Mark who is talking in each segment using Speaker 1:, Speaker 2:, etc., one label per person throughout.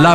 Speaker 1: La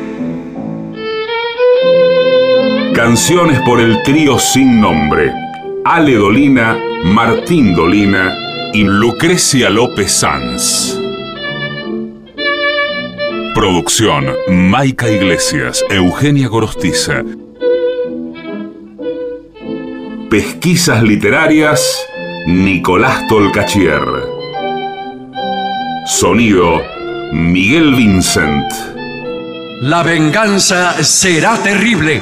Speaker 2: Canciones por el trío sin nombre. Ale Dolina, Martín Dolina y Lucrecia López Sanz. Producción Maica Iglesias, Eugenia Gorostiza. Pesquisas literarias Nicolás Tolcachier. Sonido Miguel Vincent.
Speaker 1: La venganza será terrible.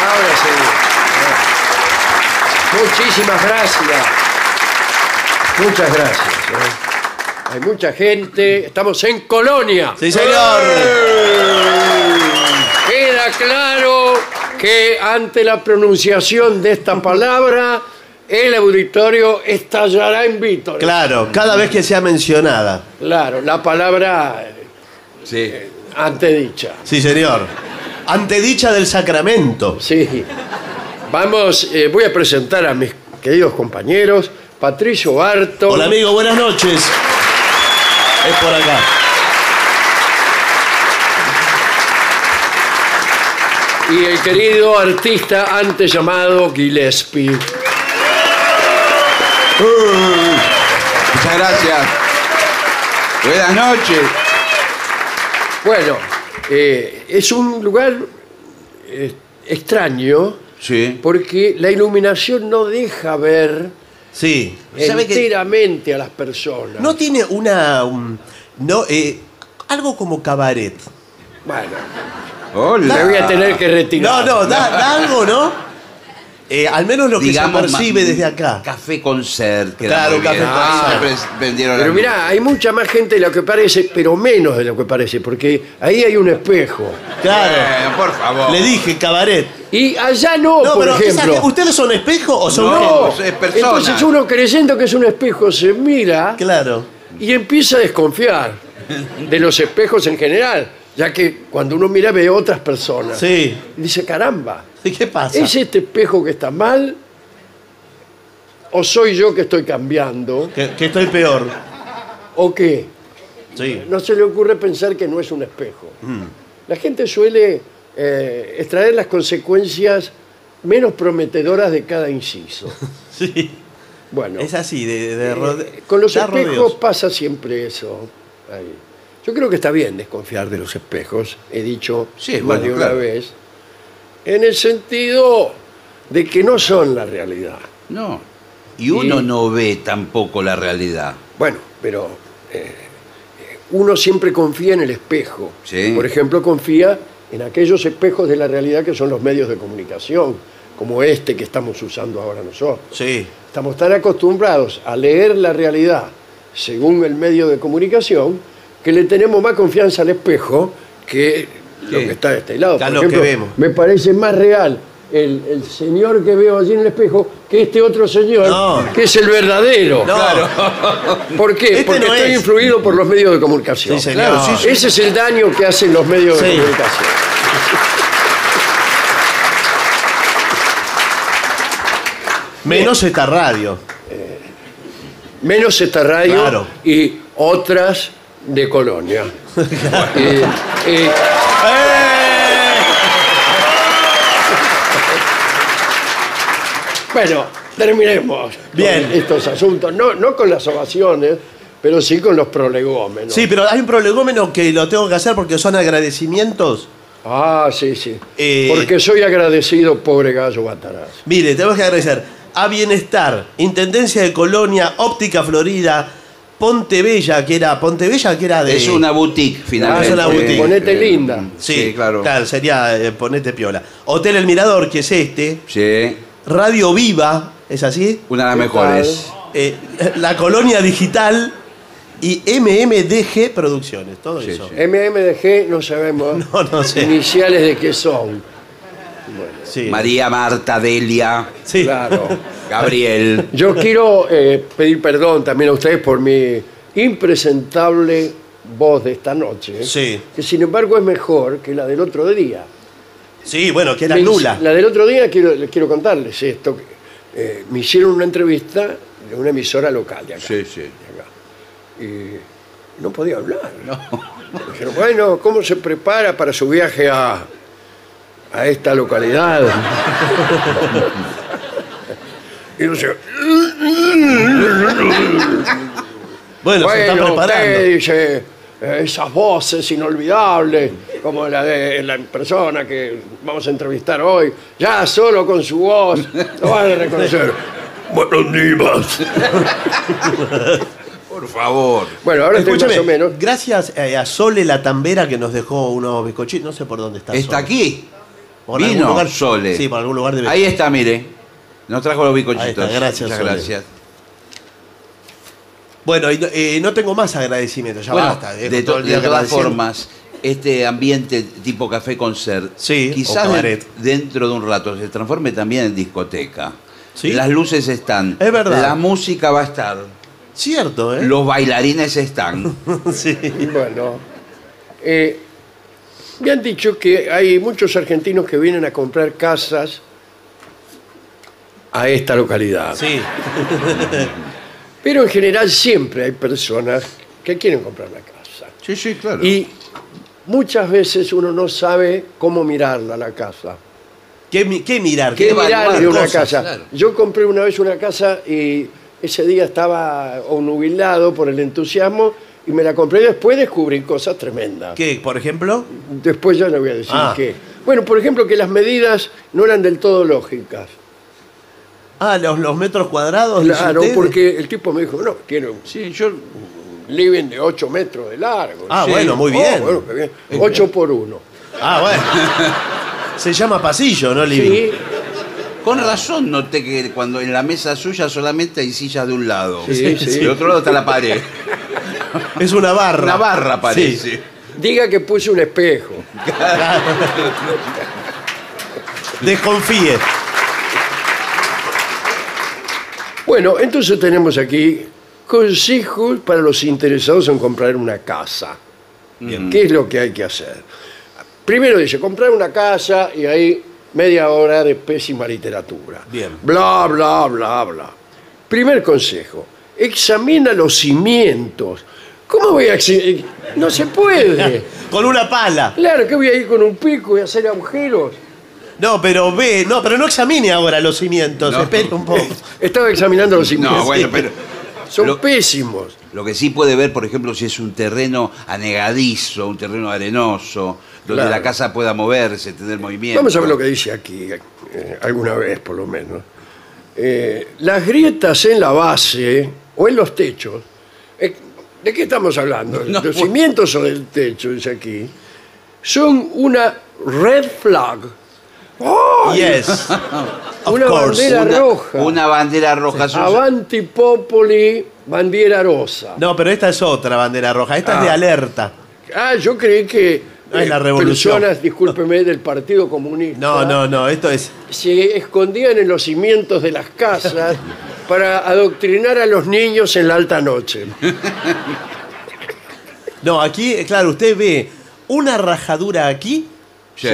Speaker 3: Ahora sí. Muchísimas gracias. Muchas gracias. ¿eh? Hay mucha gente. Estamos en Colonia.
Speaker 4: Sí, señor.
Speaker 3: Queda claro que ante la pronunciación de esta palabra, el auditorio estallará en vítores.
Speaker 4: Claro, cada vez que sea mencionada.
Speaker 3: Claro, la palabra eh,
Speaker 4: Sí.
Speaker 3: antedicha.
Speaker 4: Sí, señor. Antedicha del sacramento.
Speaker 3: Sí. Vamos, eh, voy a presentar a mis queridos compañeros, Patricio Barto,
Speaker 4: Hola, amigo, buenas noches. Es por acá.
Speaker 3: y el querido artista antes llamado Gillespie.
Speaker 5: Muchas gracias. Buenas noches.
Speaker 3: Bueno, eh, es un lugar eh, extraño
Speaker 5: Sí.
Speaker 3: porque la iluminación no deja ver
Speaker 4: Sí.
Speaker 3: Eh,
Speaker 4: ¿Sabe que
Speaker 3: enteramente a las personas.
Speaker 4: no tiene una. um, no, eh, algo como cabaret.
Speaker 3: Bueno,
Speaker 5: Hola.
Speaker 3: me voy a tener que retirar.
Speaker 4: No, no, da, da algo, ¿no? Eh, al menos lo que se percibe
Speaker 5: ma-
Speaker 4: desde acá.
Speaker 5: Café concert. queda
Speaker 4: Claro,
Speaker 5: muy bien.
Speaker 4: café
Speaker 5: Ah,
Speaker 4: concert.
Speaker 5: pre- vendieron
Speaker 3: Pero
Speaker 5: la-
Speaker 3: mirá, hay mucha más gente de lo que parece, pero menos de lo que parece, porque ahí hay un espejo.
Speaker 4: Claro.
Speaker 5: Bueno, Eh, por favor.
Speaker 4: Le dije cabaret.
Speaker 3: Y allá no,
Speaker 4: No,
Speaker 3: por
Speaker 4: pero esa-
Speaker 3: ejemplo.
Speaker 4: ¿ustedes son espejo o son
Speaker 3: No,
Speaker 4: gente?
Speaker 5: es persona.
Speaker 3: entonces uno creyendo que es un espejo se mira
Speaker 4: Claro.
Speaker 3: y empieza a desconfiar de los espejos en general, ya que cuando uno mira ve otras personas.
Speaker 4: Sí.
Speaker 3: Y dice, caramba,
Speaker 4: ¿Y qué pasa?
Speaker 3: ¿es este espejo que está mal? ¿O soy yo que estoy cambiando?
Speaker 4: Que, que estoy peor.
Speaker 3: ¿O qué?
Speaker 4: Sí.
Speaker 3: No se le ocurre pensar que no es un espejo. La gente suele eh, extraer las consecuencias menos prometedoras de cada inciso.
Speaker 4: Sí.
Speaker 3: Bueno,
Speaker 4: Es así, de, de rode-
Speaker 3: Eh, Con los
Speaker 4: da
Speaker 3: espejos
Speaker 4: rodeos.
Speaker 3: pasa siempre eso. Ahí. Yo creo que está bien desconfiar de los espejos, he dicho
Speaker 5: Sí, es
Speaker 3: más
Speaker 5: bueno,
Speaker 3: de una
Speaker 5: claro.
Speaker 3: vez, en el sentido de que no son la realidad.
Speaker 5: No. Y uno
Speaker 3: Y-
Speaker 5: no ve tampoco la realidad.
Speaker 3: Bueno, pero eh, uno siempre confía en el espejo.
Speaker 5: Sí.
Speaker 3: Por ejemplo, confía en aquellos espejos de la realidad que son los medios de comunicación, como este que estamos usando ahora nosotros.
Speaker 4: Sí.
Speaker 3: Estamos tan acostumbrados a leer la realidad según el medio de comunicación que le tenemos más confianza al espejo que lo
Speaker 4: Sí.
Speaker 3: que está de este lado.
Speaker 4: Ya
Speaker 3: Por
Speaker 4: lo que
Speaker 3: ejemplo,
Speaker 4: vemos.
Speaker 3: Me parece más real el, el señor que veo allí en el espejo que este otro señor
Speaker 4: No.
Speaker 3: que es el verdadero.
Speaker 4: No,
Speaker 3: ¿Por qué?
Speaker 4: Este
Speaker 3: Porque
Speaker 4: no
Speaker 3: estoy
Speaker 4: es.
Speaker 3: influido por los medios de comunicación.
Speaker 4: Sí, señor. Claro, sí, sí.
Speaker 3: Ese es el daño que hacen los medios de
Speaker 4: Sí.
Speaker 3: comunicación.
Speaker 4: menos esta radio.
Speaker 3: Eh, Menos esta radio
Speaker 4: Claro.
Speaker 3: y otras de Colonia. Eh, eh, Bueno, terminemos
Speaker 4: Bien.
Speaker 3: con estos asuntos. No, no con las ovaciones, pero sí con los prolegómenos.
Speaker 4: Sí, pero hay un prolegómeno que lo tengo que hacer porque son agradecimientos.
Speaker 3: Ah, sí, sí.
Speaker 4: Eh,
Speaker 3: Porque soy agradecido, pobre gallo Bataraz.
Speaker 4: Mire, tenemos que agradecer a Bienestar, Intendencia de Colonia, Óptica Florida, Pontebella, que era Pontebella, que era de... Ah,
Speaker 5: Es una boutique, finalmente.
Speaker 4: es una boutique.
Speaker 3: Eh, Ponete linda.
Speaker 4: Sí,
Speaker 5: sí, claro.
Speaker 4: Claro, sería eh, Ponete Piola. Hotel El Mirador, que es este.
Speaker 5: Sí,
Speaker 4: Radio Viva, ¿es así?
Speaker 5: una de las
Speaker 3: ¿Qué
Speaker 5: mejores.
Speaker 4: Eh, la Colonia Digital y MMDG Producciones, todo
Speaker 5: Sí,
Speaker 4: eso.
Speaker 5: sí.
Speaker 3: MMDG no sabemos
Speaker 4: No, no sé.
Speaker 3: iniciales de qué son.
Speaker 4: Sí.
Speaker 5: María, Marta, Delia,
Speaker 4: Sí.
Speaker 3: Claro.
Speaker 5: Gabriel.
Speaker 3: Yo quiero eh, pedir perdón también a ustedes por mi impresentable voz de esta noche.
Speaker 4: Sí.
Speaker 3: Que sin embargo es mejor que la del otro día.
Speaker 4: Sí, bueno, que era
Speaker 3: Me hic-
Speaker 4: nula.
Speaker 3: La del otro día quiero, les quiero contarles esto. que, eh, me hicieron una entrevista de una emisora local de acá.
Speaker 5: Sí, sí.
Speaker 3: de acá. Y no podía hablar. Me dijeron, bueno, ¿cómo se prepara para su viaje a, a esta localidad? y yo decía,
Speaker 4: Bueno, se están
Speaker 3: bueno, usted
Speaker 4: preparando.
Speaker 3: dice eh, esas voces inolvidables, como la de la persona que vamos a entrevistar hoy, ya solo con su voz, lo van a reconocer. Buenos días.
Speaker 5: Por favor.
Speaker 3: Bueno, ahora estoy más
Speaker 4: Escúchame,
Speaker 3: o menos.
Speaker 4: gracias eh, a Sole la tambera que nos dejó unos bizcochitos, no sé por dónde está.
Speaker 5: Está
Speaker 4: Sole.
Speaker 5: aquí.
Speaker 4: Por algún
Speaker 5: Vino
Speaker 4: lugar-
Speaker 5: Sole.
Speaker 4: Sí, por algún lugar de
Speaker 5: Ahí está, mire. Nos trajo los bizcochitos.
Speaker 4: Ahí está, gracias,
Speaker 5: Muchas
Speaker 4: Sole.
Speaker 5: gracias.
Speaker 4: Bueno, y no- eh, no tengo más agradecimientos, ya
Speaker 5: Bueno,
Speaker 4: basta. dejo
Speaker 5: de,
Speaker 4: todo
Speaker 5: to-
Speaker 4: el día
Speaker 5: de todas
Speaker 4: agradeciendo.
Speaker 5: formas, este ambiente tipo café concert,
Speaker 4: Sí,
Speaker 5: quizás
Speaker 4: o
Speaker 5: de-
Speaker 4: cabaret.
Speaker 5: dentro de un rato se transforme también en discoteca.
Speaker 4: Sí.
Speaker 5: Las luces están.
Speaker 4: Es verdad.
Speaker 5: La música va a estar.
Speaker 4: Cierto, ¿eh?
Speaker 5: Los bailarines están.
Speaker 4: Sí.
Speaker 3: Bueno, eh, me han dicho que hay muchos argentinos que vienen a comprar casas a esta localidad.
Speaker 4: Sí.
Speaker 3: Pero en general siempre hay personas que quieren comprar la casa.
Speaker 5: sí, sí, claro.
Speaker 3: Y muchas veces uno no sabe cómo mirarla la casa.
Speaker 4: ¿Qué, mi- qué mirar?
Speaker 5: ¿Qué
Speaker 3: ¿Qué
Speaker 5: evaluar
Speaker 3: mirar de una
Speaker 5: cosas,
Speaker 3: casa?
Speaker 5: claro.
Speaker 3: Yo compré una vez una casa y ese día estaba obnubilado por el entusiasmo y me la compré. Después descubrí cosas tremendas.
Speaker 4: ¿Qué, por ejemplo?
Speaker 3: Después ya le voy a decir
Speaker 4: Ah.
Speaker 3: qué. Bueno, por ejemplo, que las medidas no eran del todo lógicas.
Speaker 4: Ah, los, los metros cuadrados. dice
Speaker 3: Claro,
Speaker 4: usted.
Speaker 3: porque el tipo me dijo, no, quiero un
Speaker 5: Sí, yo.
Speaker 3: living de 8 metros de largo.
Speaker 4: Ah, bueno, muy
Speaker 3: Oh,
Speaker 4: bien.
Speaker 3: bueno, qué bien.
Speaker 5: Este.
Speaker 3: 8 por 1.
Speaker 4: Ah, bueno. Se llama pasillo, ¿no, Living?
Speaker 3: Sí,
Speaker 5: Con razón noté que cuando en la mesa suya solamente hay sillas de un lado.
Speaker 3: Sí, sí.
Speaker 5: Del otro lado está la pared.
Speaker 4: Es una barra.
Speaker 5: Una barra parece.
Speaker 4: Sí.
Speaker 3: diga que puse un espejo.
Speaker 4: Desconfíe.
Speaker 3: Bueno, entonces tenemos aquí consejos para los interesados en comprar una casa.
Speaker 4: Em.
Speaker 3: ¿Qué es lo que hay que hacer? Primero dice, comprar una casa y ahí media hora de pésima literatura.
Speaker 4: Bien.
Speaker 3: Bla, bla, bla, bla. Primer consejo, examina los cimientos. ¿Cómo voy a... exi- No se puede.
Speaker 4: Con una pala.
Speaker 3: Claro, que voy a ir con un pico y hacer agujeros.
Speaker 4: No, pero ve, no, pero no examine ahora los cimientos,
Speaker 5: No.
Speaker 4: espere un poco.
Speaker 3: Estaba examinando los cimientos.
Speaker 5: No, bueno, pero.
Speaker 3: Son
Speaker 5: lo-
Speaker 3: pésimos.
Speaker 5: Lo que sí puede ver, por ejemplo, si es un terreno anegadizo, un terreno arenoso, donde
Speaker 3: Claro.
Speaker 5: la casa pueda moverse, tener movimiento.
Speaker 3: Vamos a ver lo que dice aquí, eh, alguna vez por lo menos. Eh, las grietas en la base o en los techos, eh, ¿de qué estamos hablando? ¿De
Speaker 5: No,
Speaker 3: los
Speaker 5: bueno.
Speaker 3: cimientos o del techo, dice aquí, son una red flag
Speaker 4: Yes. Of
Speaker 3: Una
Speaker 4: course.
Speaker 3: bandera
Speaker 5: Una-
Speaker 3: roja.
Speaker 5: Una bandera roja. Son-
Speaker 3: Avanti Popoli, bandiera rosa.
Speaker 4: No, pero esta es otra bandera roja. Esta es de alerta.
Speaker 3: Ah, yo creí que
Speaker 4: No es la revolución.
Speaker 3: personas, discúlpeme, del Partido Comunista
Speaker 4: No, no, no. Esto es.
Speaker 3: se escondían en los cimientos de las casas para adoctrinar a los niños en la alta noche.
Speaker 4: No, aquí, eh, claro, usted ve una rajadura aquí.
Speaker 5: Sí.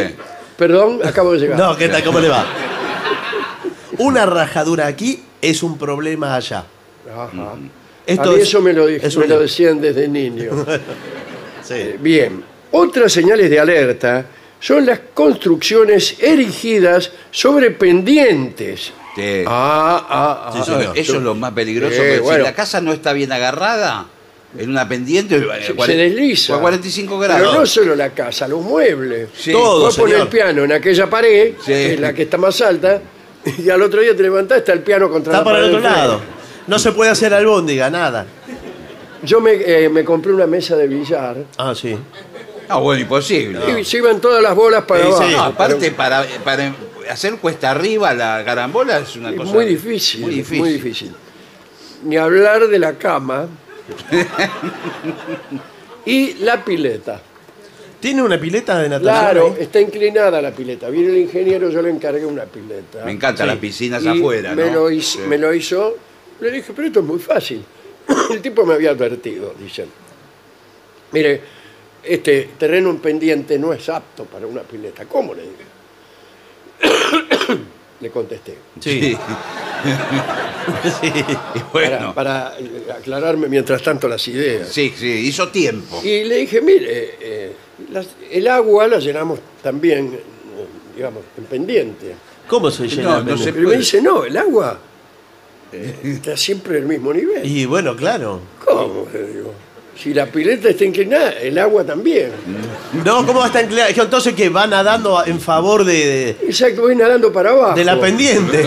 Speaker 3: Perdón, acabo de llegar.
Speaker 4: No, ¿qué tal? ¿Cómo le va? Una rajadura aquí es un problema allá.
Speaker 3: Ajá.
Speaker 4: Esto
Speaker 3: a mí
Speaker 4: es-
Speaker 3: eso me lo, dij-
Speaker 4: es
Speaker 3: me
Speaker 4: un-
Speaker 3: lo decían desde niño. Eh,
Speaker 4: Sí.
Speaker 3: Bien, otras señales de alerta son las construcciones erigidas sobre pendientes.
Speaker 5: Sí.
Speaker 3: Ah, ah, ah.
Speaker 4: Sí, señor.
Speaker 5: Eso es lo más peligroso.
Speaker 3: Sí,
Speaker 5: porque Si
Speaker 3: bueno.
Speaker 5: la casa no está bien agarrada, en una pendiente, eh,
Speaker 3: Se,
Speaker 5: cuare-
Speaker 3: se desliza.
Speaker 5: a 45
Speaker 3: Pero no
Speaker 5: grados.
Speaker 3: solo la casa, los muebles.
Speaker 5: Sí.
Speaker 4: Todo,
Speaker 3: Vos pones el
Speaker 4: señor.
Speaker 3: piano en aquella pared,
Speaker 5: Sí.
Speaker 3: que es la que está más alta, y al otro día te levantás, está el piano contra
Speaker 4: Está
Speaker 3: la
Speaker 4: para
Speaker 3: pared.
Speaker 4: el otro
Speaker 3: del frente.
Speaker 4: lado. No se puede hacer albóndiga, nada.
Speaker 3: Yo me, eh, me compré una mesa de billar
Speaker 4: Ah, sí.
Speaker 5: Ah, bueno, imposible.
Speaker 3: y se iban todas las bolas para
Speaker 4: Sí, sí.
Speaker 3: abajo.
Speaker 5: No,
Speaker 3: Pero-
Speaker 5: aparte, para, para hacer cuesta arriba la carambola es una
Speaker 3: Es
Speaker 5: cosa.
Speaker 3: muy difícil,
Speaker 5: Muy difícil.
Speaker 3: muy difícil. Ni hablar de la cama y la pileta.
Speaker 4: ¿Tiene una pileta de natación?
Speaker 3: Claro,
Speaker 4: ahí?
Speaker 3: está inclinada la pileta. Vino el ingeniero, yo le encargué una pileta.
Speaker 5: Me encantan
Speaker 4: Sí.
Speaker 5: las piscinas
Speaker 3: Y
Speaker 5: afuera,
Speaker 3: me,
Speaker 5: ¿no?
Speaker 3: lo hizo,
Speaker 5: Sí.
Speaker 3: me lo hizo. Le dije, pero esto es muy fácil. El tipo me había advertido, dicen. Mire, este terreno en pendiente no es apto para una pileta. ¿Cómo le dije? le contesté.
Speaker 4: Sí.
Speaker 5: Y
Speaker 3: para-
Speaker 5: bueno,
Speaker 3: para, eh, aclararme mientras tanto las ideas.
Speaker 5: sí, sí, hizo tiempo.
Speaker 3: Y le dije, mire, eh, las- el agua la llenamos también, eh, digamos, en pendiente.
Speaker 4: ¿Cómo se llena?
Speaker 5: No, no
Speaker 4: el
Speaker 5: se-
Speaker 4: menú?
Speaker 3: Pero me
Speaker 5: puede.
Speaker 3: dice, no, el agua eh, está siempre en el mismo nivel.
Speaker 4: Y bueno, claro.
Speaker 3: ¿Cómo? Le digo, si la pileta está inclinada, el agua también.
Speaker 4: No, ¿cómo va a estar inclinada? Entonces que va nadando en favor de,
Speaker 3: Exacto, voy nadando para
Speaker 4: de,
Speaker 3: abajo.
Speaker 4: de la pendiente.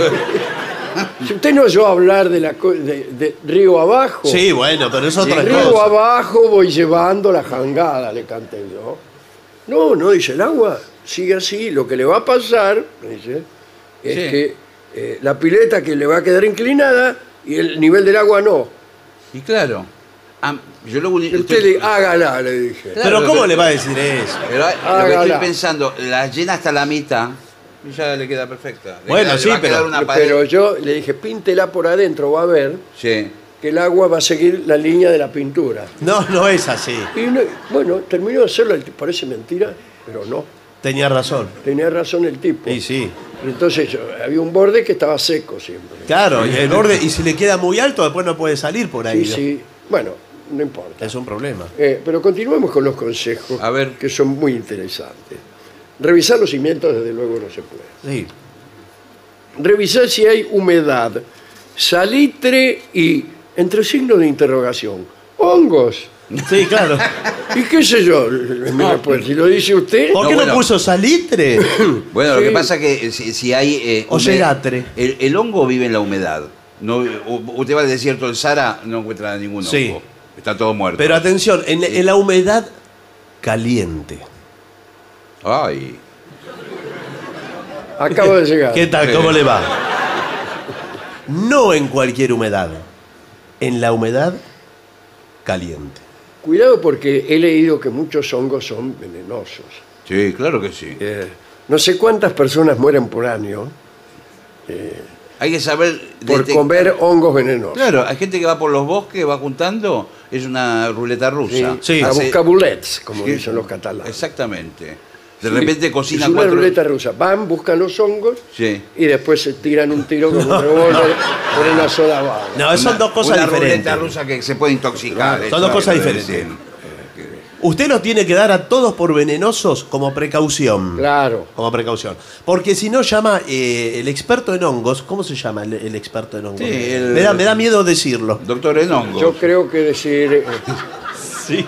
Speaker 3: Si usted no oyó hablar de, la, co- de, de río abajo,
Speaker 4: Sí, bueno, pero es
Speaker 3: de
Speaker 4: otra
Speaker 3: río
Speaker 4: cosa.
Speaker 3: abajo voy llevando la jangada, le canté yo. No, no, dice, el agua sigue así. Lo que le va a pasar, me dice, es
Speaker 5: Sí.
Speaker 3: que eh, la pileta que le va a quedar inclinada y el nivel del agua no.
Speaker 5: Y claro. ah, yo lo
Speaker 3: Y
Speaker 5: único.
Speaker 3: usted
Speaker 5: estoy-
Speaker 3: le hágala, le dije.
Speaker 5: Claro,
Speaker 4: Pero ¿cómo
Speaker 5: pero-
Speaker 4: le va a decir eso?
Speaker 5: Pero lo que
Speaker 3: Hágala.
Speaker 5: estoy pensando, la llena hasta la mitad. Y ya le queda perfecta. Le
Speaker 4: Bueno,
Speaker 5: queda- le
Speaker 4: sí,
Speaker 5: va a quedar
Speaker 4: pero-
Speaker 5: una pared.
Speaker 3: Pero yo le dije, píntela por adentro, va a ver
Speaker 5: Sí.
Speaker 3: que el agua va a seguir la línea de la pintura.
Speaker 4: No, no es así.
Speaker 3: Y no- bueno, terminó de hacerlo, el tipo, parece mentira, pero no.
Speaker 4: Tenía razón.
Speaker 3: Tenía razón el tipo.
Speaker 4: Y sí.
Speaker 3: Entonces yo- había un borde que estaba seco siempre.
Speaker 4: Claro, y el orden, y si le queda muy alto, después no puede salir por ahí.
Speaker 3: Sí, sí. Bueno, no importa.
Speaker 4: Es un problema.
Speaker 3: Eh, pero continuemos con los consejos
Speaker 5: A ver.
Speaker 3: que son muy interesantes. Revisar los cimientos, desde luego, no se puede.
Speaker 4: Sí.
Speaker 3: Revisar si hay humedad, salitre y, entre signos de interrogación, hongos.
Speaker 4: Sí, claro.
Speaker 3: ¿Y qué sé yo? Mi respuesta, pues, Si lo dice usted,
Speaker 4: ¿Por
Speaker 5: No,
Speaker 4: qué no
Speaker 5: bueno.
Speaker 4: puso salitre?
Speaker 5: Bueno,
Speaker 3: Sí.
Speaker 5: lo que pasa es que eh, si, si hay... eh,
Speaker 4: O
Speaker 5: humed-
Speaker 4: sedatre.
Speaker 5: El, el hongo vive en la humedad. No, u- usted va al desierto del Sahara, no encuentra ningún hongo.
Speaker 4: Sí.
Speaker 5: Está todo muerto.
Speaker 4: Pero atención, en, en la humedad caliente.
Speaker 5: Ay.
Speaker 3: acabo de llegar.
Speaker 4: ¿Qué tal? ¿Cómo le va? No en cualquier humedad. En la humedad caliente.
Speaker 3: Cuidado porque he leído que muchos hongos son venenosos.
Speaker 5: Sí, claro que sí.
Speaker 3: Eh, no sé cuántas personas mueren por año eh,
Speaker 5: Hay que saber...
Speaker 3: por
Speaker 5: detec-
Speaker 3: comer hongos venenosos.
Speaker 5: Claro, hay gente que va por los bosques, va juntando, es una ruleta rusa.
Speaker 4: Sí.
Speaker 3: a
Speaker 5: Hace-
Speaker 3: buscabulets, como
Speaker 5: Sí.
Speaker 3: dicen los catalanes.
Speaker 5: Exactamente. De repente
Speaker 3: es
Speaker 5: cocinan
Speaker 3: una
Speaker 5: cuatro...
Speaker 3: ruleta rusa. Van, buscan los hongos
Speaker 5: Sí.
Speaker 3: y después se tiran un tiro con un revólver por una sola bala.
Speaker 4: No, son dos cosas
Speaker 5: una
Speaker 4: diferentes.
Speaker 5: ruleta rusa que se puede intoxicar.
Speaker 4: Claro,
Speaker 5: eso
Speaker 4: son dos
Speaker 5: es
Speaker 4: cosas
Speaker 5: lo que
Speaker 4: diferentes.
Speaker 5: dicen.
Speaker 4: Usted los tiene que dar a todos por venenosos como precaución.
Speaker 3: Claro.
Speaker 4: Como precaución. Porque si no llama eh, el experto en hongos. ¿Cómo se llama el, el experto en hongos?
Speaker 5: Sí, el-
Speaker 4: me, da, me da miedo decirlo.
Speaker 5: Doctor en hongo.
Speaker 3: Yo creo que decir, eh,
Speaker 4: Sí.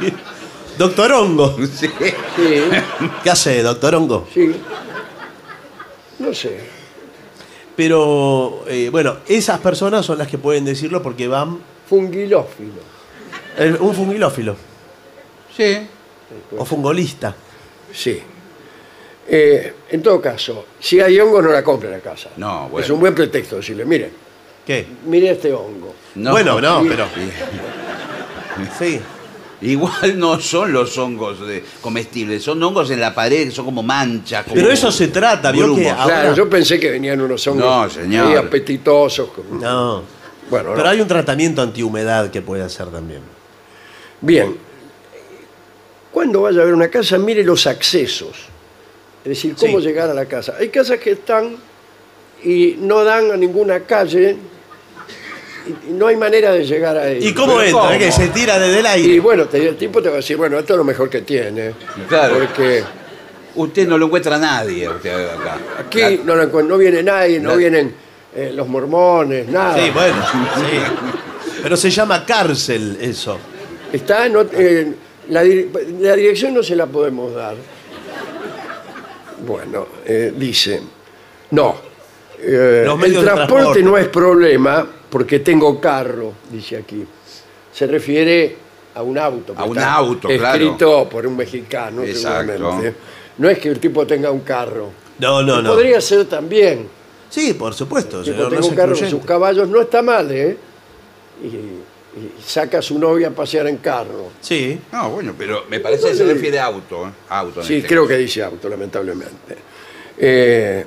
Speaker 4: Doctor Hongo.
Speaker 5: Sí.
Speaker 3: sí,
Speaker 4: ¿Qué hace, doctor Hongo?
Speaker 3: sí. No sé.
Speaker 4: Pero eh, bueno, esas personas son las que pueden decirlo porque van.
Speaker 3: Fungilófilo.
Speaker 4: el- un fungilófilo
Speaker 5: Sí.
Speaker 4: o fungolista.
Speaker 3: Sí. Eh, en todo caso, si hay hongos, no la compren la casa.
Speaker 5: No, bueno.
Speaker 3: Es un buen pretexto decirle, mire,
Speaker 4: ¿Qué?
Speaker 3: mire este hongo.
Speaker 5: No.
Speaker 4: Bueno, no, pero. Sí.
Speaker 5: Igual no son los hongos de- comestibles, son hongos en la pared, que son como manchas. como-
Speaker 4: Pero eso se trata, ¿vio? Que
Speaker 5: grumos.
Speaker 4: ahora-
Speaker 3: Claro, yo pensé que venían unos hongos
Speaker 5: No, señor.
Speaker 3: muy apetitosos. con-
Speaker 4: No.
Speaker 3: Bueno, no.
Speaker 4: Pero hay un tratamiento antihumedad que puede hacer también.
Speaker 3: Bien. Cuando vaya a ver una casa, mire los accesos. Es decir, cómo
Speaker 4: Sí.
Speaker 3: llegar a la casa. Hay casas que están y no dan a ninguna calle y- y no hay manera de llegar a ellas.
Speaker 4: ¿Y cómo
Speaker 5: ¿Pero
Speaker 4: entra?
Speaker 5: cómo?
Speaker 4: Que se tira desde el
Speaker 3: Y
Speaker 4: aire.
Speaker 3: bueno, te- el tipo te va a decir, bueno, esto es lo mejor que tiene.
Speaker 5: Claro.
Speaker 3: Porque
Speaker 5: Usted no lo encuentra a nadie usted acá.
Speaker 3: aquí no, lo encuent- no viene nadie, no
Speaker 5: Claro.
Speaker 3: vienen eh, los mormones, nada.
Speaker 4: Sí, bueno. Sí. Pero se llama cárcel eso.
Speaker 3: Está en ot- en la, dir- la dirección no se la podemos dar. Bueno, eh, dice, no, eh,
Speaker 4: Los
Speaker 3: el
Speaker 4: medios de
Speaker 3: transporte,
Speaker 4: transporte.
Speaker 3: no es problema porque tengo carro, dice aquí. Se refiere a un auto. que
Speaker 5: A un
Speaker 3: está
Speaker 5: auto, claro.
Speaker 3: escrito por un mexicano,
Speaker 5: Exacto.
Speaker 3: seguramente. No es que el tipo tenga un carro.
Speaker 4: No, no, no.
Speaker 3: Podría ser también.
Speaker 4: Sí, por supuesto.
Speaker 3: Tipo,
Speaker 4: señor, no
Speaker 3: tengo
Speaker 4: es
Speaker 3: un carro con sus
Speaker 4: excluyente.
Speaker 3: caballos, no está mal, ¿eh? Y, y saca a su novia a pasear en carro.
Speaker 4: Sí.
Speaker 5: No, Ah, bueno, pero me parece que se refiere a auto. ¿eh? auto en
Speaker 3: Sí,
Speaker 5: este
Speaker 3: creo que dice auto, lamentablemente. Eh,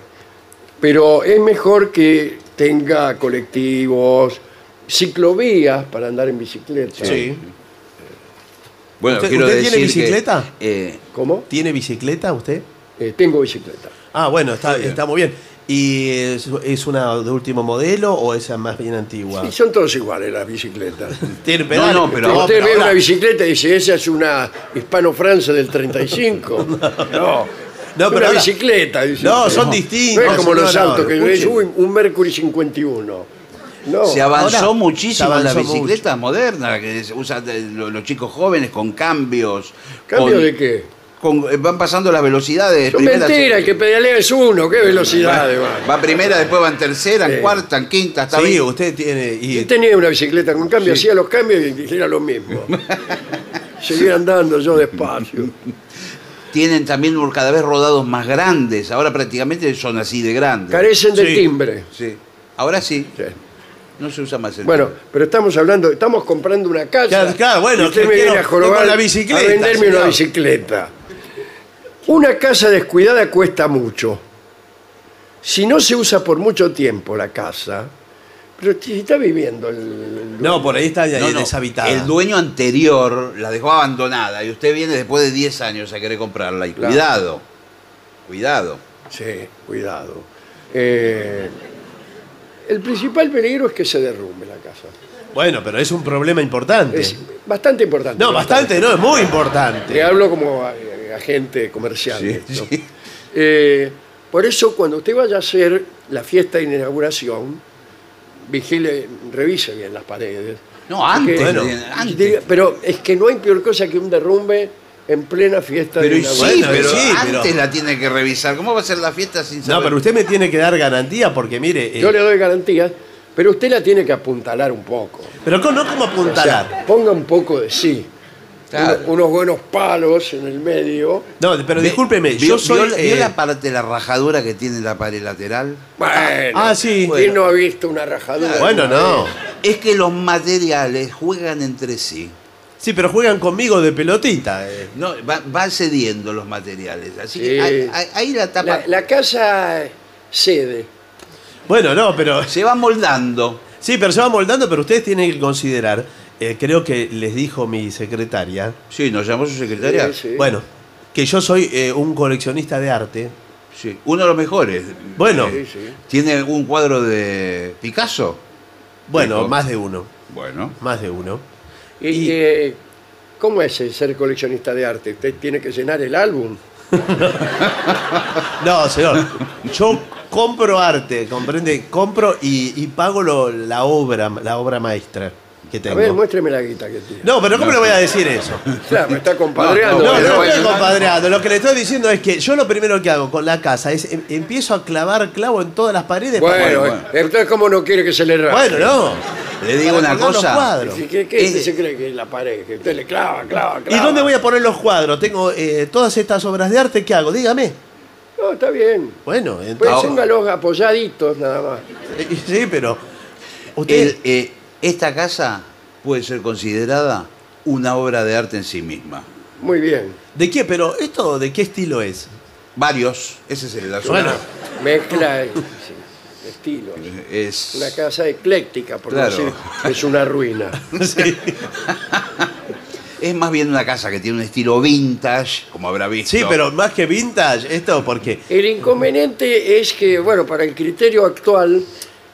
Speaker 3: pero es mejor que tenga colectivos, ciclovías para andar en bicicleta.
Speaker 4: Sí.
Speaker 5: caso. Bueno,
Speaker 4: ¿Usted-
Speaker 5: quiero
Speaker 4: usted tiene
Speaker 5: decir que,
Speaker 4: bicicleta?
Speaker 5: eh,
Speaker 3: ¿Cómo?
Speaker 4: ¿Tiene bicicleta usted?
Speaker 3: Eh, tengo bicicleta.
Speaker 4: Ah, bueno, está,
Speaker 5: bien.
Speaker 4: está muy bien. ¿Y es, es una de último modelo o esa más bien antigua?
Speaker 3: Y son todos iguales las bicicletas.
Speaker 4: Tiene pedales.
Speaker 5: No, no, pero-
Speaker 3: Cuando eh, usted ve
Speaker 4: ahora-
Speaker 3: una bicicleta y dice, esa es una hispano-franza del 35. no.
Speaker 4: No,
Speaker 3: Es
Speaker 4: pero
Speaker 3: una
Speaker 4: ahora-
Speaker 3: bicicleta. dice
Speaker 4: No,
Speaker 3: usted.
Speaker 4: son
Speaker 3: No
Speaker 4: distintos,
Speaker 3: es como los
Speaker 4: señor,
Speaker 3: autos que
Speaker 4: escuchen.
Speaker 3: ves, uy, un Mercury 51. No.
Speaker 5: se avanzó
Speaker 4: Ahora,
Speaker 5: muchísimo
Speaker 4: se avanzó
Speaker 5: en las bicicletas modernas que se usan de- lo- los chicos jóvenes con cambios.
Speaker 3: ¿Cambio
Speaker 5: con-
Speaker 3: de qué?
Speaker 5: con- eh, van pasando las velocidades.
Speaker 3: No,
Speaker 5: primera,
Speaker 3: mentira, el que pedalea es uno, qué velocidad.
Speaker 5: va, va primera, después va en tercera, en
Speaker 3: Sí.
Speaker 5: cuarta, en quinta, hasta
Speaker 4: Sí,
Speaker 5: veinte.
Speaker 4: usted tiene. y-
Speaker 3: Yo tenía una bicicleta con cambio, hacía los cambios y era lo mismo. Seguía andando yo despacio.
Speaker 5: Tienen también cada vez rodados más grandes. Ahora prácticamente son así de grandes.
Speaker 3: Carecen de
Speaker 4: Sí.
Speaker 3: timbre.
Speaker 5: Sí. Ahora sí,
Speaker 3: Sí.
Speaker 5: no se usa más el
Speaker 3: Bueno, pero estamos hablando, estamos comprando una casa.
Speaker 4: Claro, claro, bueno,
Speaker 3: y usted
Speaker 4: que
Speaker 3: me viene
Speaker 4: quiero-
Speaker 3: a jorobar
Speaker 4: tengo la bicicleta,
Speaker 3: a venderme una
Speaker 4: señor.
Speaker 3: bicicleta. Una casa descuidada cuesta mucho. Si no se usa por mucho tiempo la casa, pero si está viviendo el, el-
Speaker 4: No, por ahí está
Speaker 5: No, no,
Speaker 4: deshabitada.
Speaker 5: El dueño anterior la dejó abandonada y usted viene después de 10 años a querer comprarla. Y
Speaker 3: Claro.
Speaker 5: cuidado, cuidado.
Speaker 3: Sí, cuidado. Eh, el principal peligro es que se derrumbe la casa.
Speaker 4: Bueno, pero es un problema importante.
Speaker 3: Es bastante importante.
Speaker 4: No, bastante, no, es muy importante.
Speaker 3: Le hablo como eh, agente comercial.
Speaker 5: Sí,
Speaker 3: de esto.
Speaker 5: sí.
Speaker 3: Eh, por eso, cuando usted vaya a hacer la fiesta de inauguración, vigile, revise bien las paredes.
Speaker 5: No, antes,
Speaker 3: Porque-
Speaker 5: bueno,
Speaker 4: Bueno,
Speaker 5: antes.
Speaker 3: Diga, Pero es que no hay peor cosa que un derrumbe en plena fiesta
Speaker 5: Pero
Speaker 3: de
Speaker 5: y sí,
Speaker 3: inauguración.
Speaker 4: Bueno,
Speaker 5: pero
Speaker 4: sí,
Speaker 5: antes
Speaker 4: pero-
Speaker 5: la tiene que revisar. ¿Cómo va a ser la fiesta sin saber?
Speaker 4: No, pero usted me tiene que dar garantía porque mire. eh,
Speaker 3: Yo le doy garantías, pero usted la tiene que apuntalar un poco.
Speaker 4: Pero con- no como
Speaker 3: O sea,
Speaker 4: apuntalar.
Speaker 3: ponga un poco de sí.
Speaker 5: Claro.
Speaker 3: Uno- unos buenos palos en el medio.
Speaker 4: No, pero
Speaker 5: Ve-
Speaker 4: discúlpeme,
Speaker 5: vio-
Speaker 4: yo soy.
Speaker 5: ¿Vio, vio
Speaker 4: eh,
Speaker 5: la parte de la rajadura que tiene la pared lateral?
Speaker 3: Bueno.
Speaker 4: Ah, sí.
Speaker 3: ¿Quién no ha visto una rajadura?
Speaker 4: Bueno, no.
Speaker 5: Es que los materiales juegan entre sí.
Speaker 4: Sí, pero juegan conmigo de pelotita. eh.
Speaker 5: No, va- van cediendo los materiales. Así
Speaker 3: Sí.
Speaker 5: que ahí, ahí- ahí la tapa
Speaker 3: La, la casa cede.
Speaker 4: Bueno, no, pero.
Speaker 5: se va moldando.
Speaker 4: Sí, pero se va moldando, pero ustedes tienen que considerar. eh, creo que les dijo mi secretaria.
Speaker 5: Sí, nos llamó su secretaria.
Speaker 3: Sí, sí.
Speaker 4: Bueno, que yo soy eh, un coleccionista de arte.
Speaker 5: Sí, uno de los mejores.
Speaker 4: Bueno,
Speaker 3: Sí, sí.
Speaker 5: ¿Tiene un cuadro de Picasso?
Speaker 4: bueno,
Speaker 5: Dijo.
Speaker 4: más de uno.
Speaker 5: Bueno.
Speaker 4: Más de uno.
Speaker 3: Y,
Speaker 4: Y-
Speaker 3: eh, ¿Cómo es el ser coleccionista de arte? ¿Usted tiene que llenar el álbum?
Speaker 4: No, señor. Yo compro arte, comprende, compro y, y pago lo- la obra, la obra maestra que
Speaker 3: A ver,
Speaker 4: tengo.
Speaker 3: muéstreme la guita que tiene.
Speaker 4: No, pero ¿cómo le voy a decir eso?
Speaker 3: Claro, me está
Speaker 4: No,
Speaker 3: compadreando.
Speaker 4: no
Speaker 3: pero
Speaker 4: estoy
Speaker 3: bueno.
Speaker 4: compadreando. Lo que le estoy diciendo es que yo lo primero que hago con la casa es em- empiezo a clavar clavo en todas las paredes. para-
Speaker 3: Bueno,
Speaker 5: bueno.
Speaker 3: eh, entonces, ¿cómo no quiere que se le raje?
Speaker 4: bueno, no.
Speaker 5: Le digo
Speaker 4: Para
Speaker 5: una
Speaker 4: colgar los
Speaker 5: cosa.
Speaker 4: cuadros.
Speaker 3: Sí, ¿Qué, qué
Speaker 5: Eh,
Speaker 3: se cree que es la pared? Que usted le clava, clava,
Speaker 4: ¿Y
Speaker 3: clava.
Speaker 4: dónde voy a poner los cuadros? Tengo eh, todas estas obras de arte que hago, dígame.
Speaker 3: No, está bien.
Speaker 4: Bueno,
Speaker 3: Pues
Speaker 4: entonces.
Speaker 3: póngalos apoyaditos nada más.
Speaker 4: Sí, pero.
Speaker 5: El,
Speaker 4: Usted.
Speaker 5: eh, esta casa puede ser considerada una obra de arte en sí misma.
Speaker 3: Muy bien.
Speaker 4: ¿De qué? Pero, ¿esto de qué estilo es?
Speaker 5: Varios, ese es el asunto.
Speaker 4: Bueno.
Speaker 3: Mezcla eh, sí, estilos.
Speaker 5: es
Speaker 3: Una casa ecléctica, por
Speaker 5: Claro.
Speaker 3: decir, es una ruina.
Speaker 4: Sí,
Speaker 5: Es más bien una casa que tiene un estilo vintage, como habrá visto.
Speaker 4: Sí, pero más que vintage, esto porque.
Speaker 3: El inconveniente es que, bueno, para el criterio actual,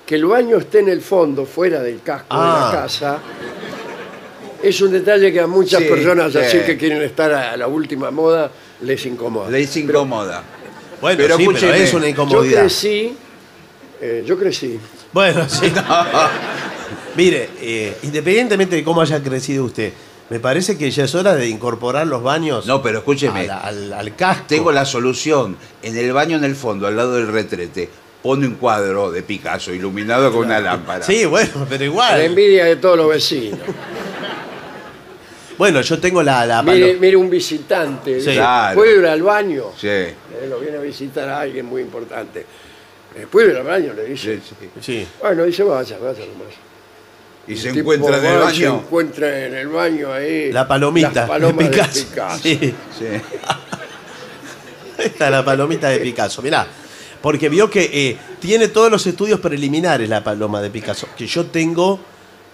Speaker 3: que el baño esté en el fondo, fuera del casco
Speaker 4: Ah.
Speaker 3: de la casa, es un detalle que a muchas
Speaker 5: Sí,
Speaker 3: personas así
Speaker 5: sí.
Speaker 3: que quieren estar a la última moda les incomoda.
Speaker 5: Le es incómoda.
Speaker 4: Bueno,
Speaker 5: Pero
Speaker 4: sí, pero
Speaker 5: escúcheme,
Speaker 4: es una
Speaker 3: eh, yo
Speaker 4: incomodidad.
Speaker 3: crecí, eh, yo crecí.
Speaker 4: Bueno, sí. Mire, eh, independientemente de cómo haya crecido usted, me parece que ya es hora de incorporar los baños
Speaker 5: No, pero escúcheme.
Speaker 4: al, al, al casco.
Speaker 5: Tengo la solución. En el baño en el fondo, al lado del retrete, pone un cuadro de Picasso iluminado con una lámpara.
Speaker 4: Sí, bueno, pero
Speaker 3: La
Speaker 4: igual.
Speaker 3: envidia de todos los vecinos.
Speaker 4: Bueno, yo tengo la, la
Speaker 3: Mire,
Speaker 4: palo-
Speaker 3: mire un visitante.
Speaker 4: Sí.
Speaker 3: dice,
Speaker 5: Claro.
Speaker 3: ¿Puedo ir al baño?
Speaker 5: Sí.
Speaker 3: Eh, lo viene a visitar a alguien muy importante. Eh, ¿Puedo ir al baño? Le dice.
Speaker 5: Sí, sí.
Speaker 4: Sí.
Speaker 3: Bueno, dice, vaya, vaya nomás.
Speaker 5: Y se
Speaker 3: El tipo
Speaker 5: encuentra en el
Speaker 3: va y Se
Speaker 5: baño.
Speaker 3: encuentra en el baño ahí.
Speaker 4: La palomita
Speaker 3: Eh, Las palomas
Speaker 4: de Picasso.
Speaker 3: de Picasso.
Speaker 4: Sí,
Speaker 5: Sí.
Speaker 4: está la palomita de Picasso. Mirá, porque vio que eh, tiene todos los estudios preliminares la paloma de Picasso, que yo tengo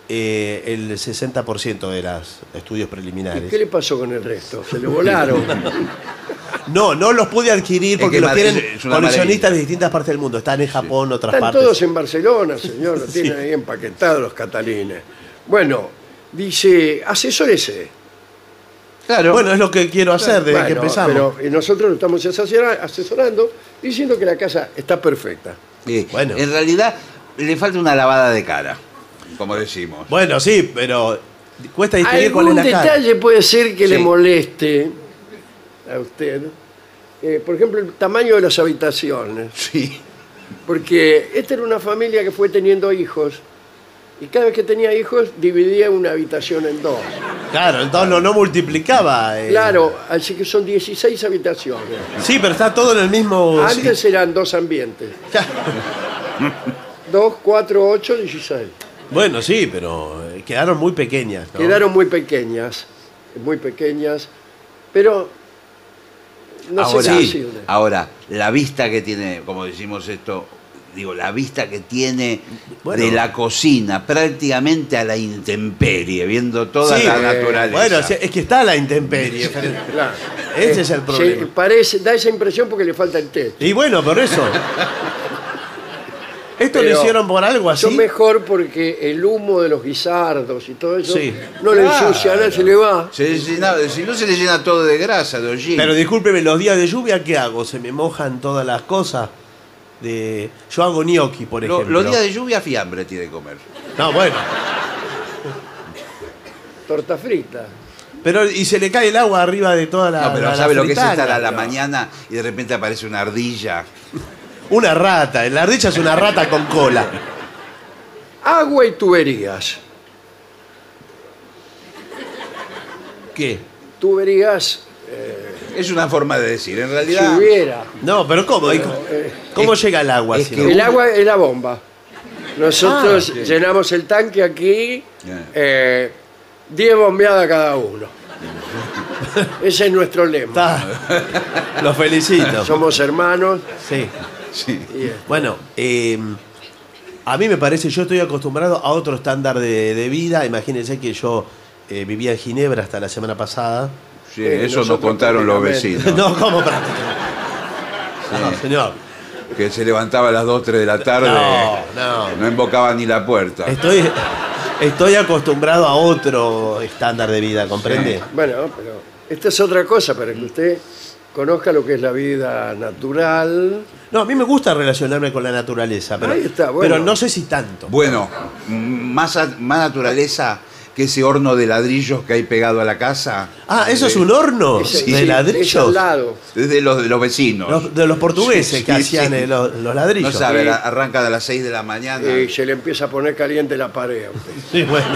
Speaker 4: eh, el 60% de los estudios
Speaker 3: ¿Y qué
Speaker 4: preliminares.
Speaker 3: le pasó con el resto? Se lo volaron.
Speaker 4: No, no los pude adquirir
Speaker 5: Es
Speaker 4: porque
Speaker 5: que
Speaker 4: los
Speaker 5: ma-
Speaker 4: tienen
Speaker 5: es- es una
Speaker 4: coleccionistas
Speaker 5: maravilla.
Speaker 4: de distintas partes del mundo. Están en Japón, otras
Speaker 3: Están
Speaker 4: partes.
Speaker 3: todos en Barcelona, señor. Lo tienen ahí empaquetados los catalines. Bueno, dice, asesórese.
Speaker 5: Claro.
Speaker 4: Bueno, es lo que quiero hacer desde que
Speaker 3: Bueno,
Speaker 4: empezamos.
Speaker 3: Pero y nosotros lo estamos asesora- asesorando diciendo que la casa está perfecta.
Speaker 5: Sí.
Speaker 4: Bueno.
Speaker 5: En realidad, le falta una lavada de cara, como decimos.
Speaker 4: Bueno, sí, pero cuesta distinguir cuál es
Speaker 3: Algún
Speaker 4: la cara.
Speaker 3: detalle puede ser que le
Speaker 5: Sí.
Speaker 3: moleste a usted. Eh, por ejemplo, el tamaño de las habitaciones.
Speaker 5: Sí.
Speaker 3: Porque esta era una familia que fue teniendo hijos. Y cada vez que tenía hijos, dividía una habitación en dos.
Speaker 4: Claro, entonces no, no multiplicaba. eh.
Speaker 3: Claro, así que son 16 habitaciones.
Speaker 4: Sí, pero está todo en el mismo.
Speaker 3: Antes eran dos ambientes.
Speaker 4: Claro.
Speaker 3: 2, 4, 8, 16.
Speaker 4: Bueno, sí, pero eh, quedaron muy pequeñas. ¿no?
Speaker 3: Quedaron muy pequeñas, muy pequeñas, pero no sé
Speaker 5: ahora,
Speaker 3: qué decirle.
Speaker 5: ahora, la vista que tiene, como decimos esto, digo, la vista que tiene
Speaker 4: Bueno.
Speaker 5: de la cocina, prácticamente a la intemperie, viendo toda
Speaker 4: Sí,
Speaker 5: la
Speaker 4: eh,
Speaker 5: naturaleza.
Speaker 4: Bueno, sí, es que está la intemperie. Fernando.
Speaker 3: Claro.
Speaker 4: Ese es el
Speaker 3: Se-
Speaker 4: problema.
Speaker 3: parece, da esa impresión porque le falta el techo.
Speaker 4: Y bueno, por eso. ¿Esto
Speaker 3: Pero
Speaker 4: lo hicieron por algo así?
Speaker 3: Son mejor porque el humo de los guisardos y todo eso
Speaker 4: Sí.
Speaker 3: no le ensucia, nada se le va.
Speaker 5: Se le llena- si no se le llena todo de grasa, de hollín.
Speaker 4: Pero discúlpeme, los días de lluvia, ¿qué hago? ¿Se me mojan todas las cosas? De... Yo hago gnocchi, por
Speaker 5: Lo-
Speaker 4: ejemplo.
Speaker 5: los días de lluvia, fiambre tiene que comer.
Speaker 4: No, bueno.
Speaker 3: Torta frita.
Speaker 4: Pero, y se le cae el agua arriba de toda la.
Speaker 5: no, pero
Speaker 4: la- Ah, la
Speaker 5: ¿sabe lo que es estar
Speaker 4: fritanga,
Speaker 5: a la
Speaker 4: pero-
Speaker 5: mañana y de repente aparece una ardilla?
Speaker 4: Una rata. La ardilla es una rata con cola.
Speaker 3: Agua y tuberías.
Speaker 4: ¿Qué?
Speaker 3: Tuberías, eh,
Speaker 5: Es una forma de decir, en
Speaker 3: si
Speaker 5: realidad.
Speaker 3: hubiera.
Speaker 4: No, pero ¿cómo? ¿Y cómo- ¿Cómo llega el agua?
Speaker 5: es
Speaker 4: si
Speaker 5: que-
Speaker 4: no?
Speaker 3: El agua es la bomba. Nosotros
Speaker 4: Ah,
Speaker 3: llenamos el tanque aquí,
Speaker 5: Ya.
Speaker 3: eh, 10 bombeadas cada uno. Ese es nuestro lema.
Speaker 4: Está. Los felicito.
Speaker 3: Somos hermanos.
Speaker 4: Sí.
Speaker 5: Sí.
Speaker 3: y, eh,
Speaker 4: Bueno, eh, a mí me parece, yo estoy acostumbrado a otro estándar de, de vida. Imagínense que yo eh, vivía en Ginebra hasta la semana pasada.
Speaker 5: Sí,
Speaker 3: Eh,
Speaker 5: eso nos
Speaker 3: nosotros
Speaker 5: contaron los
Speaker 3: prácticamente.
Speaker 5: vecinos.
Speaker 4: No, ¿cómo prácticamente? Ah, No, señor.
Speaker 5: Que se levantaba a las 2, 3 de la tarde.
Speaker 4: No, no.
Speaker 5: No invocaba ni la puerta.
Speaker 4: Estoy, estoy acostumbrado a otro estándar de vida, ¿comprende?
Speaker 3: Ah, Bueno, pero esta es otra cosa para que usted conozca lo que es la vida natural.
Speaker 4: No, a mí me gusta relacionarme con la naturaleza, pero,
Speaker 3: Ahí está, Ah, bueno.
Speaker 4: pero no sé si tanto.
Speaker 5: Bueno, m- más, a- más naturaleza que ese horno de ladrillos que hay pegado a la casa.
Speaker 4: Ah, ¿eso
Speaker 5: Eh,
Speaker 4: es un horno
Speaker 3: Ese-
Speaker 4: de
Speaker 3: ese- ese al
Speaker 4: ladrillos?
Speaker 3: lado.
Speaker 5: Es de los, de los vecinos.
Speaker 4: Los- de los portugueses que
Speaker 5: Sí,
Speaker 4: hacían
Speaker 5: sí.
Speaker 4: eh, los, los
Speaker 5: no
Speaker 4: ladrillos.
Speaker 5: sabe, la- arranca de las 6 de la mañana.
Speaker 3: eh, Y se le empieza a poner caliente la pared. a usted.
Speaker 4: Sí, bueno.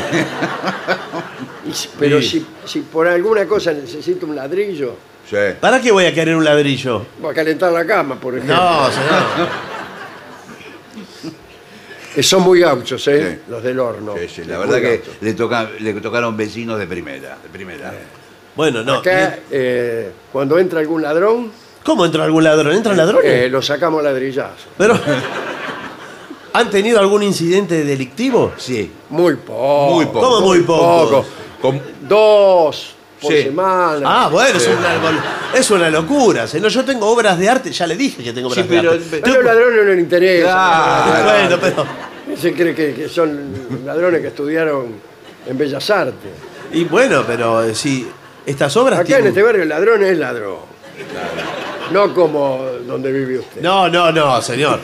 Speaker 3: Y si- Pero si, si por alguna cosa necesita un ladrillo,
Speaker 5: Sí.
Speaker 4: ¿Para qué voy a querer un ladrillo?
Speaker 3: Va a calentar la cama, por ejemplo.
Speaker 4: No, señor.
Speaker 3: Que son muy gauchos, ¿eh?
Speaker 5: Sí.
Speaker 3: Los del horno.
Speaker 5: Sí, sí, la
Speaker 3: Muy
Speaker 5: verdad que
Speaker 3: gauchos.
Speaker 5: le, toca, le tocaron vecinos de primera, de primera.
Speaker 4: Bueno, no.
Speaker 3: Acá, eh, cuando entra algún ladrón,
Speaker 4: ¿Cómo entra algún ladrón? ¿Entran ladrones?
Speaker 3: eh, lo sacamos a ladrillazo.
Speaker 4: Pero. ¿Han tenido algún incidente delictivo?
Speaker 5: Sí,
Speaker 3: Muy poco.
Speaker 5: Muy poco.
Speaker 4: ¿Cómo muy poco?
Speaker 3: Poco.
Speaker 5: con-
Speaker 3: Dos por
Speaker 5: Sí.
Speaker 3: semana.
Speaker 4: Ah, bueno, es, una, es una locura. señor. Yo tengo obras de arte, ya le dije que tengo obras
Speaker 5: Sí,
Speaker 4: de
Speaker 5: pero-
Speaker 4: arte.
Speaker 5: pero-
Speaker 3: Pero a los ladrones no les interesa.
Speaker 5: Ah,
Speaker 4: bueno, pero.
Speaker 3: Se cree que, que son ladrones que estudiaron en Bellas Artes.
Speaker 4: Y bueno, pero eh, sí. Estas obras.
Speaker 3: Acá en
Speaker 4: tienen-
Speaker 3: este barrio el ladrón es ladrón. No como donde vive usted.
Speaker 4: No, no, no, señor.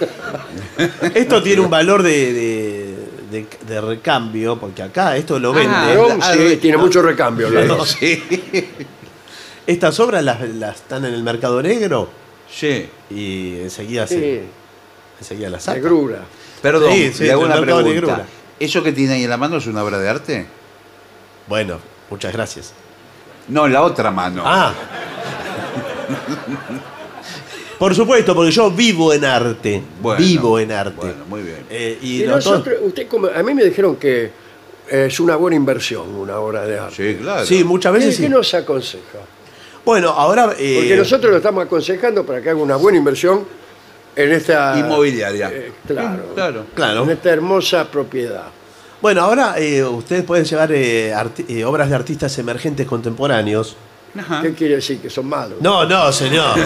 Speaker 4: Esto tiene un valor de, de, de- de recambio, porque acá esto lo venden.
Speaker 3: ladrón
Speaker 4: Ah,
Speaker 3: sí,
Speaker 4: de-
Speaker 3: tiene mucho recambio. el ladrón.
Speaker 4: Estas obras las, las están en el mercado negro
Speaker 5: sí.
Speaker 4: y enseguida,
Speaker 3: Sí,
Speaker 4: se, enseguida las
Speaker 3: de
Speaker 4: sacan.
Speaker 3: grura.
Speaker 5: Perdón,
Speaker 4: Sí, sí,
Speaker 5: le hago
Speaker 4: el
Speaker 5: una
Speaker 4: mercado de
Speaker 5: pregunta.
Speaker 4: Negrura.
Speaker 5: ¿Eso que tiene ahí en la mano es una obra de arte?
Speaker 4: Bueno, muchas gracias.
Speaker 5: No, en la otra mano.
Speaker 4: Ah. Por supuesto, porque yo vivo en arte.
Speaker 5: Bueno,
Speaker 4: vivo en arte.
Speaker 5: Bueno, muy bien.
Speaker 4: Eh,
Speaker 3: Y
Speaker 4: y lo to-
Speaker 3: nosotros- usted come- a mí me dijeron que es una buena inversión una obra de arte.
Speaker 5: Sí, claro.
Speaker 4: Sí, muchas
Speaker 3: ¿Qué,
Speaker 4: veces
Speaker 3: qué
Speaker 4: sí.
Speaker 3: nos aconseja?
Speaker 4: Bueno, ahora. eh,
Speaker 3: Porque nosotros lo estamos aconsejando para que haga una buena inversión en esta...
Speaker 5: Inmobiliaria.
Speaker 3: Eh, claro,
Speaker 5: Mm, claro.
Speaker 4: Claro.
Speaker 3: En esta hermosa propiedad.
Speaker 4: Bueno, ahora eh, ustedes pueden llevar eh, arti- eh, obras de artistas emergentes contemporáneos.
Speaker 5: Ajá.
Speaker 3: ¿Qué quiere decir? Que son malos.
Speaker 4: No, no, señor.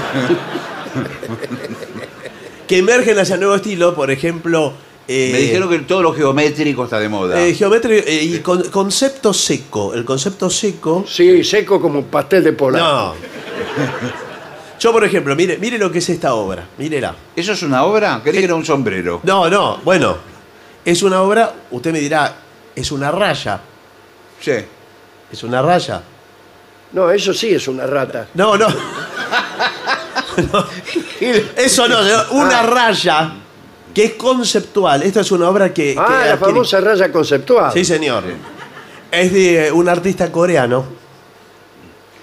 Speaker 4: que emergen hacia nuevo estilo, por ejemplo. eh,
Speaker 5: Me dijeron que todo lo geométrico está de moda.
Speaker 4: eh, geometría, eh, y con- concepto seco. El concepto seco.
Speaker 3: Sí, seco como un pastel de polaco.
Speaker 4: No. Yo, por ejemplo, mire, mire lo que es esta obra. Mírela.
Speaker 5: ¿Eso es una obra? Creí que era un sombrero.
Speaker 4: No, no, bueno. Es una obra, usted me dirá, es una raya.
Speaker 5: Sí.
Speaker 4: Es una raya.
Speaker 3: No. eso sí es una rata.
Speaker 4: No, no. No. Eso no, señor.
Speaker 3: Ah.
Speaker 4: una raya que es conceptual. Esta es una obra que. que
Speaker 3: Ah, la
Speaker 4: adquiere-
Speaker 3: famosa raya conceptual.
Speaker 4: Sí, señor. Es de un artista coreano.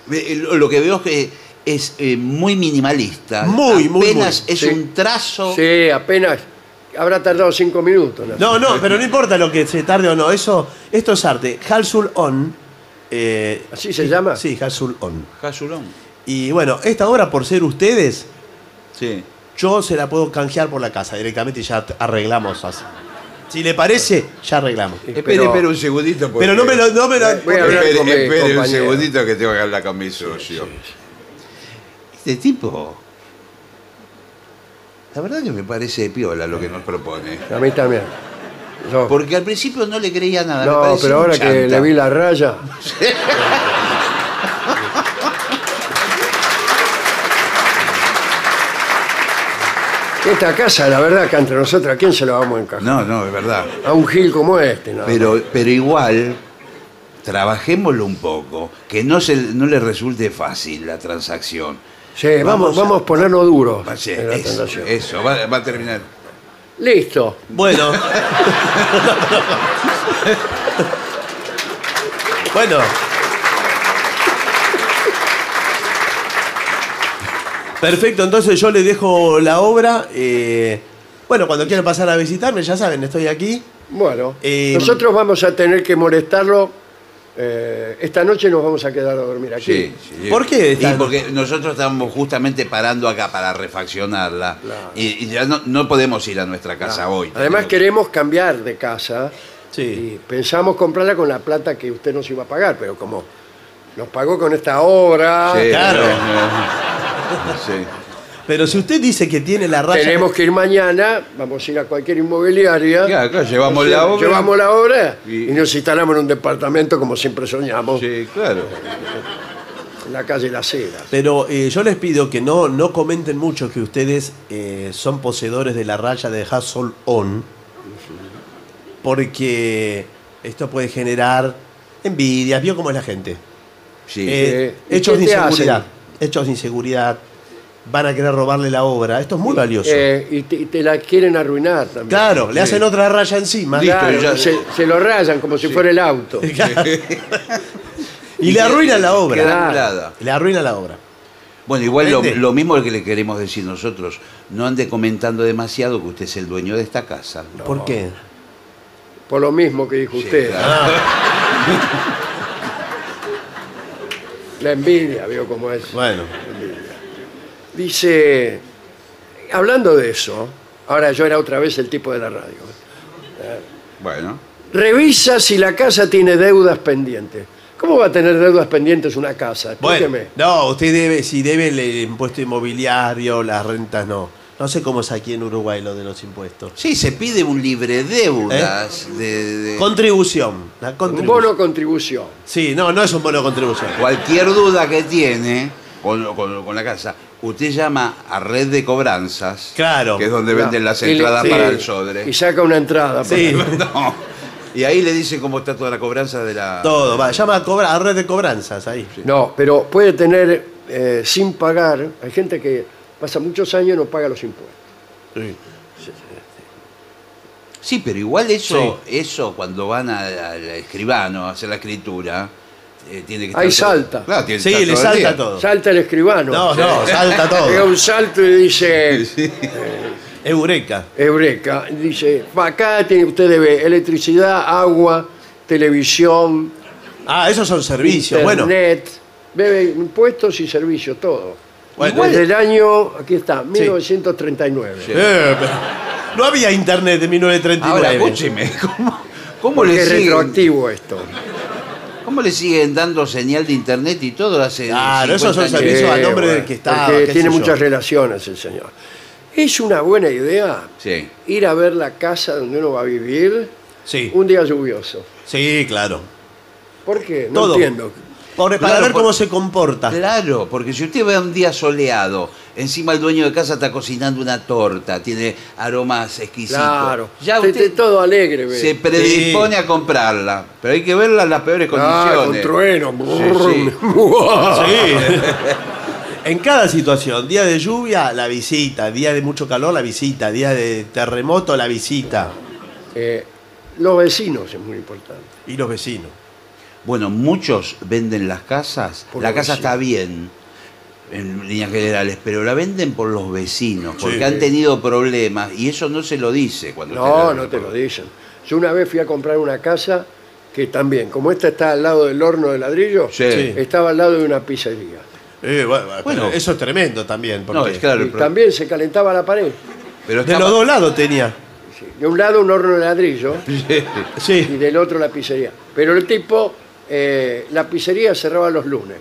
Speaker 5: Me- eh, Lo lo que veo es que es eh, muy minimalista.
Speaker 4: Muy, muy,
Speaker 5: Apenas
Speaker 4: muy.
Speaker 5: es
Speaker 3: Sí.
Speaker 5: un trazo.
Speaker 3: Sí, apenas. Habrá tardado cinco minutos. ¿no?
Speaker 4: No, no, pero no importa lo que se tarde o no. Eso, esto es arte. Halsul On. eh,
Speaker 3: ¿Así se llama?
Speaker 4: Sí, Halsul On.
Speaker 5: Casulón.
Speaker 4: Y bueno, esta obra, por ser ustedes,
Speaker 5: Sí.
Speaker 4: yo se la puedo canjear por la casa directamente y ya t- arreglamos así. Si le parece, ya arreglamos.
Speaker 3: Sí,
Speaker 5: Espere,
Speaker 3: pero-
Speaker 5: espere un segundito. porque-
Speaker 4: Pero no me lo. No me lo-
Speaker 3: Voy a hablar
Speaker 5: Espere,
Speaker 3: con mi
Speaker 5: espere un
Speaker 3: compañero.
Speaker 5: segundito que tengo que hablar con mi socio. Este tipo. La verdad que me parece piola lo que nos propone.
Speaker 3: A mí también. Yo-
Speaker 5: Porque al principio no le creía nada. Ah, me
Speaker 3: no,
Speaker 5: parecía
Speaker 3: pero
Speaker 5: un
Speaker 3: ahora que
Speaker 5: chanta.
Speaker 3: le vi la raya. Esta casa, la verdad, que entre nosotros, ¿a quién se la vamos a encajar?
Speaker 5: No, no, es verdad.
Speaker 3: A un gil como este, ¿no?
Speaker 5: Pero, pero igual, trabajémoslo un poco. Que no, se, no le resulte fácil la transacción.
Speaker 3: Sí, Eh, vamos,
Speaker 5: vamos a-
Speaker 3: vamos a ponernos duros.
Speaker 5: Va a ser-
Speaker 3: en la
Speaker 5: eso,
Speaker 3: tentación.
Speaker 5: eso, va, va a terminar.
Speaker 3: Listo.
Speaker 4: Bueno. bueno. Perfecto, entonces yo le dejo la obra. eh, bueno, cuando quieran pasar a visitarme, ya saben, estoy aquí.
Speaker 3: Bueno,
Speaker 4: Eh,
Speaker 3: nosotros vamos a tener que molestarlo. eh, esta noche nos vamos a quedar a dormir aquí.
Speaker 5: Sí, sí.
Speaker 4: ¿Por qué
Speaker 5: Y
Speaker 4: están-
Speaker 5: porque nosotros estamos justamente parando acá para refaccionarla.
Speaker 3: Claro.
Speaker 5: Y, y ya no, no podemos ir a nuestra casa hoy.
Speaker 3: Además
Speaker 5: Tenemos-
Speaker 3: queremos cambiar de casa y
Speaker 4: Sí.
Speaker 3: pensamos comprarla con la plata que usted nos iba a pagar, pero como nos pagó con esta obra,
Speaker 5: Sí,
Speaker 4: claro.
Speaker 5: sí.
Speaker 4: Pero si usted dice que tiene la raya.
Speaker 3: tenemos que ir mañana, vamos a ir a cualquier inmobiliaria.
Speaker 5: Ya, acá llevamos la obra.
Speaker 3: Llevamos la obra y,
Speaker 5: Y-
Speaker 3: nos instalamos en un departamento como siempre soñamos,
Speaker 5: Sí, claro.
Speaker 3: en la calle Las Heras.
Speaker 4: Pero eh, yo les pido que no, no comenten mucho que ustedes eh, son poseedores de la raya de Hassel On, porque esto puede generar envidias, vio cómo es la gente.
Speaker 5: Sí.
Speaker 4: Eh,
Speaker 3: ¿Y
Speaker 4: hechos
Speaker 3: qué
Speaker 4: de
Speaker 3: te hacen?
Speaker 4: inseguridad. Hechos de inseguridad. Van a querer robarle la obra. Esto es muy valioso.
Speaker 3: Eh, y, te, y te la quieren arruinar también.
Speaker 4: claro, le hacen otra raya encima.
Speaker 5: Listo,
Speaker 3: Claro,
Speaker 5: ya-
Speaker 3: se, se lo rayan como si fuera el auto.
Speaker 4: y le arruinan la obra.
Speaker 5: Queda
Speaker 3: Claro.
Speaker 5: anulada.
Speaker 4: Le arruinan la obra.
Speaker 5: Bueno, igual lo,
Speaker 4: ¿Entiende?
Speaker 5: lo mismo que le queremos decir nosotros. No ande comentando demasiado que usted es el dueño de esta casa.
Speaker 4: ¿Por qué?
Speaker 3: Por lo mismo que dijo usted.
Speaker 4: Ah.
Speaker 3: La envidia, veo cómo es.
Speaker 4: Bueno,
Speaker 3: Dice, hablando de eso, ahora yo era otra vez el tipo de la radio. ¿eh?
Speaker 5: Bueno.
Speaker 3: Revisa si la casa tiene deudas pendientes. ¿Cómo va a tener deudas pendientes una casa?
Speaker 4: bueno.
Speaker 3: Explíqueme.
Speaker 4: No, usted debe, si debe el eh, impuesto inmobiliario, las rentas no. No sé cómo es aquí en Uruguay lo de los impuestos. ¿Eh?
Speaker 5: Sí, se pide un libre deudas de, de-
Speaker 4: Contribución. La
Speaker 3: Un
Speaker 4: contribución.
Speaker 3: bono contribución.
Speaker 4: Sí, no, no es un bono de contribución.
Speaker 5: cualquier duda que tiene con, con- con la casa. Usted llama a Red de Cobranzas,
Speaker 4: Claro.
Speaker 5: que es donde venden las
Speaker 3: Y le-
Speaker 5: entradas
Speaker 3: sí,
Speaker 5: para el sodre.
Speaker 3: Y saca una entrada.
Speaker 4: Sí,
Speaker 5: No. Y ahí le dicen cómo está toda la cobranza de la...
Speaker 4: todo. Va, llama a, cobra, a red de cobranzas ahí.
Speaker 3: No, pero puede tener eh, sin pagar. Hay gente que pasa muchos años y no paga los impuestos.
Speaker 5: Sí, pero igual eso, eso cuando van a- al escribano a hacer la escritura, eh, tiene que estar
Speaker 3: Ahí
Speaker 5: todo-
Speaker 3: salta.
Speaker 5: Claro, tiene
Speaker 4: Sí,
Speaker 5: que
Speaker 4: le
Speaker 5: estar todo el
Speaker 4: salta
Speaker 5: día.
Speaker 4: todo.
Speaker 3: Salta el escribano.
Speaker 4: No, no, salta
Speaker 3: Pega
Speaker 4: todo.
Speaker 3: un salto y dice, eh,
Speaker 4: Eureka.
Speaker 3: Eureka, dice, acá tiene, usted debe electricidad, agua, televisión,
Speaker 4: Ah, esos son servicios. Bueno,
Speaker 3: internet, debe impuestos y servicios, todo.
Speaker 4: Bueno,
Speaker 3: Igual- Desde el año, aquí está,
Speaker 4: Sí.
Speaker 3: 1939.
Speaker 4: Eh, pero no había internet en
Speaker 5: Ahora,
Speaker 4: 1939.
Speaker 5: escúcheme, ¿cómo, cómo
Speaker 3: Porque
Speaker 5: le
Speaker 3: es
Speaker 5: siguen,
Speaker 3: retroactivo esto.
Speaker 5: ¿cómo le siguen dando señal de internet y todo hace
Speaker 4: Claro, esos
Speaker 5: 50
Speaker 4: son
Speaker 5: años?
Speaker 4: servicios. Aviso al nombre del que estaba,
Speaker 3: porque
Speaker 4: qué sé
Speaker 3: tiene
Speaker 4: yo.
Speaker 3: muchas relaciones el señor. Es una buena idea
Speaker 5: Sí.
Speaker 3: ir a ver la casa donde uno va a vivir
Speaker 4: Sí,
Speaker 3: un día lluvioso.
Speaker 4: sí, claro.
Speaker 3: ¿Por qué? No
Speaker 4: Todo.
Speaker 3: entiendo.
Speaker 4: Por- para
Speaker 5: Claro,
Speaker 4: ver
Speaker 5: por-
Speaker 4: cómo se comporta.
Speaker 5: Claro, porque si usted ve un día soleado, encima el dueño de casa está cocinando una torta, tiene aromas exquisitos.
Speaker 3: Claro.
Speaker 5: Ya
Speaker 3: Te- te-
Speaker 5: usted
Speaker 3: todo alegre. ve.
Speaker 5: se predispone a comprarla, pero hay que verla en las peores
Speaker 3: Ah, con
Speaker 5: condiciones.
Speaker 3: trueno.
Speaker 5: Sí,
Speaker 4: Sí. en cada situación, día de lluvia, la visita, día de mucho calor, la visita, día de terremoto, la visita.
Speaker 3: Eh, los vecinos es muy importante.
Speaker 4: Y los vecinos.
Speaker 5: Bueno, muchos venden las casas.
Speaker 3: Por
Speaker 5: la
Speaker 3: los
Speaker 5: casa
Speaker 3: vecinos.
Speaker 5: está bien, en líneas generales, pero la venden por los vecinos, porque
Speaker 4: Sí.
Speaker 5: han tenido problemas y eso no se lo dice cuando
Speaker 3: No,
Speaker 5: usted-
Speaker 3: no te lo dicen. Yo una vez fui a comprar una casa que también, como esta está al lado del horno de ladrillo,
Speaker 5: Sí.
Speaker 4: Sí.
Speaker 3: estaba al lado de una pizzería.
Speaker 4: Eh, bueno,
Speaker 5: Bueno.
Speaker 4: pero eso es tremendo también. Porque
Speaker 5: No, es claro.
Speaker 3: Y
Speaker 5: pero-
Speaker 3: también se calentaba la pared.
Speaker 5: pero
Speaker 4: De
Speaker 5: está-
Speaker 4: los dos lados tenía.
Speaker 3: Sí, De un lado un horno de ladrillo y
Speaker 4: Sí.
Speaker 3: del otro la pizzería. Pero el tipo, eh, la pizzería cerraba los lunes.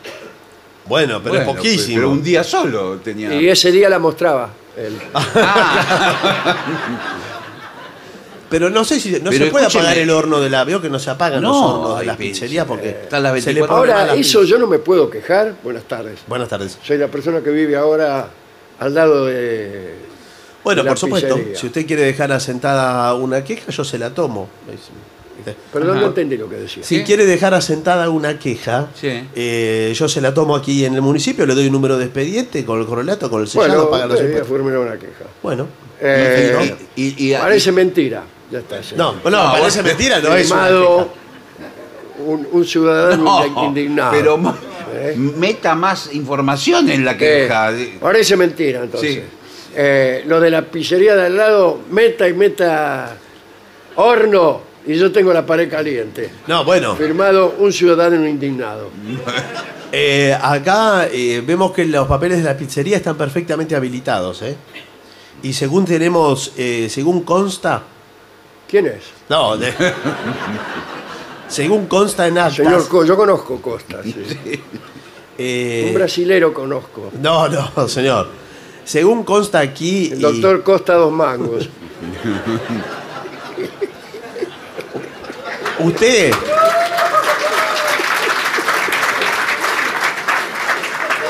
Speaker 4: Bueno, pero
Speaker 5: Bueno,
Speaker 4: es poquísimo.
Speaker 5: Pero un día solo tenía.
Speaker 3: Y ese día la mostraba. él.
Speaker 4: Ah. Pero no sé si no
Speaker 5: Pero
Speaker 4: se puede
Speaker 5: escúcheme.
Speaker 4: apagar el horno de la. Veo que no se apagan los
Speaker 5: No,
Speaker 4: hornos de
Speaker 5: hay
Speaker 4: las
Speaker 5: pizza.
Speaker 4: pizzerías porque
Speaker 5: Están las
Speaker 4: se le
Speaker 5: 24
Speaker 4: pone
Speaker 3: Ahora,
Speaker 4: mala
Speaker 3: eso
Speaker 4: pizza.
Speaker 3: yo no me puedo quejar. Buenas tardes.
Speaker 4: Buenas tardes.
Speaker 3: Soy la persona que vive ahora al lado de...
Speaker 4: Bueno,
Speaker 3: de la
Speaker 4: por supuesto,
Speaker 3: pizzería.
Speaker 4: si usted quiere dejar asentada una queja, yo se la tomo.
Speaker 3: Perdón, no entendí lo que decía.
Speaker 4: Si quiere dejar asentada una queja,
Speaker 5: Sí.
Speaker 4: eh, yo se la tomo aquí en el municipio, le doy un número de expediente con el correlato, con el sellado,
Speaker 3: Bueno,
Speaker 4: paga los
Speaker 3: voy a
Speaker 4: impuestos.
Speaker 3: formular una queja.
Speaker 4: Bueno,
Speaker 3: Eh,
Speaker 5: Y- y- y-
Speaker 3: parece mentira. Ya está. sí.
Speaker 4: no, no,
Speaker 5: No,
Speaker 4: parece
Speaker 5: bueno,
Speaker 4: mentira, no es. una
Speaker 3: Firmado
Speaker 4: queja.
Speaker 3: un, un ciudadano
Speaker 5: No,
Speaker 3: indi- indignado.
Speaker 5: Pero ma-
Speaker 3: ¿Eh?
Speaker 5: meta más información en la
Speaker 3: Eh,
Speaker 5: queja.
Speaker 3: parece mentira, entonces.
Speaker 5: Sí.
Speaker 3: Eh, lo de la pizzería de al lado, meta y meta horno, y yo tengo la pared caliente.
Speaker 4: No, bueno,
Speaker 3: Firmado un ciudadano indignado.
Speaker 4: eh, acá eh, vemos que los papeles de la pizzería están perfectamente habilitados, ¿eh? Y según tenemos, eh, según consta,
Speaker 3: ¿Quién es?
Speaker 4: no, de- según consta en actas,
Speaker 3: Señor, Co- yo conozco Costa. sí.
Speaker 4: eh,
Speaker 3: Un brasilero conozco.
Speaker 4: no, no, señor, según consta aquí,
Speaker 3: El
Speaker 4: y-
Speaker 3: doctor Costa Dos Mangos.
Speaker 4: Usted.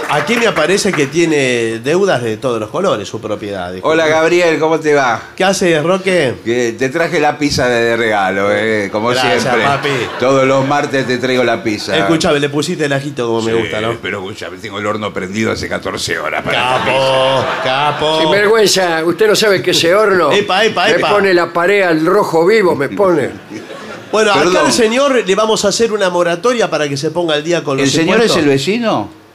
Speaker 4: Aquí me aparece que tiene deudas de todos los colores, su propiedad. disculpe.
Speaker 5: Hola Gabriel, ¿cómo te va?
Speaker 4: ¿Qué hace, Roque?
Speaker 5: Que te traje la pizza de, de regalo, eh, como
Speaker 4: Gracias,
Speaker 5: siempre.
Speaker 4: papi.
Speaker 5: Todos los martes te traigo la pizza.
Speaker 4: Escuchame, le pusiste el ajito como me
Speaker 5: Sí,
Speaker 4: gusta, ¿no?
Speaker 5: Pero escúchame, tengo el horno prendido hace 14 horas. Para
Speaker 4: Capo, capo.
Speaker 3: Sin vergüenza, usted no sabe que ese horno
Speaker 4: Epa, epa, epa.
Speaker 3: me pone la pared al rojo vivo, me pone.
Speaker 4: Bueno, acá
Speaker 5: Perdón.
Speaker 4: al señor le vamos a hacer una moratoria para que se ponga al día con los
Speaker 5: ¿El señor es el
Speaker 4: impuestos.
Speaker 5: vecino?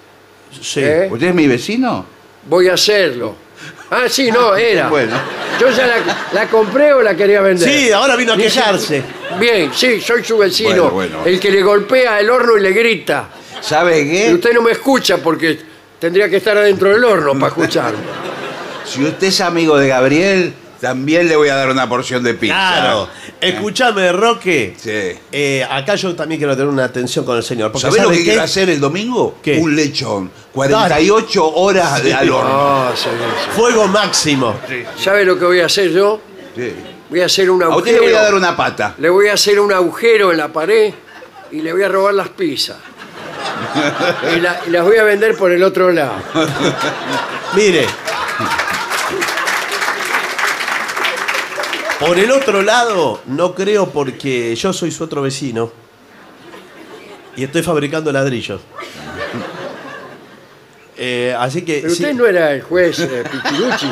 Speaker 4: Sí.
Speaker 3: ¿Eh?
Speaker 5: ¿Usted es mi vecino?
Speaker 3: Voy a hacerlo. Ah, sí, no, era.
Speaker 5: Bueno.
Speaker 3: Yo ya la, la compré o la quería vender.
Speaker 4: Sí, ahora vino a quejarse.
Speaker 3: Bien, sí, soy su vecino.
Speaker 5: Bueno, bueno.
Speaker 3: El que le golpea el horno y le grita.
Speaker 5: ¿Sabe
Speaker 3: Y
Speaker 5: qué?
Speaker 3: usted no me escucha porque tendría que estar adentro del horno para escucharme.
Speaker 5: Si usted es amigo de Gabriel, también le voy a dar una porción de pizza.
Speaker 4: Claro. Escúchame, Roque.
Speaker 5: Sí.
Speaker 4: Eh, acá yo también quiero tener una atención con el señor. Porque
Speaker 5: ¿Sabés
Speaker 4: ¿sabe
Speaker 5: lo que
Speaker 4: qué?
Speaker 5: quiero hacer el domingo?
Speaker 4: ¿Qué?
Speaker 5: Un lechón. 48 horas de al horno.
Speaker 3: No, señor.
Speaker 4: Fuego máximo.
Speaker 3: ¿Sabe lo que voy a hacer yo?
Speaker 5: Sí.
Speaker 3: Voy a hacer un
Speaker 5: A
Speaker 3: agujero.
Speaker 5: usted le voy a dar una pata.
Speaker 3: Le voy a hacer un agujero en la pared y le voy a robar las pizzas.
Speaker 5: ¿Eh?
Speaker 3: Y, la- y las voy a vender por el otro lado.
Speaker 4: Mire. Por el otro lado, no creo porque yo soy su otro vecino. Y estoy fabricando ladrillos. Eh, así que.
Speaker 3: Pero
Speaker 4: sí,
Speaker 3: usted no era el juez eh, Picchirucci.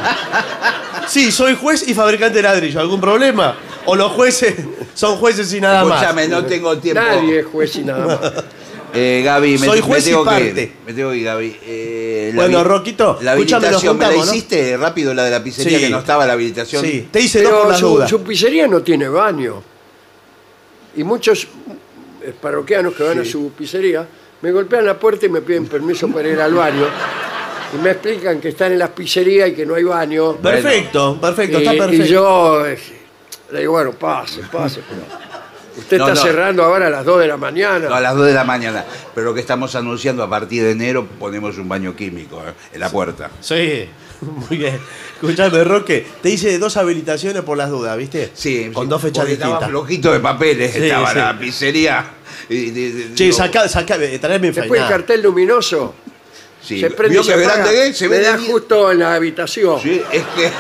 Speaker 4: sí, soy juez y fabricante de ladrillos. ¿Algún problema? O los jueces son jueces y nada más.
Speaker 5: Escúchame, no tengo tiempo.
Speaker 3: Nadie es juez y nada más.
Speaker 5: Eh, Gaby, me,
Speaker 4: Soy
Speaker 5: me
Speaker 4: juez y
Speaker 5: tengo que ir.
Speaker 4: parte.
Speaker 5: Me tengo que ir, Gaby. Eh,
Speaker 4: Bueno,
Speaker 5: habi-
Speaker 4: Roquito,
Speaker 5: la
Speaker 4: escúchame, nos
Speaker 5: habilitación, ¿me la
Speaker 4: juntamos, ¿no?
Speaker 5: hiciste rápido la de la pizzería
Speaker 4: Sí.
Speaker 5: que no estaba la habilitación?
Speaker 4: Sí, te hice dos por
Speaker 3: Pero
Speaker 4: la
Speaker 3: su,
Speaker 4: duda.
Speaker 3: su pizzería no tiene baño. Y muchos eh, parroquianos que van a su pizzería me golpean la puerta y me piden permiso para ir al baño. Y me explican que están en las pizzerías y que no hay baño.
Speaker 4: Perfecto, perfecto,
Speaker 3: y,
Speaker 4: está perfecto.
Speaker 3: y yo eh, le digo, bueno, pase, pase. Usted
Speaker 5: No,
Speaker 3: está
Speaker 5: no.
Speaker 3: cerrando ahora a las 2 de la
Speaker 5: No, a
Speaker 3: mañana.
Speaker 5: las 2 de la mañana. Pero que estamos anunciando, a partir de enero ponemos un baño químico eh, en la puerta.
Speaker 4: Sí, muy bien. Escuchame, Roque, te hice dos habilitaciones por las dudas, ¿viste?
Speaker 5: Sí,
Speaker 4: Con
Speaker 5: sí,
Speaker 4: dos fechas
Speaker 5: porque Estaba
Speaker 4: distintas.
Speaker 5: flojito de papeles,
Speaker 4: Sí,
Speaker 5: estaba
Speaker 4: sí.
Speaker 5: la pizzería. Y- y-
Speaker 4: Che,
Speaker 5: digo,
Speaker 4: saca, saca, eh, traeme mi
Speaker 3: Después el cartel luminoso
Speaker 5: sí.
Speaker 3: se prende
Speaker 5: ¿Vio
Speaker 3: y se
Speaker 5: que
Speaker 3: apaga,
Speaker 5: grande que es? Se
Speaker 3: me
Speaker 5: ve
Speaker 3: da
Speaker 5: de-
Speaker 3: justo en la habitación.
Speaker 5: Sí, es que.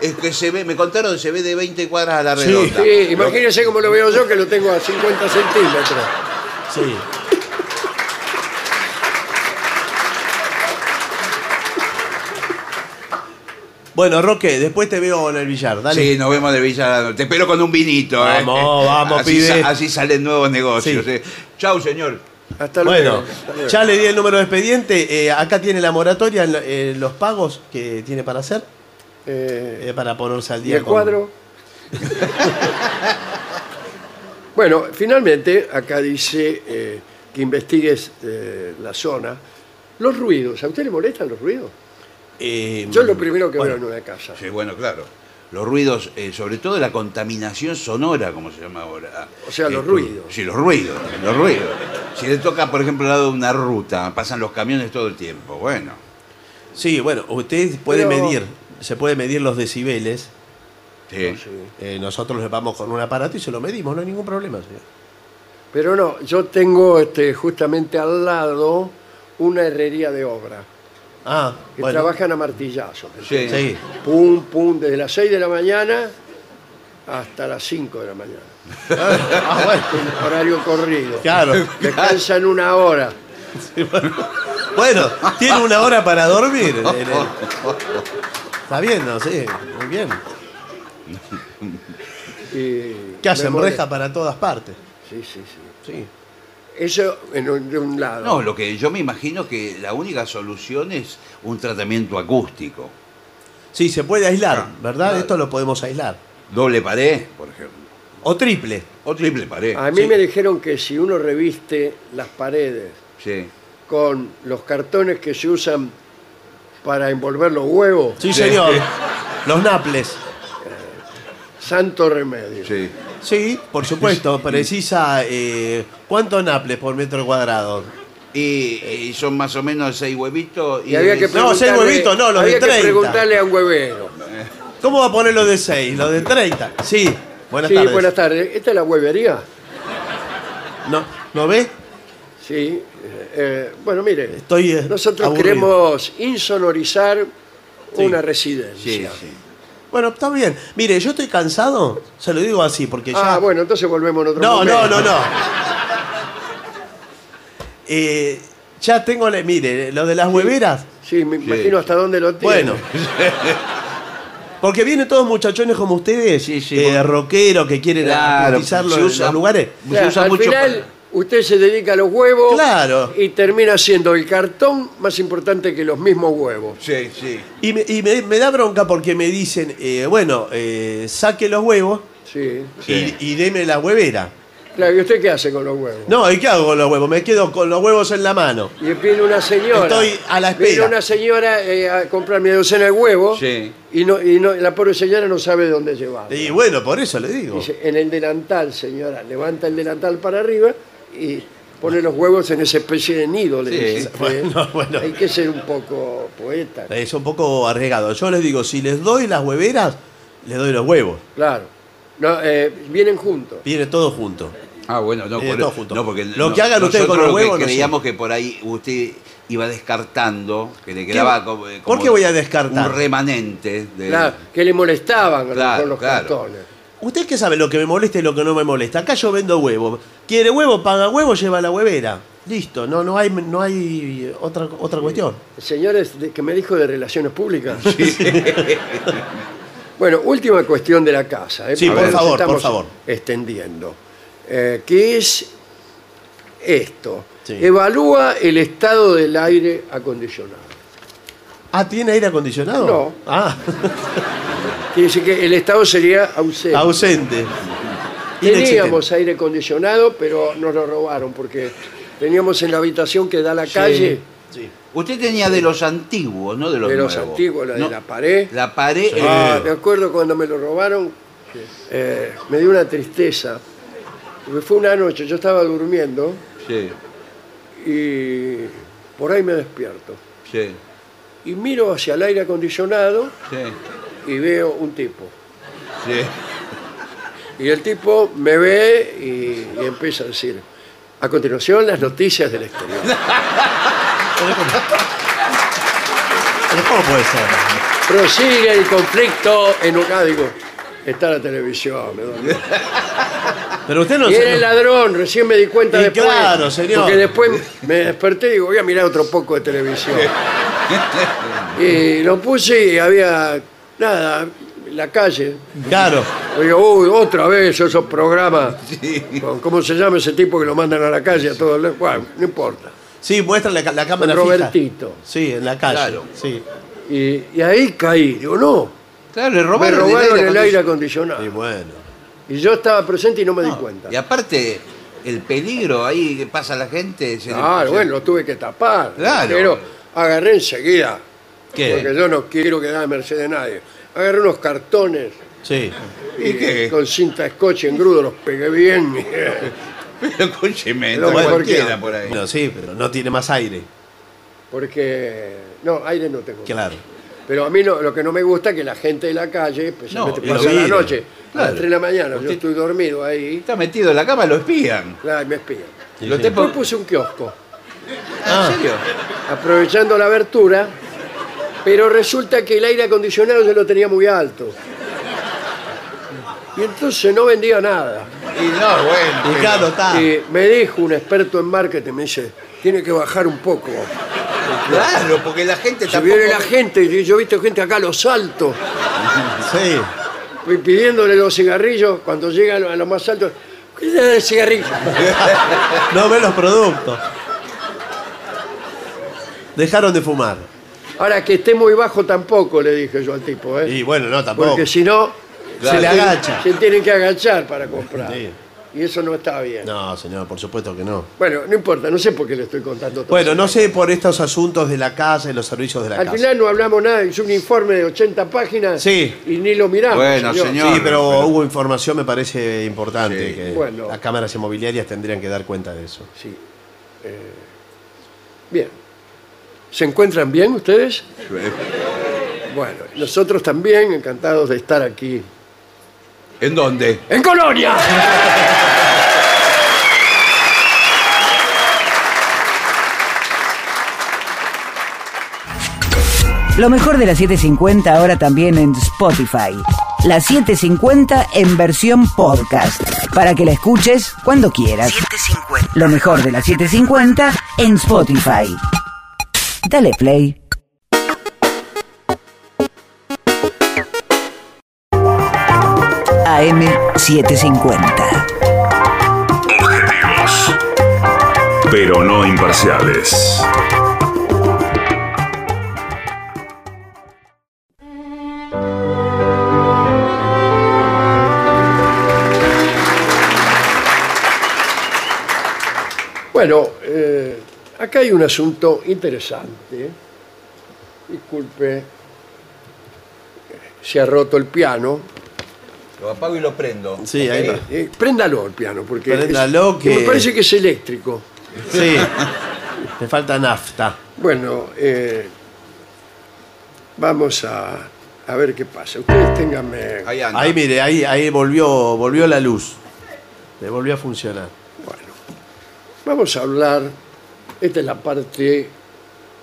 Speaker 5: Es que se ve, me contaron, se ve de 20 cuadras a la
Speaker 4: Sí.
Speaker 5: redonda.
Speaker 3: Sí,
Speaker 5: Lo-
Speaker 3: imagínese cómo lo veo yo que lo tengo a 50 centímetros.
Speaker 4: Sí. Bueno, Roque, después te veo en el billar, dale.
Speaker 5: Sí, nos vemos de Villa. Te espero con un vinito. ¿eh?
Speaker 4: Vamos, vamos,
Speaker 5: así,
Speaker 4: pibe.
Speaker 5: sa- Así salen nuevos negocios.
Speaker 4: Sí.
Speaker 5: ¿eh? Chau, señor.
Speaker 3: Hasta luego.
Speaker 4: Bueno,
Speaker 3: hasta luego.
Speaker 4: ya le di el número de expediente. eh, acá tiene la moratoria, en lo- eh, los pagos que tiene para hacer,
Speaker 3: Eh,
Speaker 4: eh, para ponerse al
Speaker 3: ¿Y
Speaker 4: día.
Speaker 3: el
Speaker 4: con-
Speaker 3: cuadro? bueno, finalmente, acá dice eh, que investigues eh, la zona. Los ruidos, ¿a usted le molestan los ruidos?
Speaker 4: Eh,
Speaker 3: Yo lo primero que
Speaker 4: bueno,
Speaker 3: veo en una casa.
Speaker 5: Sí, Em, bueno, claro. Los ruidos, eh, sobre todo la contaminación sonora, como se llama ahora.
Speaker 3: O sea, los
Speaker 5: Eh,
Speaker 3: ruidos.
Speaker 5: Sí, los ruidos, los ruidos. Si le toca, por ejemplo, al lado de una ruta, pasan los camiones todo el tiempo. Bueno,
Speaker 4: Sí, bueno, usted puede
Speaker 3: Pero-
Speaker 4: medir, se puede medir los decibeles.
Speaker 5: sí.
Speaker 4: Eh, nosotros le vamos con un aparato y se lo medimos, no hay ningún problema, señor.
Speaker 3: Pero no, yo tengo este, justamente al lado una herrería de obra
Speaker 4: Ah,
Speaker 3: que
Speaker 4: bueno.
Speaker 3: trabajan a martillazos.
Speaker 5: Sí.
Speaker 4: Sí.
Speaker 3: Pum, pum, desde las 6 de la mañana hasta las 5 de la mañana.
Speaker 4: Ah, bueno.
Speaker 3: Un horario corrido.
Speaker 4: Claro.
Speaker 3: Descansan una hora.
Speaker 4: Bueno, tiene una hora para dormir. en el- Está bien, ¿no? Sí, muy bien.
Speaker 3: y
Speaker 4: ¿Qué hacen?
Speaker 3: me molesta.
Speaker 4: Reja para todas partes.
Speaker 3: Sí, sí, sí.
Speaker 4: Sí.
Speaker 3: Eso en un- de un lado.
Speaker 5: No, lo que yo me imagino que la única solución es un tratamiento acústico.
Speaker 4: Sí, se puede aislar, ¿verdad? Esto lo podemos aislar.
Speaker 5: Doble pared, por ejemplo.
Speaker 4: O triple.
Speaker 5: O triple pared.
Speaker 3: A mí
Speaker 5: Sí.
Speaker 3: me dijeron que si uno reviste las paredes
Speaker 5: Sí.
Speaker 3: con los cartones que se usan para envolver los huevos, eh,
Speaker 4: Sí,
Speaker 5: Sí.
Speaker 4: señor. Los naples.
Speaker 3: santo remedio.
Speaker 5: Sí.
Speaker 4: Sí, por supuesto. Precisa. Eh, ¿Cuántos naples por metro cuadrado?
Speaker 5: Y, eh, y son más o menos seis huevitos.
Speaker 3: Y había que
Speaker 4: No, seis
Speaker 3: preguntarle-
Speaker 4: huevitos, no, los de Eh,
Speaker 3: había que
Speaker 4: 30.
Speaker 3: preguntarle a un huevero.
Speaker 4: ¿Cómo va a poner los de 6? ¿Los de 30? Sí. Buenas
Speaker 3: sí,
Speaker 4: tardes.
Speaker 3: buenas tardes. ¿Esta es la huevería?
Speaker 4: ¿No, ¿No ve?
Speaker 3: Sí. eh, bueno, mire,
Speaker 4: Estoy, eh,
Speaker 3: nosotros
Speaker 4: aburrido.
Speaker 3: queremos insonorizar
Speaker 4: Sí.
Speaker 3: una
Speaker 5: Sí,
Speaker 3: residencia.
Speaker 5: sí.
Speaker 4: Bueno, está bien. Mire, yo estoy cansado. Se lo digo así porque ya.
Speaker 3: Ah, bueno, entonces volvemos en otro
Speaker 4: No,
Speaker 3: momento.
Speaker 4: no, no, no. Eh, ya tengo, la- mire, lo de las hueveras.
Speaker 3: Sí, me imagino hasta dónde lo tiene.
Speaker 4: Bueno. Porque vienen todos muchachones como ustedes,
Speaker 5: Sí, sí,
Speaker 4: eh,
Speaker 5: bueno.
Speaker 4: rockeros que quieren
Speaker 5: Claro,
Speaker 4: atletizar
Speaker 5: se
Speaker 4: los,
Speaker 5: usa-
Speaker 4: los lugares.
Speaker 5: se
Speaker 3: Claro,
Speaker 5: usa
Speaker 3: al
Speaker 5: mucho
Speaker 3: final,
Speaker 5: para-
Speaker 3: usted se dedica a los huevos
Speaker 4: Claro.
Speaker 3: y termina siendo el cartón más importante que los mismos huevos.
Speaker 5: Sí, sí.
Speaker 4: Y me, y me- me da bronca porque me dicen, eh, bueno, eh, saque los huevos
Speaker 3: Sí.
Speaker 5: Sí.
Speaker 4: y, y deme la huevera.
Speaker 3: Claro, ¿y usted qué hace con los huevos?
Speaker 4: No, ¿y qué hago con los huevos? Me quedo con los huevos en la mano.
Speaker 3: Y viene una señora.
Speaker 4: Estoy a la
Speaker 3: Viene
Speaker 4: espera.
Speaker 3: una señora eh, a comprar media docena de huevos
Speaker 5: Sí.
Speaker 3: y, no, y no- la pobre señora no sabe dónde llevar.
Speaker 4: Y bueno, por eso le digo.
Speaker 3: Dice, en el delantal, señora, levanta el delantal para arriba y pone los huevos en esa especie de nido. le
Speaker 5: Sí,
Speaker 3: dice. ¿eh?
Speaker 4: bueno, bueno.
Speaker 3: Hay que ser un poco poeta.
Speaker 4: Es un poco arriesgado. Yo les digo, si les doy las hueveras, les doy los huevos.
Speaker 3: Claro. No, eh, vienen juntos.
Speaker 4: Viene todo junto.
Speaker 5: Ah, bueno, no,
Speaker 4: Eh,
Speaker 5: por-
Speaker 4: todos juntos.
Speaker 5: no, porque
Speaker 4: Lo
Speaker 5: no-
Speaker 4: que hagan ustedes
Speaker 5: nosotros
Speaker 4: con los
Speaker 5: lo que
Speaker 4: huevos, no
Speaker 5: Creíamos que por ahí usted iba descartando, que le quedaba como, eh,
Speaker 4: ¿Por
Speaker 5: como
Speaker 4: qué voy a descartar?
Speaker 5: Un remanente. De,
Speaker 3: Claro, que le molestaban a lo
Speaker 5: Claro,
Speaker 3: mejor los
Speaker 5: claro.
Speaker 3: cartones.
Speaker 4: ¿Usted qué sabe lo que me molesta y lo que no me molesta? Acá yo vendo huevos. ¿Quiere huevo? Paga huevo, lleva la huevera. Listo, no, no hay, no hay otra, otra cuestión.
Speaker 3: Señores, de- que me dijo de relaciones públicas. bueno, última cuestión de la casa. ¿eh?
Speaker 4: Sí,
Speaker 3: Porque nos
Speaker 5: por
Speaker 4: favor, por
Speaker 3: estamos
Speaker 4: favor.
Speaker 3: Extendiendo. Eh, que es esto.
Speaker 4: Sí.
Speaker 3: Evalúa el estado del aire acondicionado.
Speaker 4: Ah, ¿tiene aire acondicionado?
Speaker 3: No.
Speaker 4: Ah,
Speaker 3: Quiere decir que el estado sería ausente.
Speaker 4: ausente.
Speaker 3: Teníamos aire acondicionado, pero nos lo robaron porque teníamos en la habitación que da a la calle.
Speaker 4: Sí.
Speaker 5: Usted tenía de los antiguos, no de los
Speaker 3: De los
Speaker 5: nuevos.
Speaker 3: antiguos, la de
Speaker 5: No,
Speaker 3: la pared.
Speaker 5: La pared.
Speaker 3: Ah,
Speaker 5: eh,
Speaker 3: me acuerdo cuando me lo robaron, eh, me dio una tristeza. Porque fue una noche, yo estaba durmiendo
Speaker 5: sí,
Speaker 3: y por ahí me despierto.
Speaker 5: sí,
Speaker 3: Y miro hacia el aire acondicionado
Speaker 5: sí,
Speaker 3: y veo un tipo.
Speaker 5: sí.
Speaker 3: Y el tipo me ve y, y empieza a decir, a continuación las noticias del exterior.
Speaker 4: Pero ¿Cómo puede ser?
Speaker 3: Prosigue el conflicto en un... Ah, digo, está la televisión. me duele.
Speaker 4: Pero usted no
Speaker 3: Y era el
Speaker 4: se...
Speaker 3: ladrón, recién me di cuenta
Speaker 4: Y
Speaker 3: después.
Speaker 4: claro, señor.
Speaker 3: Porque después me desperté y digo, voy a mirar otro poco de televisión. y lo puse y había, nada, la calle.
Speaker 4: Claro.
Speaker 3: Digo, uy, otra vez esos programas. Con- ¿Cómo se llama ese tipo que lo mandan a la calle a todos lados? Bueno, no importa.
Speaker 4: Sí, muestra la, ca- la cámara fija.
Speaker 3: Robertito.
Speaker 4: Sí, en la calle.
Speaker 5: Claro.
Speaker 4: Sí.
Speaker 3: Y, y ahí caí. Digo, no,
Speaker 5: Claro, le
Speaker 3: me
Speaker 5: robaron,
Speaker 3: robaron el aire
Speaker 5: acondicionado.
Speaker 3: acondicionado.
Speaker 4: Y bueno.
Speaker 3: Y yo estaba presente y no me di cuenta.
Speaker 5: Y aparte, el peligro ahí que pasa la gente. se le-
Speaker 3: Ah,
Speaker 5: se-
Speaker 3: bueno, lo tuve que tapar.
Speaker 5: Claro.
Speaker 3: Pero agarré enseguida.
Speaker 4: ¿Qué?
Speaker 3: Porque yo no quiero quedar a merced de nadie. Agarré unos cartones
Speaker 4: Sí.
Speaker 3: y con cinta de scotch engrudo los pegué bien.
Speaker 5: Pero escúcheme,
Speaker 3: Lo
Speaker 5: entra
Speaker 3: mejor
Speaker 5: cualquiera
Speaker 3: que-
Speaker 5: por ahí.
Speaker 4: Bueno, sí, pero no tiene más aire.
Speaker 3: Porque, no, aire no tengo.
Speaker 4: Claro.
Speaker 3: Pero a mí no- lo que no me gusta es que la gente de la calle, especialmente
Speaker 5: No,
Speaker 4: y lo
Speaker 3: pasa la
Speaker 4: mira.
Speaker 3: noche, a las
Speaker 5: Claro.
Speaker 3: 3 de la mañana, yo
Speaker 5: Usted-
Speaker 3: estoy dormido ahí,
Speaker 5: Está metido en la cama, lo espían.
Speaker 3: claro, y me espían.
Speaker 5: Lo Ah.
Speaker 4: sí.
Speaker 5: tepo-
Speaker 3: Después puse un kiosco,
Speaker 5: ¿En serio?
Speaker 3: aprovechando la abertura, pero resulta que el aire acondicionado yo lo tenía muy alto. Y entonces no vendía nada.
Speaker 5: Y no, bueno.
Speaker 4: Y
Speaker 5: pero-
Speaker 4: claro, está.
Speaker 3: Y me dijo un experto en marketing, me dice, tiene que bajar un poco.
Speaker 5: Claro, porque la gente
Speaker 3: Si
Speaker 5: tampoco...
Speaker 3: viene la gente, y yo he visto gente acá a los saltos,
Speaker 4: Sí.
Speaker 3: y pidiéndole los cigarrillos, cuando llega a lo- a lo más alto, ¿qué le da el cigarrillo?
Speaker 4: No ve los productos. Dejaron de fumar.
Speaker 3: Ahora, que esté muy bajo tampoco, le dije yo al tipo, ¿eh?
Speaker 4: Y bueno, no, tampoco.
Speaker 3: Porque si no,
Speaker 4: Se le agacha.
Speaker 3: se tienen que agachar para comprar.
Speaker 4: Sí.
Speaker 3: Y eso no está bien.
Speaker 4: No, señor, por supuesto que no.
Speaker 3: Bueno, no importa, no sé por qué le estoy contando todo.
Speaker 4: Bueno, no sé por estos asuntos de la casa y los servicios de la
Speaker 3: Al
Speaker 4: casa.
Speaker 3: final no hablamos nada, hice un informe de 80 páginas
Speaker 4: Sí.
Speaker 3: y ni lo miramos.
Speaker 5: Bueno, señor.
Speaker 4: Sí,
Speaker 5: No,
Speaker 4: pero uh.
Speaker 5: no, pero-
Speaker 4: hubo información, me parece importante.
Speaker 5: Sí.
Speaker 4: que
Speaker 3: Bueno.
Speaker 4: Las cámaras inmobiliarias tendrían que dar cuenta de eso.
Speaker 3: Sí. Eh, bien. ¿Se encuentran bien ustedes? Bueno, nosotros también encantados de estar aquí.
Speaker 5: ¿En dónde?
Speaker 3: ¡En Colonia!
Speaker 6: Lo mejor de la 750 ahora también en Spotify. La 750 en versión podcast. Para que la escuches cuando quieras. Lo mejor de la 750 en Spotify. Dale play. AM750.
Speaker 2: Objetivos, pero no imparciales.
Speaker 3: Bueno, eh, acá hay un asunto interesante. Disculpe, se ha roto el piano.
Speaker 5: Lo apago y lo prendo.
Speaker 4: Sí, ahí va.
Speaker 3: Eh, préndalo el piano, porque es-
Speaker 4: Préndalo, que-
Speaker 3: me parece que es eléctrico.
Speaker 4: Sí. Le falta nafta.
Speaker 3: Bueno, eh, vamos a, a ver qué pasa. Ustedes ténganme.
Speaker 5: Ahí anda.
Speaker 4: Ahí mire, ahí, ahí volvió, volvió la luz. Le volvió a funcionar.
Speaker 3: Bueno, vamos a hablar. Esta es la parte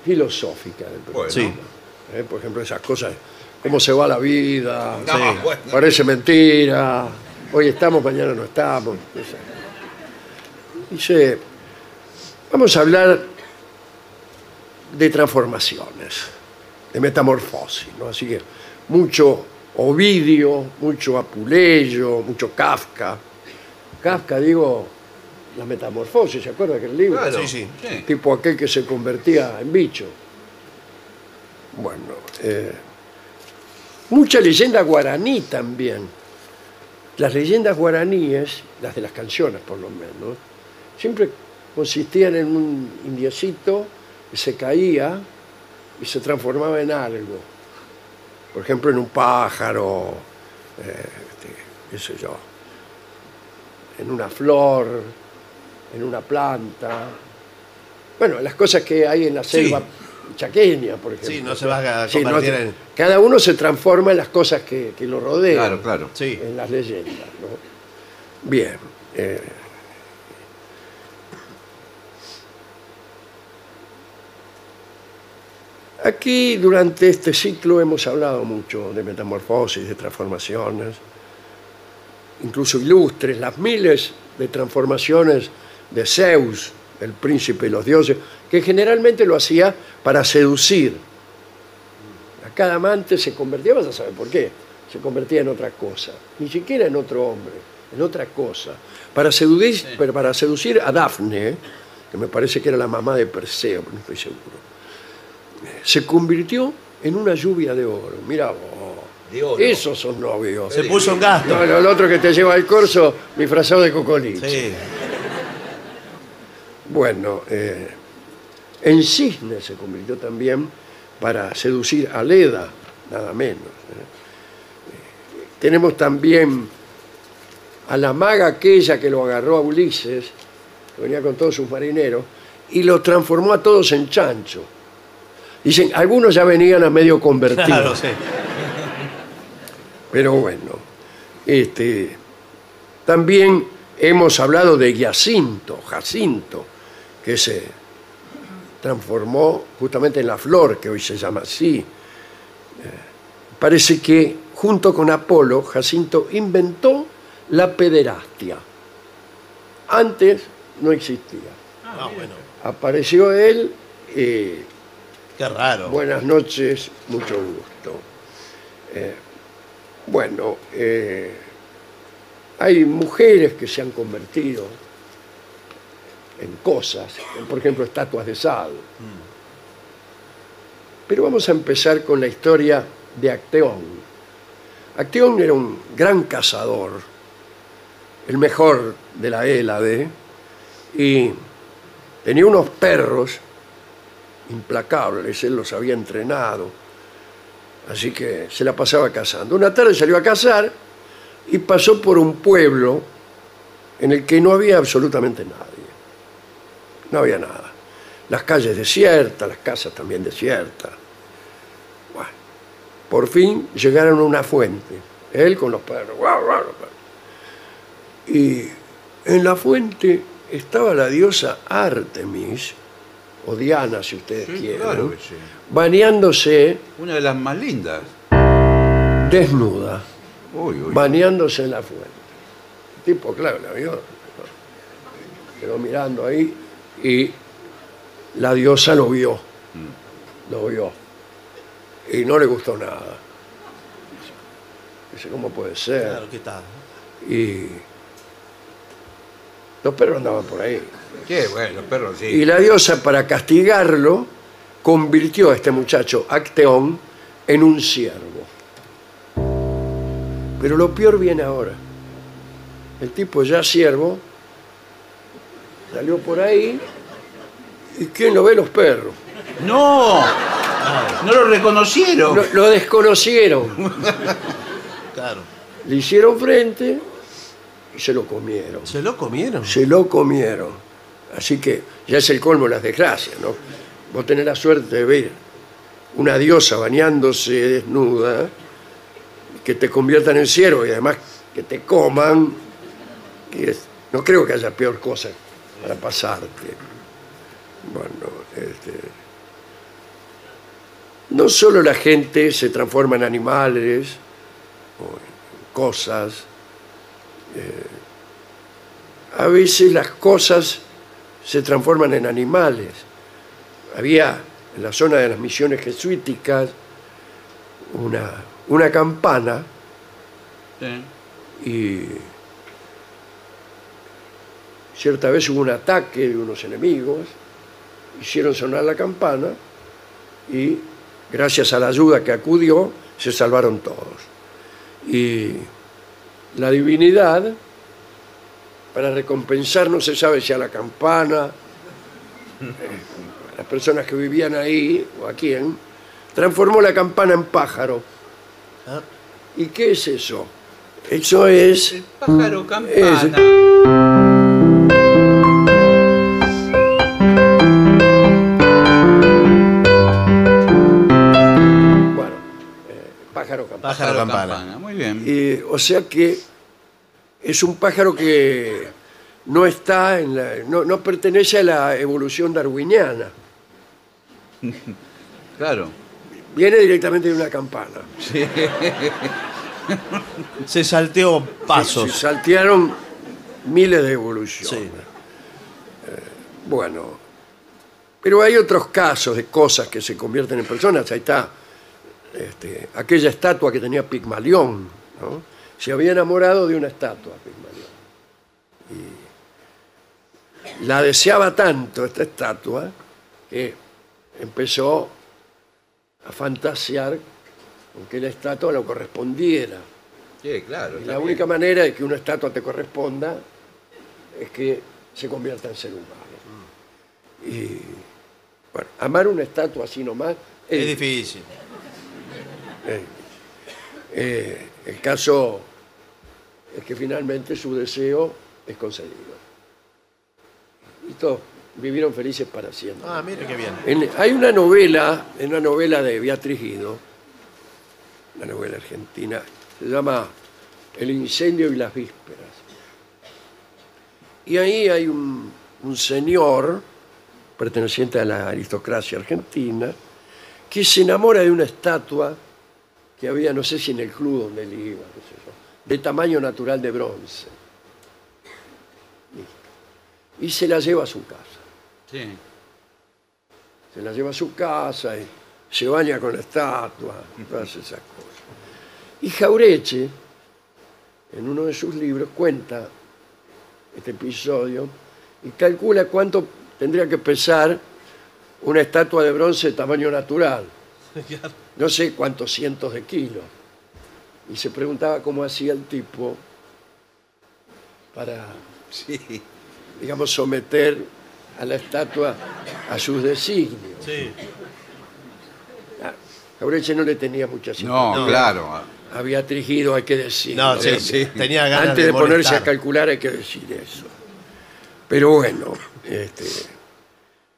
Speaker 3: filosófica del programa.
Speaker 5: Bueno.
Speaker 4: Sí.
Speaker 3: ¿eh? Por ejemplo, esas cosas. Cómo se va la vida.
Speaker 5: No,
Speaker 4: Sí.
Speaker 5: bueno.
Speaker 3: Parece mentira. Hoy estamos, mañana no estamos. Esa. Dice, vamos a hablar de transformaciones, de metamorfosis, ¿no? Así que mucho Ovidio, mucho Apuleyo, mucho Kafka. Kafka, digo, la metamorfosis, ¿se acuerda aquel libro?
Speaker 5: Claro.
Speaker 4: Sí, sí.
Speaker 3: tipo aquel que se convertía en bicho. Bueno, eh, mucha leyenda guaraní también. Las leyendas guaraníes, las de las canciones por lo menos, siempre consistían en un indiecito que se caía y se transformaba en algo. Por ejemplo, en un pájaro, eh, este, qué sé yo, en una flor, en una planta. Bueno, las cosas que hay en la selva chaqueña, por ejemplo.
Speaker 4: Sí, no se va a
Speaker 3: Sí, no,
Speaker 4: convertir en.
Speaker 3: Cada uno se transforma en las cosas que, que lo rodean
Speaker 5: Claro, claro.
Speaker 4: Sí.
Speaker 3: en las leyendas. ¿no? Bien. eh. Aquí durante este ciclo hemos hablado mucho de metamorfosis, de transformaciones, incluso ilustres, las miles de transformaciones de Zeus, el príncipe de los dioses, que generalmente lo hacía para seducir. A cada amante se convertía, vas a saber por qué, se convertía en otra cosa, ni siquiera en otro hombre, en otra cosa. Para seducir, pero para seducir a Dafne, que me parece que era la mamá de Perseo, pero no estoy seguro, se convirtió en una lluvia de oro. Mira vos.
Speaker 5: De oro.
Speaker 3: Esos son novios.
Speaker 4: Se puso en gasto.
Speaker 3: No, no, el otro que te lleva al corso disfrazado de cocoliche.
Speaker 4: Sí.
Speaker 3: Bueno, eh, en cisne se convirtió también para seducir a Leda, nada menos. ¿eh? Eh, Tenemos también a la maga aquella que lo agarró a Ulises, que venía con todos sus marineros, y lo transformó a todos en chancho. Dicen, algunos ya venían a medio convertidos.
Speaker 4: Claro, sí.
Speaker 3: Pero bueno, este, también hemos hablado de Jacinto, Jacinto, que se transformó justamente en la flor, que hoy se llama así. Eh, Parece que junto con Apolo, Jacinto inventó la pederastia. Antes no existía.
Speaker 4: Ah, bueno.
Speaker 3: Apareció él. eh,
Speaker 4: Qué raro.
Speaker 3: Buenas noches, mucho gusto. Eh, bueno, eh, hay mujeres que se han convertido en cosas, en, por ejemplo, estatuas de sal. Pero vamos a empezar con la historia de Acteón. Acteón era un gran cazador, el mejor de la Hélade, y tenía unos perros implacables, él los había entrenado. Así que se la pasaba cazando. Una tarde salió a cazar y pasó por un pueblo en el que no había absolutamente nadie. No había nada. Las calles desiertas, las casas también desiertas. Bueno, por fin llegaron a una fuente. Él con los perros. guau, guau, los perros. Y en la fuente estaba la diosa Artemis, o Diana, si ustedes
Speaker 5: Sí,
Speaker 3: quieren,
Speaker 5: claro que sí.
Speaker 3: bañándose
Speaker 5: Una de las más lindas.
Speaker 3: desnuda,
Speaker 5: Uy, uy.
Speaker 3: bañándose en la fuente. El tipo, claro, la vio. ¿no? Quedó mirando ahí y la diosa lo vio. Lo vio. Y no le gustó nada. Dice, ¿cómo puede ser?
Speaker 4: Claro, ¿qué tal?
Speaker 3: Y Los perros andaban por ahí.
Speaker 5: Qué bueno, perro, sí.
Speaker 3: Y la diosa, para castigarlo, convirtió a este muchacho, Acteón, en un siervo. Pero lo peor viene ahora. El tipo ya siervo salió por ahí y ¿quién lo ve? Los perros.
Speaker 5: ¡No! No lo reconocieron.
Speaker 3: Lo, lo desconocieron,
Speaker 4: Claro.
Speaker 3: le hicieron frente y se lo comieron.
Speaker 4: ¿Se lo comieron?
Speaker 3: se lo comieron. Así que ya es el colmo de las desgracias, ¿no? Vos tenés la suerte de ver una diosa bañándose desnuda, que te conviertan en ciervo y además que te coman. que es- no creo que haya peor cosa para pasarte. Bueno, este, no solo la gente se transforma en animales o en cosas, eh, a veces las cosas se transforman en animales. Había en la zona de las misiones jesuíticas una, una campana y cierta vez hubo un ataque de unos enemigos, hicieron sonar la campana y gracias a la ayuda que acudió se salvaron todos. Y la divinidad para recompensar, no se sabe si a la campana, eh, a las personas que vivían ahí o a quién, transformó la campana en pájaro.
Speaker 4: Ah.
Speaker 3: ¿Y qué es eso? Eso es,
Speaker 7: Pájaro
Speaker 3: es
Speaker 7: campana.
Speaker 3: bueno, eh, pájaro campana.
Speaker 4: Pájaro campana.
Speaker 5: Muy bien.
Speaker 3: Eh, o sea que es un pájaro que no está en la, no, no pertenece a la evolución darwiniana.
Speaker 5: Claro.
Speaker 3: Viene directamente de una campana.
Speaker 4: Se salteó
Speaker 3: Se
Speaker 4: pasos.
Speaker 3: saltearon miles de evoluciones. Eh,
Speaker 4: Sí.
Speaker 3: Bueno, pero hay otros casos de cosas que se convierten en personas. Ahí está este, aquella estatua que tenía Pigmalión. ¿no? Se había enamorado de una estatua, Pigmalión. Y la deseaba tanto esta estatua que empezó a fantasear con que la estatua lo correspondiera.
Speaker 5: Sí, claro.
Speaker 3: La única manera de que una estatua te corresponda es que se convierta en ser humano. Y bueno, amar una estatua así nomás es,
Speaker 4: Es difícil.
Speaker 3: eh, el caso es que finalmente su deseo es concedido. Y todos vivieron felices para siempre.
Speaker 4: Ah, mire qué bien.
Speaker 3: En- hay una novela, en una novela de Beatriz Guido, una novela argentina, se llama El incendio y las vísperas. Y ahí hay un, un señor, perteneciente a la aristocracia argentina, que se enamora de una estatua que había, no sé si en el club donde él iba, no sé yo, de tamaño natural de bronce. Listo. Y se la lleva a su casa
Speaker 5: Sí.
Speaker 3: se la lleva a su casa y se baña con la estatua, todas esas cosas. Y Jaureche, en uno de sus libros, cuenta este episodio y calcula cuánto tendría que pesar una estatua de bronce de tamaño natural. No sé cuántos cientos de kilos. Y se preguntaba cómo hacía el tipo para
Speaker 5: Sí.
Speaker 3: digamos, someter a la estatua a sus designios.
Speaker 4: Sí.
Speaker 3: Jaureche no le tenía mucha simpatía.
Speaker 5: No, claro.
Speaker 3: Había trigido, hay que decir.
Speaker 4: No, sí,
Speaker 3: ¿eh?
Speaker 4: sí. Tenía ganas
Speaker 3: Antes de, ponerse a
Speaker 4: molestar.
Speaker 3: calcular hay que decir eso. Pero bueno, este,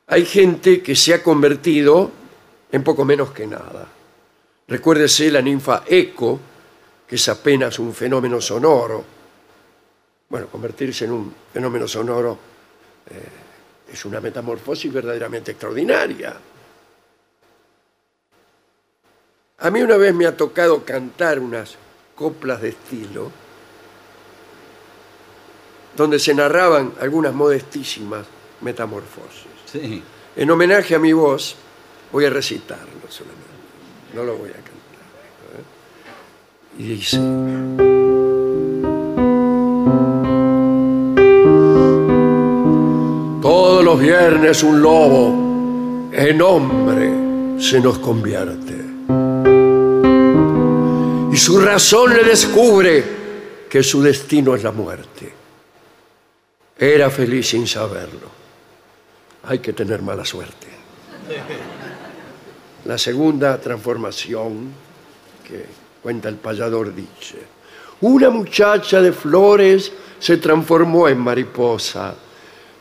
Speaker 3: hay gente que se ha convertido en poco menos que nada. Recuérdese la ninfa Eco, que es apenas un fenómeno sonoro. Bueno, convertirse en un fenómeno sonoro eh, es una metamorfosis verdaderamente extraordinaria. A mí una vez me ha tocado cantar unas coplas de estilo donde se narraban algunas modestísimas metamorfosis.
Speaker 5: Sí.
Speaker 3: En homenaje a mi voz, voy a recitarlo solamente. No lo voy a cantar. ¿eh? Y dice. los viernes un lobo en hombre se nos convierte. Y su razón le descubre que su destino es la muerte. Era feliz sin saberlo. Hay que tener mala suerte. La segunda transformación que cuenta el payador dice, una muchacha de flores se transformó en mariposa,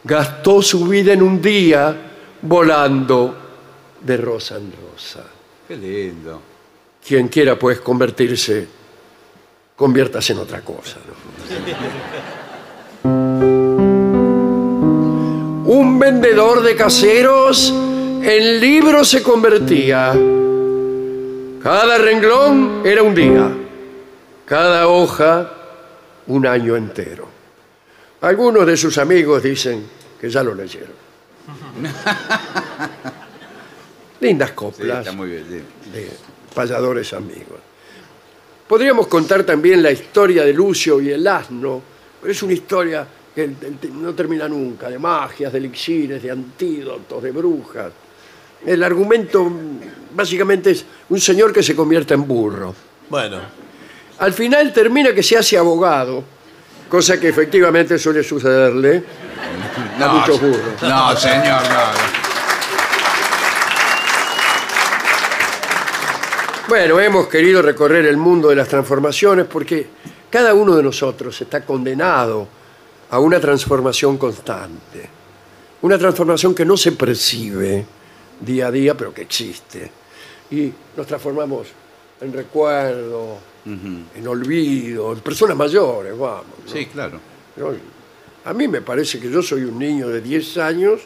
Speaker 3: gastó su vida en un día volando de rosa en rosa.
Speaker 5: Qué lindo.
Speaker 3: Quien quiera pues convertirse, conviértase en otra cosa. ¿no? Un vendedor de caseros en libro se convertía. Cada renglón era un día, cada hoja un año entero. Algunos de sus amigos dicen que ya lo leyeron. Lindas
Speaker 5: Sí,
Speaker 3: coplas
Speaker 5: está muy bien. sí.
Speaker 3: de payadores amigos. Podríamos contar también la historia de Lucio y el asno, pero es una historia que el- el- no termina nunca, de magias, de elixires, de antídotos, de brujas. El argumento mm, básicamente es un señor que se convierte en burro.
Speaker 4: Bueno,
Speaker 3: Al final termina que se hace abogado, cosa que efectivamente suele sucederle.
Speaker 5: No,
Speaker 3: muchos
Speaker 5: se-
Speaker 3: burros.
Speaker 5: No, señor, no.
Speaker 3: Bueno, hemos querido recorrer el mundo de las transformaciones porque cada uno de nosotros está condenado a una transformación constante. Una transformación que no se percibe día a día, pero que existe. Y nos transformamos en recuerdo, en olvido, en personas mayores, vamos. ¿no?
Speaker 5: Sí, claro.
Speaker 3: Yo- a mí me parece que yo soy un niño de 10 años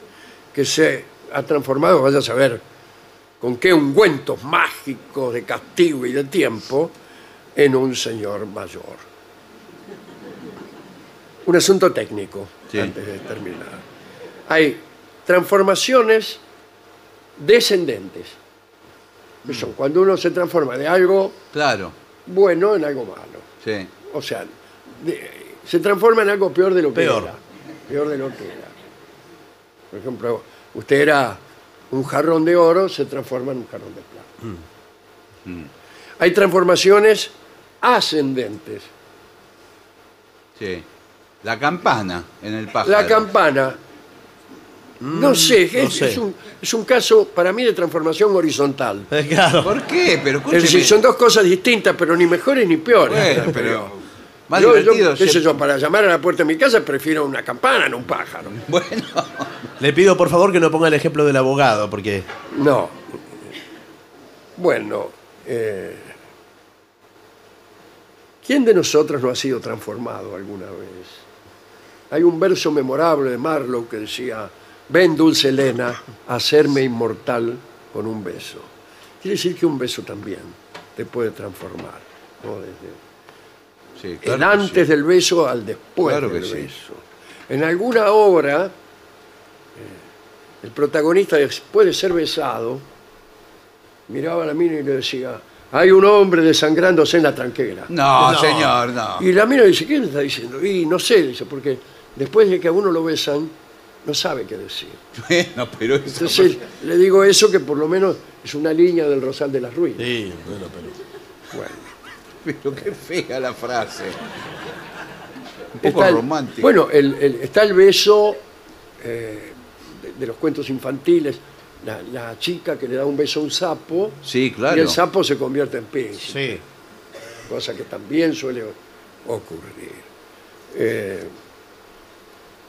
Speaker 3: que se ha transformado, vaya a saber con qué ungüentos mágicos de castigo y de tiempo, en un señor mayor. Un asunto técnico,
Speaker 5: Sí.
Speaker 3: antes de terminar. Hay transformaciones descendentes, que son cuando uno se transforma de algo
Speaker 5: Claro.
Speaker 3: bueno en algo malo.
Speaker 5: Sí.
Speaker 3: O sea, de- se transforma en algo peor de lo que
Speaker 4: Peor.
Speaker 3: era. Peor de lo que era. Por ejemplo, usted era un jarrón de oro, se transforma en un jarrón de plata. Hay transformaciones ascendentes.
Speaker 5: Sí. La campana en el pájaro. Mm,
Speaker 3: La campana. No sé, es,
Speaker 4: no sé.
Speaker 3: es un, es un caso para mí de transformación horizontal.
Speaker 4: eh, claro.
Speaker 5: ¿Por qué? Pero
Speaker 3: Es decir,
Speaker 5: escúcheme.
Speaker 3: son dos cosas distintas, pero ni mejores ni peores.
Speaker 5: Bueno, pero más
Speaker 3: Yo- yo,
Speaker 5: divertido.
Speaker 3: qué
Speaker 5: se-
Speaker 3: sé yo, para llamar a la puerta de mi casa prefiero una campana, no un pájaro.
Speaker 5: Bueno,
Speaker 4: Le pido por favor que no ponga el ejemplo del abogado, porque
Speaker 3: No. Bueno, eh, ¿quién de nosotros no ha sido transformado alguna vez? Hay un verso memorable de Marlowe que decía, ven dulce Elena, a hacerme inmortal con un beso. Quiere decir que un beso también te puede transformar. ¿no? Desde
Speaker 5: sí,
Speaker 3: el
Speaker 5: claro que
Speaker 3: antes del beso al después
Speaker 5: Claro
Speaker 3: del
Speaker 5: que sí.
Speaker 3: beso. En alguna obra, eh, el protagonista después de ser besado, miraba a la mina y le decía, hay un hombre desangrándose en la tranquera.
Speaker 5: sí. No,
Speaker 4: No.
Speaker 5: señor, no.
Speaker 3: Y la mina dice, ¿qué le está diciendo? Y no sé, dice, porque después de que a uno lo besan, no sabe qué decir.
Speaker 5: Bueno, pero eso.
Speaker 3: Entonces
Speaker 5: pues.
Speaker 3: le digo eso que por lo menos es una línea del Rosal de las Ruinas.
Speaker 4: sí, bueno, pero
Speaker 3: Bueno.
Speaker 5: Pero qué fea la frase. Un poco
Speaker 3: Está el-
Speaker 5: romántico.
Speaker 3: Bueno, el- el- está el beso eh, de, de los cuentos infantiles. La, la chica que le da un beso a un sapo
Speaker 5: Sí, claro.
Speaker 3: y el sapo se convierte en pez,
Speaker 4: sí.
Speaker 3: cosa que también suele o- ocurrir. Eh,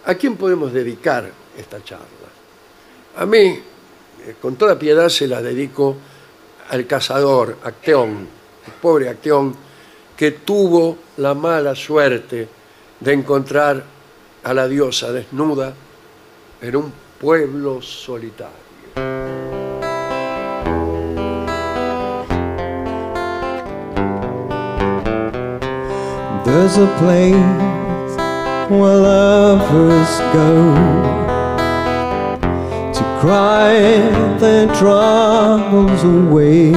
Speaker 3: ¿A quién podemos dedicar esta charla? A mí, eh, con toda piedad, se la dedico al cazador, Acteón, el pobre Acteón, que tuvo la mala suerte de encontrar a la diosa desnuda en un pueblo solitario.
Speaker 7: There's a place where lovers go to cry their troubles away,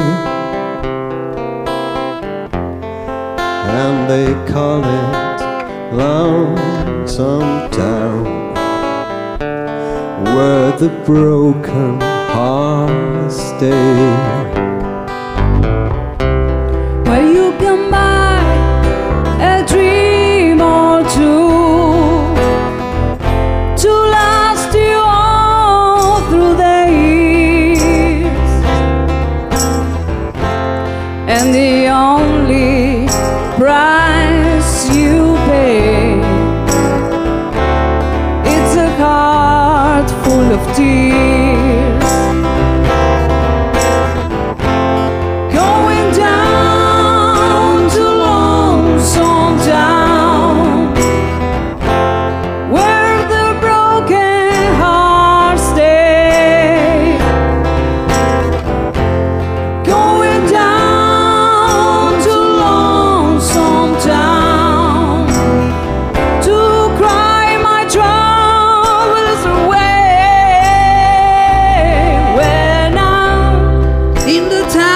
Speaker 7: and they call it Lonesome Town. where the broken hearts stay.
Speaker 8: where you can buy a dream or two to last you all through the years. And the only price you pay it's a heart full of tears. Going down to lonesome town Where the broken hearts stay Going down to lonesome town To cry my troubles away When I'm in the town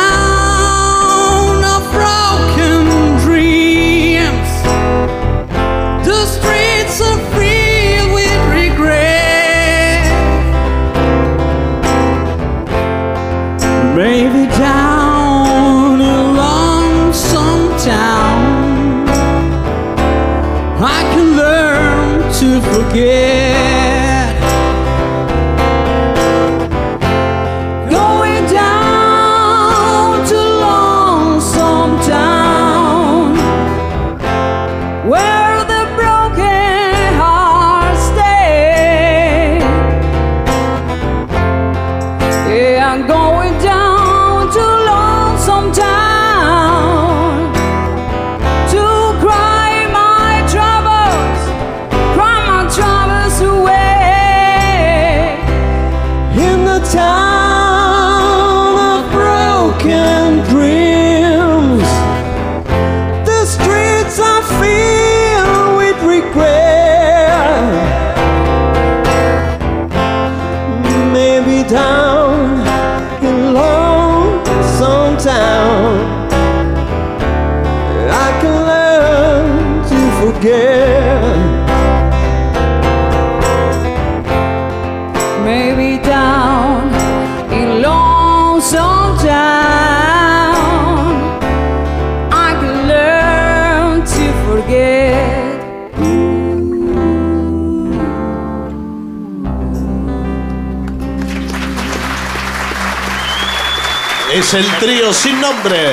Speaker 8: of broken dreams. The streets are filled with regret. Maybe down along some town, I can learn to forget. Going down to lonesome town where the broken hearts stay. Yeah, I'm going down to lonesome town to cry my troubles, cry my troubles away.
Speaker 7: in the town of broken dreams. The streets are filled with regret. Maybe down in lonesome town, I can learn to forget.
Speaker 8: maybe down in lonesome town. I can learn to forget.
Speaker 4: Es el trío sin nombre.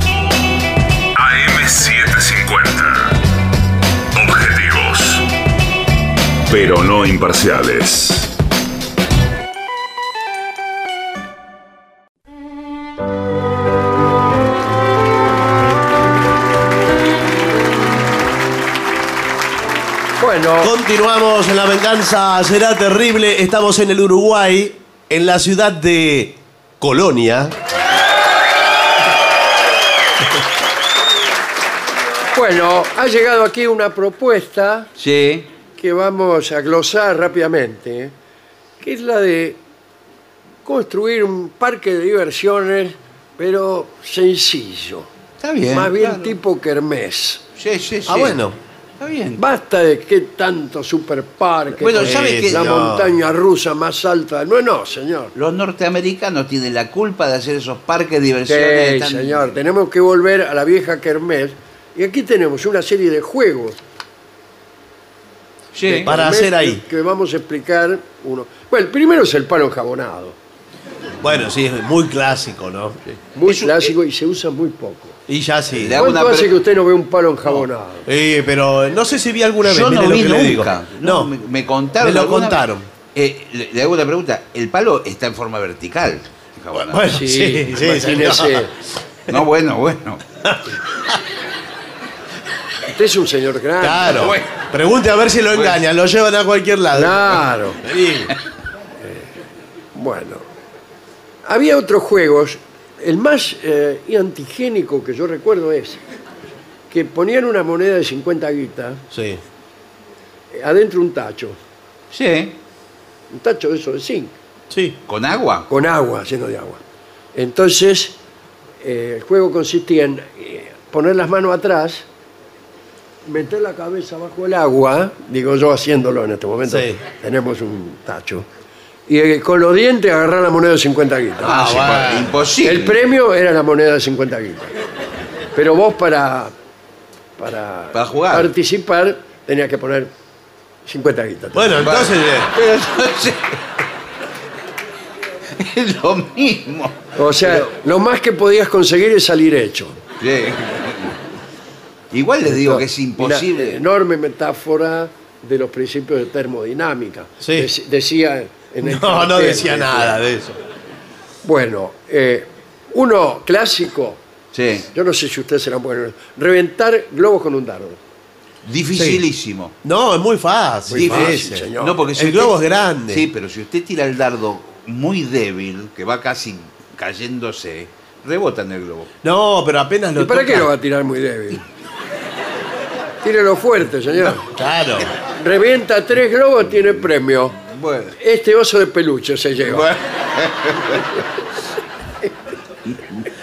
Speaker 2: AM750. Objetivos. Pero no imparciales.
Speaker 3: Bueno,
Speaker 4: Continuamos en La Venganza Será Terrible. Estamos en el Uruguay, en la ciudad de Colonia.
Speaker 3: bueno, ha llegado aquí una propuesta
Speaker 5: Sí.
Speaker 3: que vamos a glosar rápidamente, ¿eh? que es la de construir un parque de diversiones, pero sencillo.
Speaker 5: Está bien.
Speaker 3: Más bien
Speaker 5: claro.
Speaker 3: tipo kermés.
Speaker 5: Sí, sí, sí.
Speaker 4: Ah, bueno.
Speaker 5: Está bien.
Speaker 3: Basta de qué tanto superparque,
Speaker 5: Bueno,
Speaker 3: con
Speaker 5: ¿sabe
Speaker 4: qué?
Speaker 3: la
Speaker 4: No.
Speaker 3: montaña rusa más alta. No, no, señor.
Speaker 5: Los norteamericanos tienen la culpa de hacer esos parques de
Speaker 3: Sí,
Speaker 5: diversiones. tan-
Speaker 3: señor. Tenemos que volver a la vieja kermés. Y aquí tenemos una serie de juegos
Speaker 5: Sí.
Speaker 4: Para
Speaker 3: kermés
Speaker 4: hacer
Speaker 3: que-
Speaker 4: ahí.
Speaker 3: Que vamos a explicar uno. Bueno, el primero es el palo enjabonado.
Speaker 4: Bueno, sí, es muy clásico, ¿no?
Speaker 3: Muy clásico y se usa muy poco.
Speaker 4: Y ya sí.
Speaker 5: Le hago
Speaker 3: ¿Cuánto
Speaker 5: una
Speaker 3: hace
Speaker 5: pre-
Speaker 3: que usted no ve un palo enjabonado?
Speaker 4: Eh, pero no sé si vi alguna vez.
Speaker 5: Yo
Speaker 4: mire
Speaker 5: no
Speaker 4: lo
Speaker 5: vi
Speaker 4: que le digo.
Speaker 5: nunca.
Speaker 4: No,
Speaker 5: me, me contaron.
Speaker 4: Me lo
Speaker 5: alguna vez.
Speaker 4: contaron.
Speaker 5: Eh, le, le hago una pregunta. El palo está en forma vertical. Jabonado.
Speaker 4: Bueno, sí, sí,
Speaker 3: imagínese.
Speaker 4: señor.
Speaker 5: No, bueno, bueno.
Speaker 3: Usted es un señor grande.
Speaker 4: Claro.
Speaker 5: Bueno.
Speaker 4: Pregunte a ver si lo engañan, lo llevan a cualquier lado.
Speaker 3: Claro. Eh, Bueno. Había otros juegos. El más eh, antigénico que yo recuerdo es que ponían una moneda de 50 guitas
Speaker 4: Sí.
Speaker 3: eh, adentro un tacho.
Speaker 5: Sí.
Speaker 3: Un tacho de eso de zinc.
Speaker 4: Sí.
Speaker 5: ¿Con agua?
Speaker 3: Con agua, lleno de agua. Entonces, eh, el juego consistía en eh, poner las manos atrás, meter la cabeza bajo el agua, digo yo haciéndolo en este momento,
Speaker 4: Sí.
Speaker 3: tenemos un tacho, y eh, con los dientes agarrar la moneda de 50 guitas.
Speaker 5: Ah, sí,
Speaker 4: bueno.
Speaker 5: pues, Imposible.
Speaker 3: El premio era la moneda de 50 guitas. Pero vos para, para,
Speaker 5: Para jugar.
Speaker 3: participar tenías que poner 50 guitas.
Speaker 4: Bueno, entonces. eh,
Speaker 5: Pero entonces. es lo mismo.
Speaker 3: o sea, lo más que podías conseguir es salir hecho.
Speaker 5: Sí. Igual les digo que es
Speaker 3: Una
Speaker 5: imposible.
Speaker 3: enorme metáfora de los principios de termodinámica.
Speaker 4: Sí.
Speaker 3: Dec- decía en el
Speaker 4: No, no
Speaker 3: cartel,
Speaker 4: decía nada de eso.
Speaker 3: Bueno, eh, uno clásico,
Speaker 5: Sí.
Speaker 3: yo no sé si ustedes serán buenos, reventar globos con un dardo.
Speaker 5: Dificilísimo.
Speaker 4: No, es muy fácil.
Speaker 3: Muy fácil,
Speaker 4: ese.
Speaker 3: señor.
Speaker 5: No, porque si
Speaker 4: el
Speaker 5: usted-
Speaker 4: globo es grande.
Speaker 5: Sí, pero si usted tira el dardo muy débil, que va casi cayéndose, rebota en el globo.
Speaker 4: No, pero apenas lo
Speaker 3: ¿Y para
Speaker 4: toca-
Speaker 3: qué lo va a tirar muy débil? Tírelo fuerte, señor.
Speaker 4: Claro.
Speaker 3: Revienta tres globos, tiene premio.
Speaker 5: Bueno.
Speaker 3: Este oso de peluche se lleva.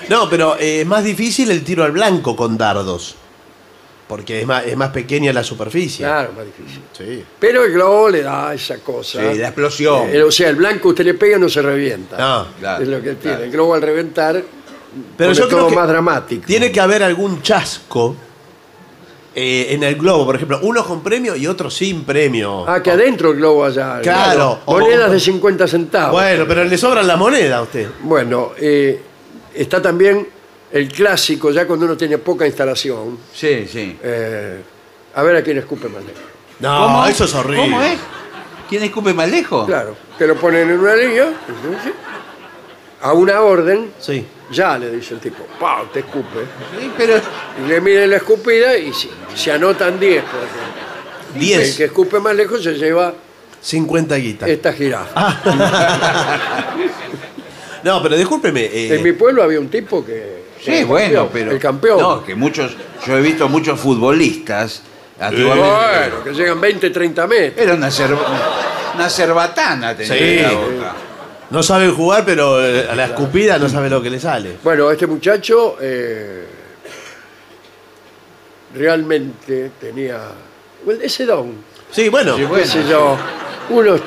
Speaker 4: No, pero eh, es más difícil el tiro al blanco con dardos. Porque es más, es más pequeña la superficie.
Speaker 3: Claro, más difícil.
Speaker 4: Sí.
Speaker 3: Pero el globo le da esa cosa.
Speaker 5: Sí, la explosión.
Speaker 3: Eh, o sea, el blanco usted le pega y no se revienta.
Speaker 4: No.
Speaker 5: Claro,
Speaker 3: es lo que tiene.
Speaker 5: claro.
Speaker 3: El globo al reventar
Speaker 4: Pero
Speaker 3: pone
Speaker 4: yo creo
Speaker 3: todo
Speaker 4: que
Speaker 3: más dramático.
Speaker 4: tiene que haber algún chasco eh, en el globo, por ejemplo. Uno con premio y otro sin premio.
Speaker 3: Ah, que adentro el globo allá.
Speaker 4: Claro.
Speaker 3: Monedas
Speaker 4: O-
Speaker 3: de 50 centavos.
Speaker 4: bueno, pero le sobran la moneda a usted.
Speaker 3: Bueno, eh, está también el clásico, ya cuando uno tiene poca instalación.
Speaker 5: Sí, sí.
Speaker 3: eh, a ver a quién escupe más lejos.
Speaker 4: No, eso es horrible.
Speaker 5: ¿Cómo es? ¿Quién escupe más lejos?
Speaker 3: Claro, que lo ponen en una línea, entonces, a una orden,
Speaker 4: Sí.
Speaker 3: ya le dice el tipo, ¡pau! Te escupe.
Speaker 5: Sí, pero
Speaker 3: Y le miden la escupida y se, se anotan 10, por ejemplo. El
Speaker 4: 10.
Speaker 3: que escupe más lejos se lleva
Speaker 4: 50 guitas.
Speaker 3: esta jirafa.
Speaker 4: Ah. No, pero discúlpeme. eh,
Speaker 3: En mi pueblo había un tipo que.
Speaker 5: Sí,
Speaker 3: era el
Speaker 5: bueno,
Speaker 3: campeón,
Speaker 5: pero.
Speaker 3: El campeón.
Speaker 5: No, que muchos. Yo he visto muchos futbolistas. antiguamente-
Speaker 3: bueno, que llegan 20, 30 metros.
Speaker 5: Era una, cerba- una cerbatana tenía
Speaker 4: Sí.
Speaker 5: en la boca.
Speaker 4: no saben jugar, pero eh, a la escupida no sabe lo que le sale.
Speaker 3: Bueno, este muchacho eh, realmente tenía bueno, ese don.
Speaker 4: Sí, bueno.
Speaker 5: Sí,
Speaker 3: qué
Speaker 5: bueno.
Speaker 3: sé yo. Unos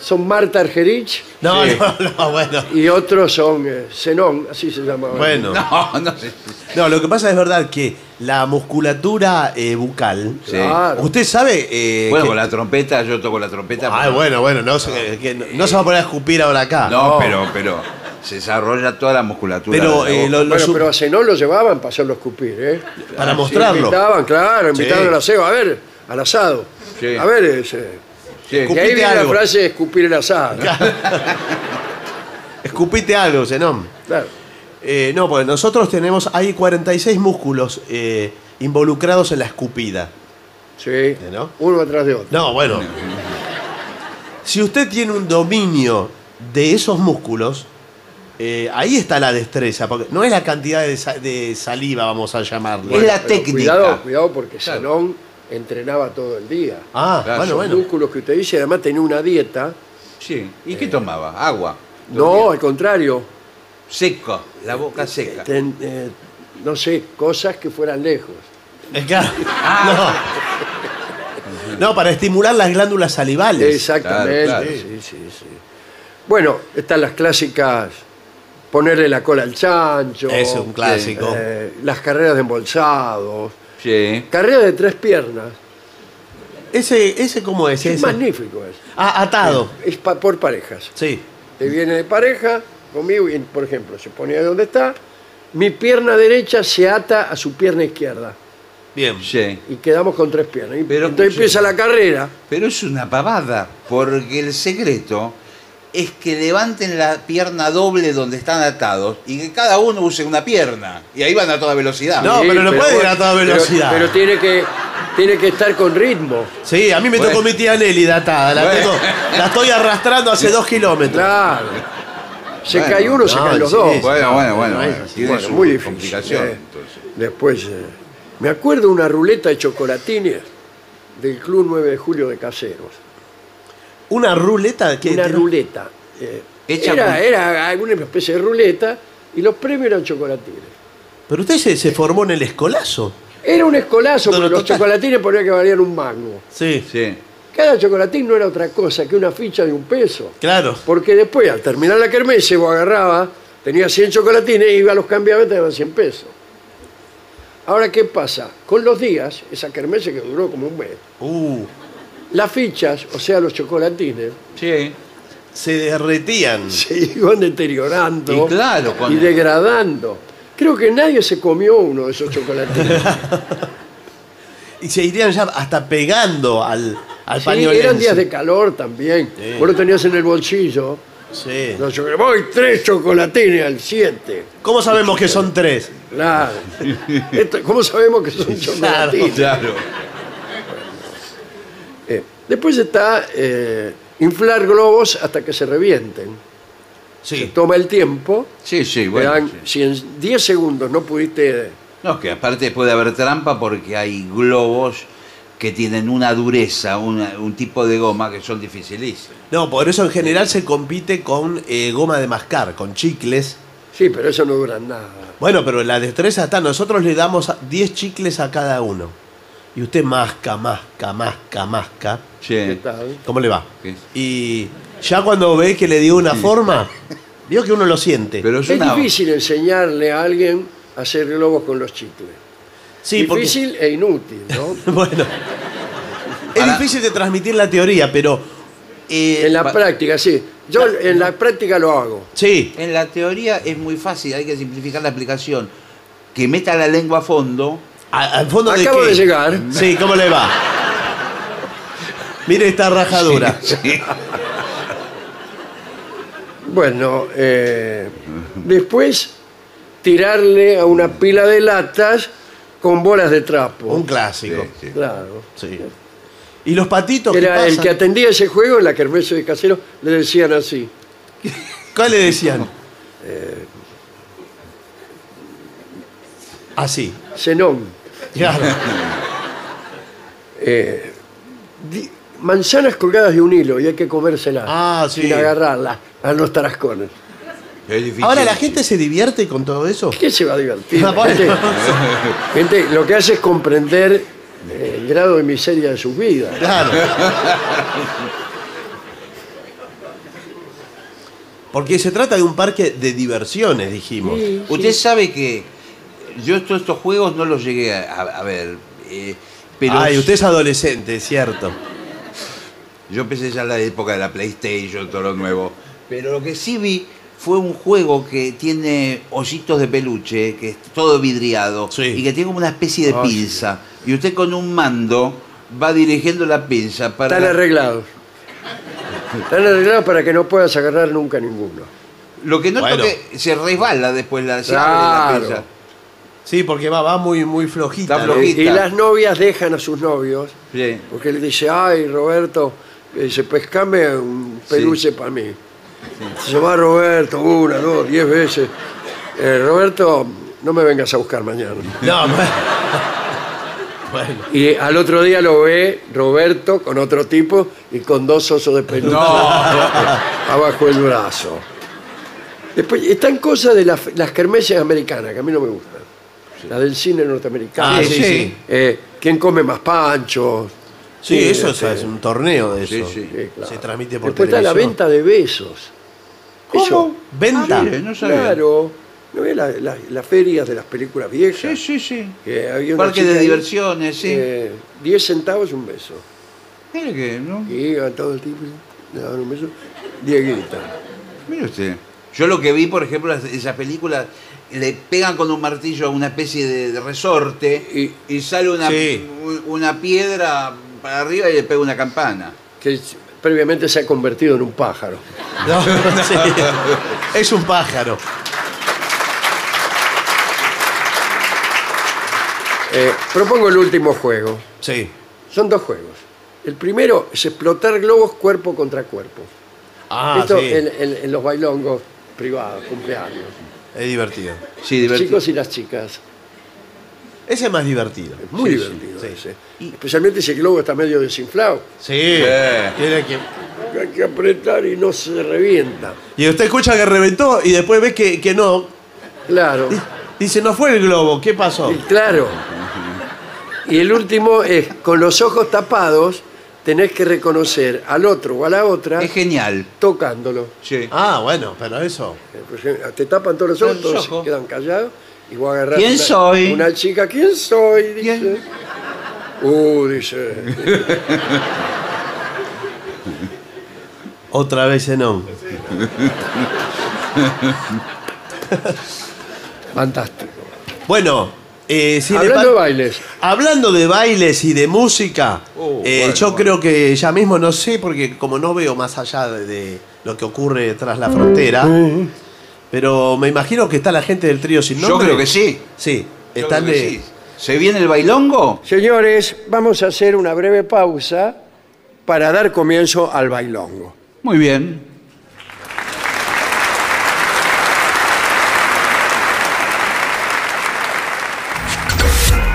Speaker 3: son Marta Argerich
Speaker 4: No,
Speaker 5: Sí.
Speaker 4: no, no, bueno.
Speaker 3: y otros son eh, Zenón, así se llamaba.
Speaker 4: Bueno.
Speaker 5: No, no sé.
Speaker 4: No, lo que pasa es verdad que la musculatura eh, bucal.
Speaker 5: Sí.
Speaker 3: Claro.
Speaker 4: Usted sabe. eh,
Speaker 5: Bueno,
Speaker 4: que-
Speaker 5: con la trompeta, yo toco la trompeta.
Speaker 4: Ah,
Speaker 5: pero-
Speaker 4: bueno, bueno, no, se- que no- no se va a poner a escupir ahora acá.
Speaker 5: No, pero, pero se desarrolla toda la musculatura.
Speaker 4: Pero,
Speaker 5: de la
Speaker 4: eh,
Speaker 5: boca.
Speaker 4: lo- lo
Speaker 3: Bueno,
Speaker 4: su-
Speaker 3: pero a Zenón lo llevaban para hacerlo escupir, ¿eh?
Speaker 5: Ah,
Speaker 4: para
Speaker 3: Lo
Speaker 4: mostrarlo.
Speaker 3: Invitaban, claro, invitaban
Speaker 4: Sí.
Speaker 3: al aseo, a ver, al asado.
Speaker 5: Sí.
Speaker 3: A ver, ese.
Speaker 5: Sí.
Speaker 3: Y ahí
Speaker 4: Escupite
Speaker 3: viene
Speaker 4: algo.
Speaker 3: la frase escupir el asado.
Speaker 4: Escupite algo, Zenón.
Speaker 3: Claro.
Speaker 4: Eh, no, porque nosotros tenemos. Hay 46 músculos eh, involucrados en la escupida. ¿Eh,
Speaker 3: Sí.
Speaker 4: ¿No?
Speaker 3: Uno atrás de otro.
Speaker 4: No, bueno. Si usted tiene un dominio de esos músculos, eh, ahí está la destreza, porque no es la cantidad de, sa- de saliva, vamos a llamarlo.
Speaker 5: Es la
Speaker 3: Pero
Speaker 5: técnica.
Speaker 3: Cuidado, cuidado, porque
Speaker 5: Claro.
Speaker 3: Zenón entrenaba todo el día.
Speaker 4: Ah, bueno,
Speaker 5: Claro, son
Speaker 3: Los
Speaker 4: bueno.
Speaker 3: músculos que usted dice, además tenía una dieta.
Speaker 5: Sí. ¿Y qué tomaba? Agua.
Speaker 3: No, al contrario.
Speaker 5: Seco, la boca seca.
Speaker 3: ten- eh, no sé, cosas que fueran lejos.
Speaker 4: Es que-
Speaker 5: Ah.
Speaker 4: no. No, para estimular las glándulas salivales.
Speaker 3: Exactamente.
Speaker 5: claro, claro.
Speaker 3: Sí, sí, sí. Bueno, están las clásicas, ponerle la cola al chancho.
Speaker 4: Es un clásico.
Speaker 3: eh, las carreras de embolsados.
Speaker 5: Sí.
Speaker 3: Carreras de tres piernas.
Speaker 4: Ese, ese cómo es,
Speaker 3: Es
Speaker 4: ese?
Speaker 3: magnífico es.
Speaker 4: Ah, atado.
Speaker 3: Es pa- por parejas.
Speaker 4: Sí.
Speaker 3: Te viene de pareja conmigo y, por ejemplo, se ponía donde está. Mi pierna derecha se ata a su pierna izquierda
Speaker 4: Bien.
Speaker 5: Sí.
Speaker 3: y quedamos con tres piernas. Y-
Speaker 5: Pero,
Speaker 3: Entonces empieza la carrera.
Speaker 5: Pero es una pavada, porque el secreto es que levanten la pierna doble donde están atados y que cada uno use una pierna. Y ahí van a toda velocidad.
Speaker 4: No, pero no puede ir
Speaker 3: bueno,
Speaker 4: a toda
Speaker 3: pero-
Speaker 4: velocidad.
Speaker 3: Pero, tiene que Tiene que estar con ritmo.
Speaker 4: Sí, a mí me tocó mi tía Nelly datada. La,
Speaker 3: Bueno.
Speaker 4: tengo- la estoy arrastrando hace dos kilómetros.
Speaker 3: Claro. Se cae uno, se caen los dos.
Speaker 5: Bueno, bueno, bueno, bueno. Tiene
Speaker 3: Bueno,
Speaker 5: su
Speaker 3: muy difícil.
Speaker 5: complicación,
Speaker 3: eh.
Speaker 5: entonces.
Speaker 3: Después, eh, me acuerdo una ruleta de chocolatines del Club 9 de Julio de Caseros.
Speaker 4: ¿Una ruleta? ¿Qué
Speaker 3: Una
Speaker 4: tiene?
Speaker 3: ruleta. eh,
Speaker 4: Hecha
Speaker 3: era,
Speaker 4: con-
Speaker 3: era alguna especie de ruleta y los premios eran chocolatines.
Speaker 4: Pero usted se, se formó en el escolazo.
Speaker 3: Era un escolazo, porque los
Speaker 4: total.
Speaker 3: chocolatines ponía que valían un mango.
Speaker 4: Sí.
Speaker 5: Sí.
Speaker 3: Cada chocolatín no era otra cosa que una ficha de un peso.
Speaker 4: Claro.
Speaker 3: Porque después, al terminar la kermés, vos agarraba, tenía 100 chocolatines, iba a los cambiaba y te daban 100 pesos. Ahora, ¿qué pasa? Con los días, esa kermés que duró como un mes,
Speaker 4: Uh,
Speaker 3: las fichas, o sea, los chocolatines,
Speaker 5: Sí.
Speaker 4: se derretían.
Speaker 3: se iban deteriorando
Speaker 5: Y claro, con
Speaker 3: y
Speaker 5: el-
Speaker 3: degradando. Creo que nadie se comió uno de esos chocolatines.
Speaker 4: Y se irían ya hasta pegando al, al
Speaker 3: Sí,
Speaker 4: pañuelo.
Speaker 3: eran días de calor también.
Speaker 4: Sí.
Speaker 3: Vos lo tenías en el bolsillo.
Speaker 4: Sí.
Speaker 3: los chocolatines, voy tres chocolatines al 7.
Speaker 4: ¿Cómo sabemos que son tres?
Speaker 3: Claro. Esto- ¿Cómo sabemos que son chocolatines?
Speaker 5: Claro.
Speaker 3: Eh, después está eh, inflar globos hasta que se revienten. Se
Speaker 4: Sí.
Speaker 3: toma el tiempo.
Speaker 5: Sí, sí,
Speaker 3: te
Speaker 5: bueno.
Speaker 3: dan-
Speaker 5: sí.
Speaker 3: Si en 10 segundos no pudiste...
Speaker 5: No, que aparte puede haber trampa porque hay globos que tienen una dureza, una- un tipo de goma que son dificilísimos.
Speaker 4: No, por eso en general se compite con eh, goma de mascar, con chicles.
Speaker 3: Sí, pero eso no dura nada.
Speaker 4: Bueno, pero la destreza está. Nosotros le damos a- 10 chicles a cada uno. Y usted masca, masca, masca, masca.
Speaker 3: ¿Qué
Speaker 5: Sí.
Speaker 3: tal?
Speaker 4: ¿Cómo le va?
Speaker 5: Sí.
Speaker 4: Y ya cuando ve que le dio una forma, vio que uno lo siente.
Speaker 5: Pero
Speaker 3: Es
Speaker 5: es una.
Speaker 3: difícil enseñarle a alguien a hacer globos con los chicles.
Speaker 4: sí, porque-
Speaker 3: difícil e inútil, ¿no?
Speaker 4: Bueno. Es
Speaker 5: Ahora-
Speaker 4: difícil de transmitir la teoría, pero. eh,
Speaker 3: En la
Speaker 5: pa-
Speaker 3: práctica, sí. Yo en la práctica lo hago.
Speaker 4: Sí,
Speaker 5: En la teoría es muy fácil, hay que simplificar la aplicación. Que meta la lengua a fondo.
Speaker 4: a- al fondo
Speaker 3: Acabo
Speaker 4: de. qué?
Speaker 3: de llegar.
Speaker 4: Sí, ¿cómo le va? Mire esta rajadura.
Speaker 3: Bueno, eh, después tirarle a una pila de latas con bolas de trapo.
Speaker 4: Un clásico.
Speaker 5: Sí, sí.
Speaker 3: Claro.
Speaker 4: Sí. ¿Y los patitos que
Speaker 3: Era el
Speaker 4: pasan?
Speaker 3: que atendía ese juego en la kermés de casero, le decían así. Eh,
Speaker 4: ¿Cuál le decían? Así.
Speaker 3: Zenón,
Speaker 4: Claro.
Speaker 3: Eh, di- manzanas colgadas de un hilo y hay que comérselas
Speaker 4: Ah, sí.
Speaker 3: sin agarrarlas a los tarascones.
Speaker 5: Es difícil.
Speaker 4: Ahora la gente se divierte con todo eso.
Speaker 3: ¿Qué se va a divertir?
Speaker 4: Ah, bueno.
Speaker 3: Gente, gente, lo que hace es comprender eh, el grado de miseria de sus vidas.
Speaker 4: Claro. Porque se trata de un parque de diversiones, dijimos.
Speaker 5: Usted sabe que yo todos estos juegos no los llegué a, a ver. eh, pero
Speaker 4: Ay, usted es adolescente, es cierto.
Speaker 5: Yo empecé ya en la época de la PlayStation, todo lo nuevo. Pero lo que sí vi fue un juego que tiene ositos de peluche, que es todo vidriado,
Speaker 4: Sí.
Speaker 5: y que tiene como una especie de
Speaker 3: Ah, sí.
Speaker 5: pinza. Y usted con un mando va dirigiendo la pinza para...
Speaker 3: Están arreglados. Están arreglados para que no puedas agarrar nunca ninguno.
Speaker 5: Lo que noto
Speaker 4: Bueno.
Speaker 5: que se resbala después la, se
Speaker 3: Claro.
Speaker 5: abre la pinza.
Speaker 4: Sí, porque va, va muy, muy flojita.
Speaker 5: Está
Speaker 4: ¿no?
Speaker 5: flojita.
Speaker 3: Y las novias dejan a sus novios
Speaker 5: Sí.
Speaker 3: porque le dice, ay Roberto, le dice, pescame un peluche para mí. Se va Roberto una, dos, diez veces. "Eh, Roberto, no me vengas a buscar mañana.
Speaker 4: No, bueno.
Speaker 3: Y al otro día lo ve Roberto con otro tipo y con dos osos de peluche abajo el brazo. Después, están cosas de las, las kermeses americanas, que a mí no me gustan. Las del cine norteamericano.
Speaker 4: Ah, sí, sí.
Speaker 3: Eh, ¿Quién come más pancho?
Speaker 4: Sí,
Speaker 3: Eh,
Speaker 4: eso es,
Speaker 3: eh,
Speaker 4: es un torneo de
Speaker 5: Sí,
Speaker 4: eso.
Speaker 5: sí.
Speaker 3: eh, claro.
Speaker 4: Se transmite por
Speaker 3: Después está la
Speaker 4: televisión.
Speaker 3: venta de besos.
Speaker 4: ¿Cómo?
Speaker 3: Eso,
Speaker 4: ¿Venta?
Speaker 5: Ah, mire, no sabía.
Speaker 3: Claro. ¿No ves la- la- las ferias de las películas
Speaker 5: Sí,
Speaker 3: viejas?
Speaker 5: sí, sí.
Speaker 3: Que había una
Speaker 5: Parque
Speaker 3: chica
Speaker 5: de
Speaker 3: ahí,
Speaker 5: diversiones, sí.
Speaker 3: eh, 10 centavos un beso.
Speaker 5: Mire que, ¿no?
Speaker 3: Y iba todo el tipo, le daban un beso. Dieguita.
Speaker 5: Mire usted. Yo lo que vi, por ejemplo, es- esas películas, le pegan con un martillo a una especie de, de resorte y, y sale una,
Speaker 4: Sí.
Speaker 5: u- una piedra para arriba y le pega una campana.
Speaker 3: que previamente se ha convertido en un pájaro.
Speaker 4: No, sí. Es un pájaro.
Speaker 3: Eh, propongo el último juego.
Speaker 4: Sí.
Speaker 3: Son dos juegos. El primero es explotar globos cuerpo contra cuerpo.
Speaker 4: Ah,
Speaker 3: Esto
Speaker 4: sí.
Speaker 3: en, en- en los bailongos privados, cumpleaños.
Speaker 4: Es divertido.
Speaker 5: Sí,
Speaker 3: Los
Speaker 5: divertido.
Speaker 3: chicos y las chicas.
Speaker 4: Ese es más divertido.
Speaker 3: Muy
Speaker 4: Sí, sí,
Speaker 3: divertido.
Speaker 4: sí.
Speaker 3: ese. Especialmente si el globo está medio desinflado.
Speaker 4: Sí.
Speaker 5: Eh.
Speaker 4: Tiene que-
Speaker 3: Que Hay que apretar y no se revienta.
Speaker 4: Y usted escucha que reventó y después ve que, que no.
Speaker 3: Claro.
Speaker 4: Dice, no fue el globo, ¿qué pasó?
Speaker 3: Y claro. Y el último es, con los ojos tapados, tenés que reconocer al otro o a la otra
Speaker 5: Es genial.
Speaker 3: tocándolo.
Speaker 5: Sí.
Speaker 4: Ah, bueno, pero eso.
Speaker 3: Eh, por ejemplo, Te tapan todos los ojos,
Speaker 5: Los
Speaker 3: todos se
Speaker 5: ojos.
Speaker 3: quedan callados y vos agarrás
Speaker 5: ¿Quién
Speaker 3: una,
Speaker 5: soy?
Speaker 3: una chica. ¿Quién soy? Dice.
Speaker 5: ¿Quién?
Speaker 3: Uh, dice.
Speaker 4: Otra vez no.
Speaker 3: Fantástico.
Speaker 4: Bueno, eh, si le
Speaker 3: Hablando
Speaker 4: pa-
Speaker 3: de bailes.
Speaker 4: Hablando de bailes y de música,
Speaker 5: Oh,
Speaker 4: eh,
Speaker 5: bueno,
Speaker 4: yo
Speaker 5: bueno.
Speaker 4: creo que ya mismo no sé, porque como no veo más allá de, de lo que ocurre tras la frontera, pero me imagino que está la gente del trío sin
Speaker 5: Yo
Speaker 4: nombre.
Speaker 5: creo que sí.
Speaker 4: Sí,
Speaker 5: Yo
Speaker 4: están
Speaker 5: creo que
Speaker 4: de-
Speaker 5: sí. ¿Se viene el bailongo?
Speaker 3: Señores, vamos a hacer una breve pausa para dar comienzo al bailongo.
Speaker 5: Muy bien.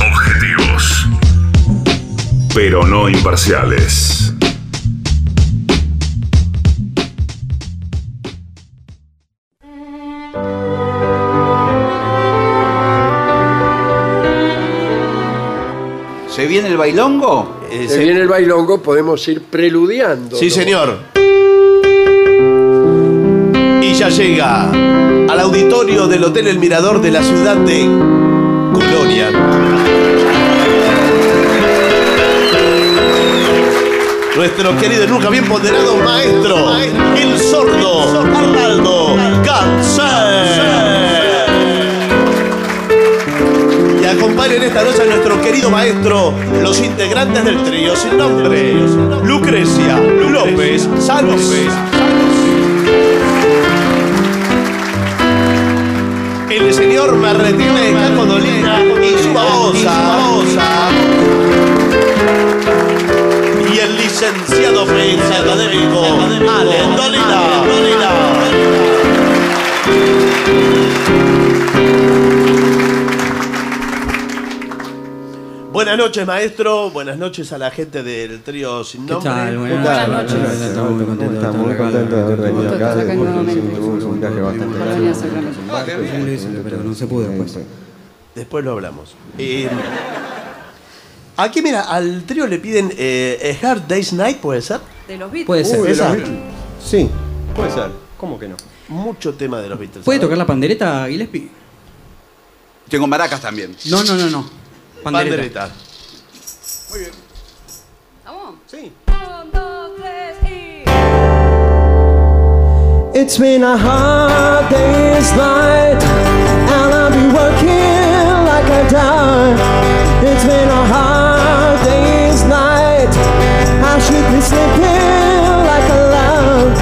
Speaker 2: Objetivos. Pero no imparciales.
Speaker 5: ¿Se viene el bailongo?
Speaker 4: eh,
Speaker 3: Se
Speaker 4: se-
Speaker 3: viene el bailongo, podemos ir preludiando.
Speaker 4: Sí,
Speaker 3: ¿no?
Speaker 4: señor. Y ya llega al auditorio del Hotel El Mirador de la ciudad de Colonia. Nuestro querido y nunca bien ponderado maestro, el sordo Arnaldo Cancel. Y acompañen esta noche a nuestro querido maestro, los integrantes del trío sin nombre, Lucrecia López Sánchez. El señor Marretina de Cacodolina y su babosa. Y el licenciado Prince Académico, Ale Dolina. Buenas noches, maestro. Buenas noches a la gente del trío sin
Speaker 9: ¿Qué
Speaker 4: nombre.
Speaker 9: tal?
Speaker 8: Buenas
Speaker 9: noches.
Speaker 8: noches.
Speaker 9: Estamos muy contentos. de
Speaker 7: Estamos muy
Speaker 9: estar acá.
Speaker 7: contentos de haber venido acá,
Speaker 8: Nosotros acá
Speaker 7: porque
Speaker 8: nuevamente.
Speaker 7: hicimos un- un viaje bastante
Speaker 8: Colonia,
Speaker 7: largo.
Speaker 8: Sacramento.
Speaker 9: Muy lindo, Pero no se pudo después.
Speaker 4: Después lo hablamos. Eh, aquí, mira, al trío le piden eh, A Hard Day's Night, ¿puede ser?
Speaker 8: De los Beatles.
Speaker 9: Puede ser.
Speaker 4: Esa.
Speaker 7: Sí, puede ser. ¿Cómo que no?
Speaker 4: Mucho tema de los Beatles.
Speaker 9: ¿Puede tocar
Speaker 4: ¿sabes?
Speaker 9: la pandereta, Gillespie?
Speaker 5: Tengo maracas también.
Speaker 9: No, no, no, no. Pandereta.
Speaker 4: Pandereta.
Speaker 8: ¿Estamos?
Speaker 4: Sí.
Speaker 8: Un, dos, tres y...
Speaker 7: It's been a hard day's night, and I'll be working like I die. It's been a hard day's night, I should be sleeping like a lamb.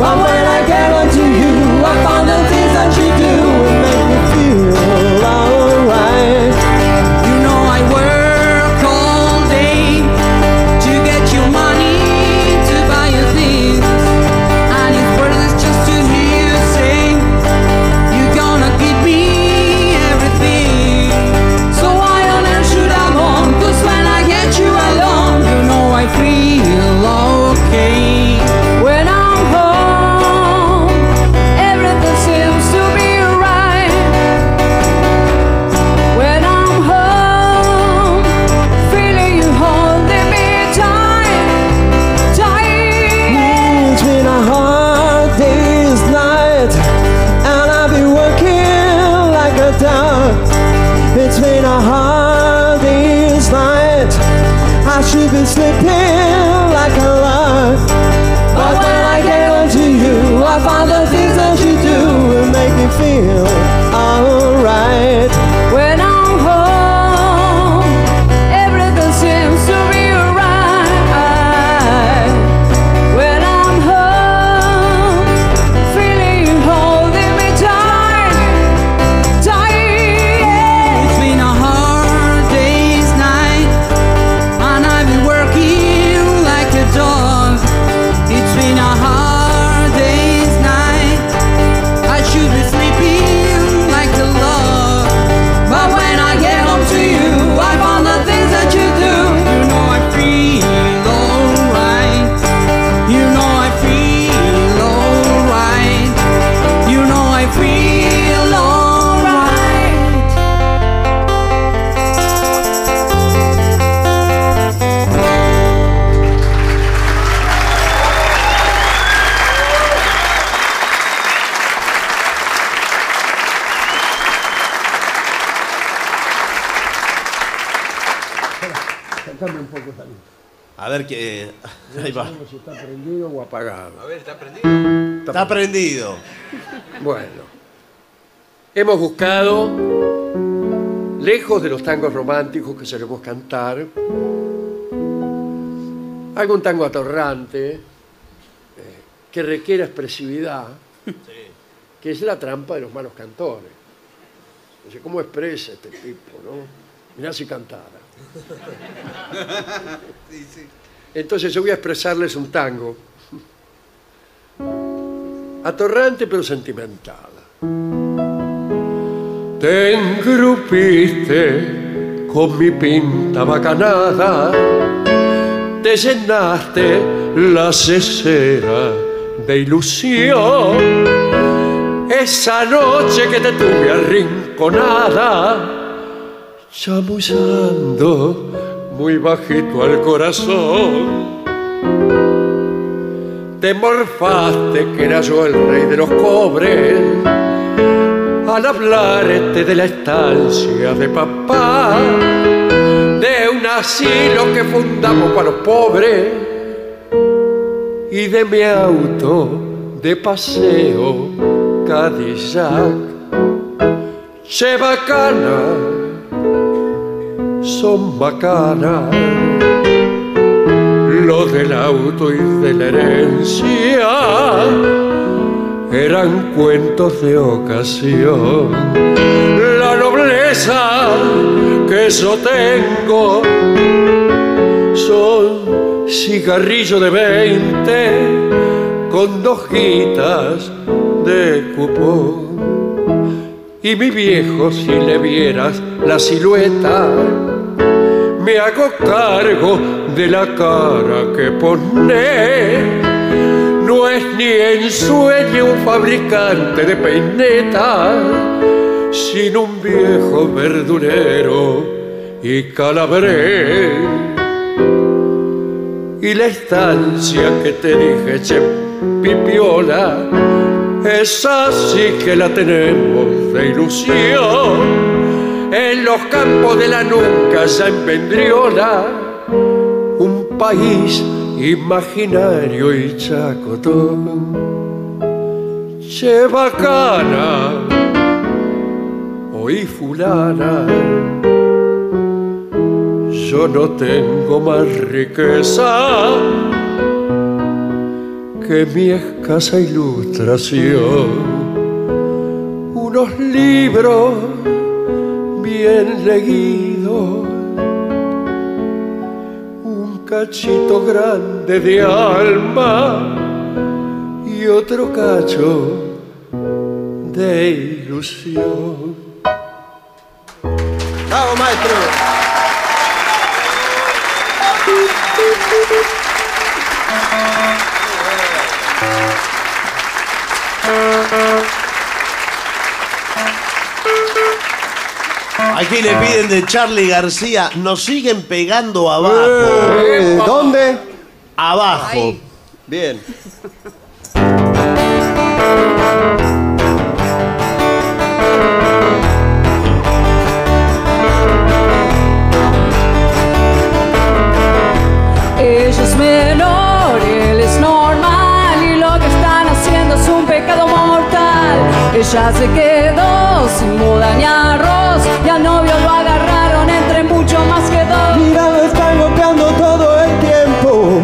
Speaker 7: But when I get onto you, I find the things that you do make me feel alright. You know I work all day to get your money to buy your things. And it's worthless just to hear you say You're gonna give me everything So why on earth should I mourn? 'Cause when I get you alone You know I feel alright
Speaker 8: she's been slipping like a lark. But when I get onto you, I find the things that you do will make me feel alright.
Speaker 10: When I'm home, everything seems to be alright. When I'm home, feeling you holding me tight, tight.
Speaker 8: It's been a hard day's night, and I've been working like a dog. It's been a hard day's night. I should be sleeping like a log, but when I get home to you, I find the things that you do. You know I feel alright. You know I feel alright. You know I feel alright.
Speaker 11: Sacame un poco esta luz.
Speaker 4: A ver qué. eh, Ahí va.
Speaker 11: No sé si está prendido o apagado.
Speaker 9: A ver, está prendido.
Speaker 4: Está prendido.
Speaker 11: Bueno, hemos buscado, lejos de los tangos románticos que solemos cantar, algún tango atorrante eh, que requiera expresividad, que es la trampa de los malos cantores. O sea, ¿Cómo expresa este tipo? No? Mirá si cantara. Entonces yo voy a expresarles un tango atorrante pero sentimental. Te engrupiste con mi pinta bacanada, te llenaste la cesera de ilusión. Esa noche que te tuve arrinconada, chamullando muy bajito al corazón. Te morfaste que era yo el rey de los cobres al hablarte de la estancia de papá, de un asilo que fundamos para los pobres y de mi auto de paseo Cadillac. Che bacana, son bacanas lo del auto y de la herencia eran cuentos de ocasión. La nobleza que yo tengo son cigarrillo de 20 con dos hojitas de cupón. Y mi viejo, si le vieras la silueta, me hago cargo de la cara que pone. No es ni en sueño un fabricante de peinetas, sino un viejo verdulero y calabré. Y la estancia que te dije, che pipiola, esa sí que la tenemos de ilusión en los campos de la nunca ya en Vendriola, un país imaginario y chacotón. Che bacana, oí fulana, yo no tengo más riqueza que mi escasa ilustración. Unos libros bien leído, un cachito grande de alma y otro cacho de ilusión.
Speaker 4: Bravo, maestro. Aquí le piden de Charlie García, nos siguen pegando abajo.
Speaker 11: Eh,
Speaker 4: ¿Dónde? Abajo. Bien.
Speaker 8: ya se quedó sin muda ni arroz y al novio lo agarraron entre mucho más que dos.
Speaker 7: Mira, lo están golpeando todo el tiempo.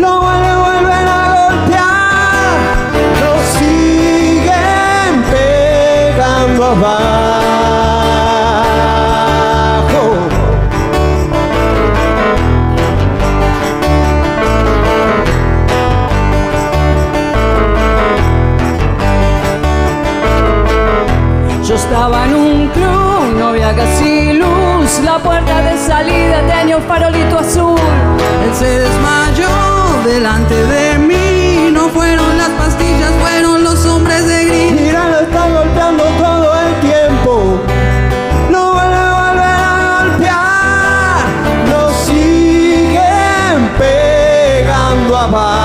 Speaker 7: Lo vuelven, vuelven a golpear. Lo siguen pegando abajo.
Speaker 8: Yo estaba en un club, no había casi luz. La puerta de salida tenía un farolito azul.
Speaker 12: Él se desmayó delante de mí. No fueron las pastillas, fueron los hombres de gris.
Speaker 7: Mira, lo están golpeando todo el tiempo. Lo vuelven, vuelven a golpear. Lo siguen pegando abajo.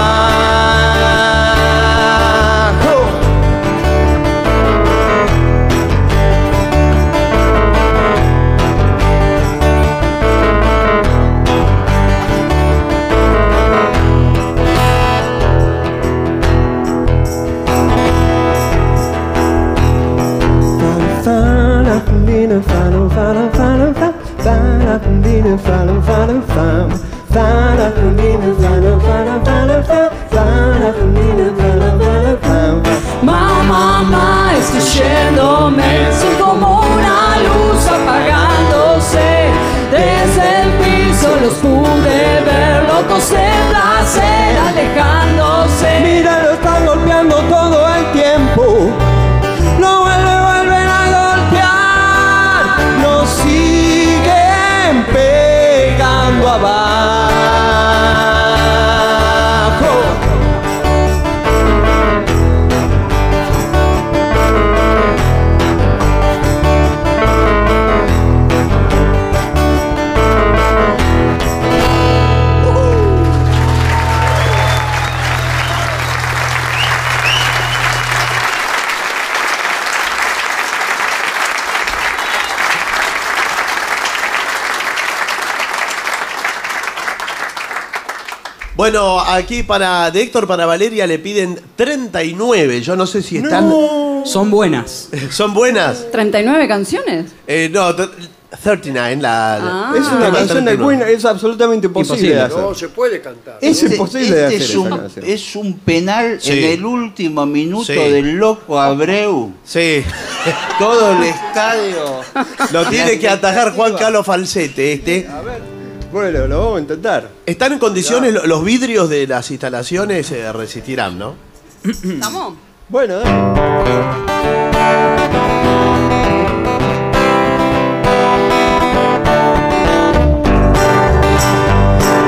Speaker 8: Mamá, mamá, estoy yéndome. Soy como una luz apagándose. Desde el piso los pude ver, locos de placer alejándose.
Speaker 7: Mira, lo están golpeando todo el tiempo. No vuelve, vuelven a golpear. Nos siguen pegando abajo.
Speaker 4: Bueno, aquí para de Héctor para Valeria le piden 39. Yo no sé si están.
Speaker 9: Son buenas.
Speaker 4: ¿Son buenas?
Speaker 8: ¿39 canciones?
Speaker 4: Eh, no, t- 39, la.
Speaker 8: Ah.
Speaker 7: Es una
Speaker 4: tema
Speaker 7: canción de
Speaker 4: 39.
Speaker 7: Queen, es absolutamente imposible de hacer.
Speaker 3: No, se puede cantar.
Speaker 7: Es
Speaker 5: Este-
Speaker 7: imposible de
Speaker 5: este
Speaker 7: hacer
Speaker 5: es,
Speaker 7: esa
Speaker 5: un,
Speaker 7: canción.
Speaker 5: es un penal
Speaker 4: Sí.
Speaker 5: en el último minuto
Speaker 4: Sí.
Speaker 5: del loco Abreu.
Speaker 4: Sí.
Speaker 5: Todo el estadio.
Speaker 4: Lo tiene que atajar Juan Carlos Falsete este.
Speaker 7: Bueno, lo vamos a intentar.
Speaker 4: Están en condiciones, lo- los vidrios de las instalaciones eh, resistirán, ¿no?
Speaker 8: ¿Estamos?
Speaker 7: Bueno, dale.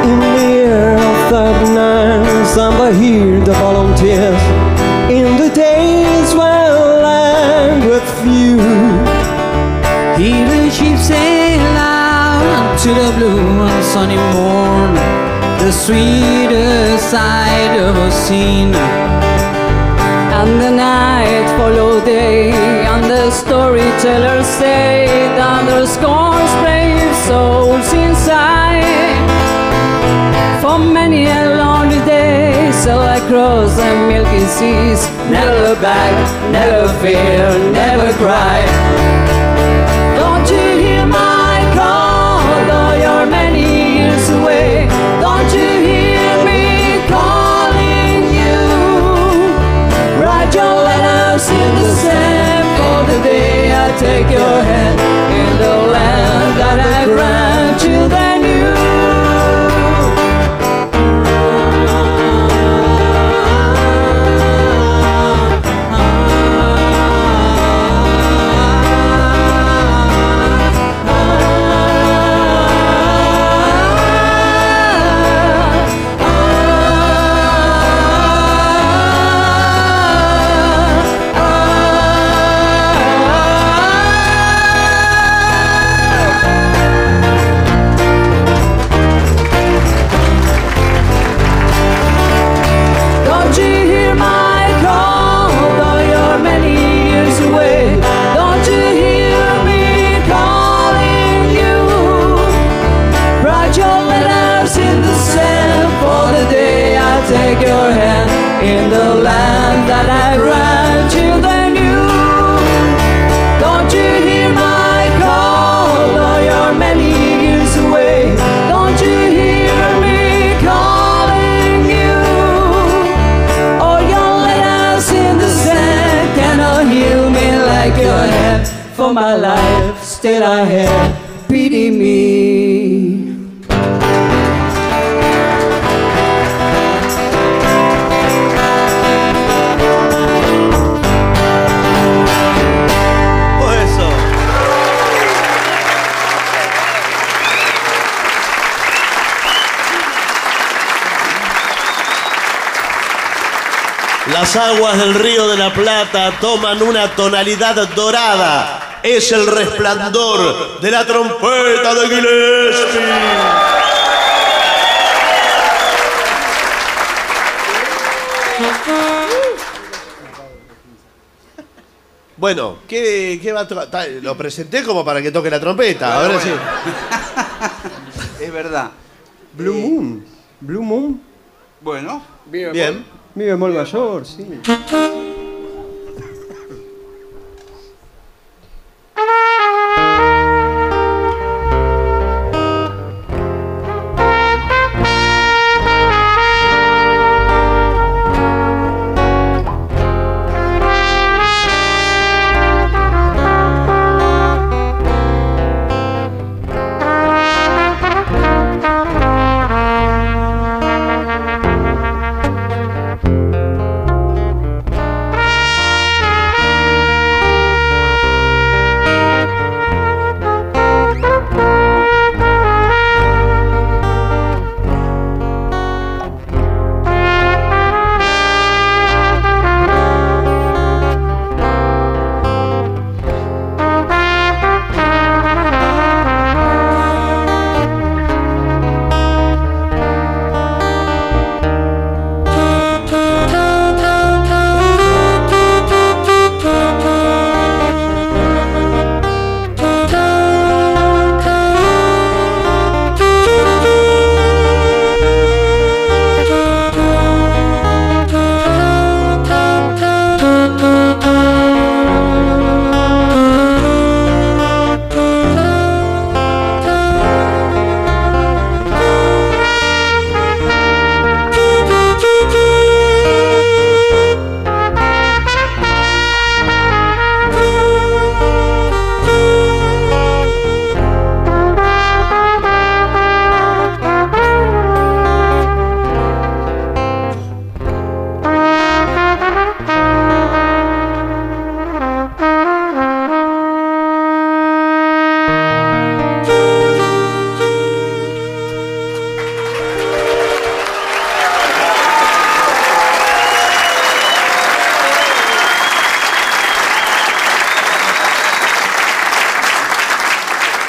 Speaker 12: In the air of the night, samba here the volunteers.
Speaker 7: In the days when I'm with you,
Speaker 12: Hear the sheep sail out to the blue on sunny morn. The sweetest sight ever seen.
Speaker 8: And the night follow day, and the storytellers say that there's scores brave souls inside. For many a lonely day, sail across the milky seas. Never back, never fear, never cry. Don't you hear my call, though you're many years away? Don't you hear me calling you? Write your letters in the sand for the day I take your hand in the land that I grant children you.
Speaker 12: like your head for my life. Still I have pity me.
Speaker 4: Todo eso. Las aguas del río de la Plata toman una tonalidad dorada. Es el resplandor de la trompeta de Gillespie. Bueno, ¿qué, qué va a tocar? Ta- Lo presenté como para que toque la trompeta. Ahora sí.
Speaker 5: Es verdad.
Speaker 4: Blue Moon. Blue Moon.
Speaker 5: Bueno.
Speaker 4: Bien.
Speaker 9: Mi bemol mayor, sí.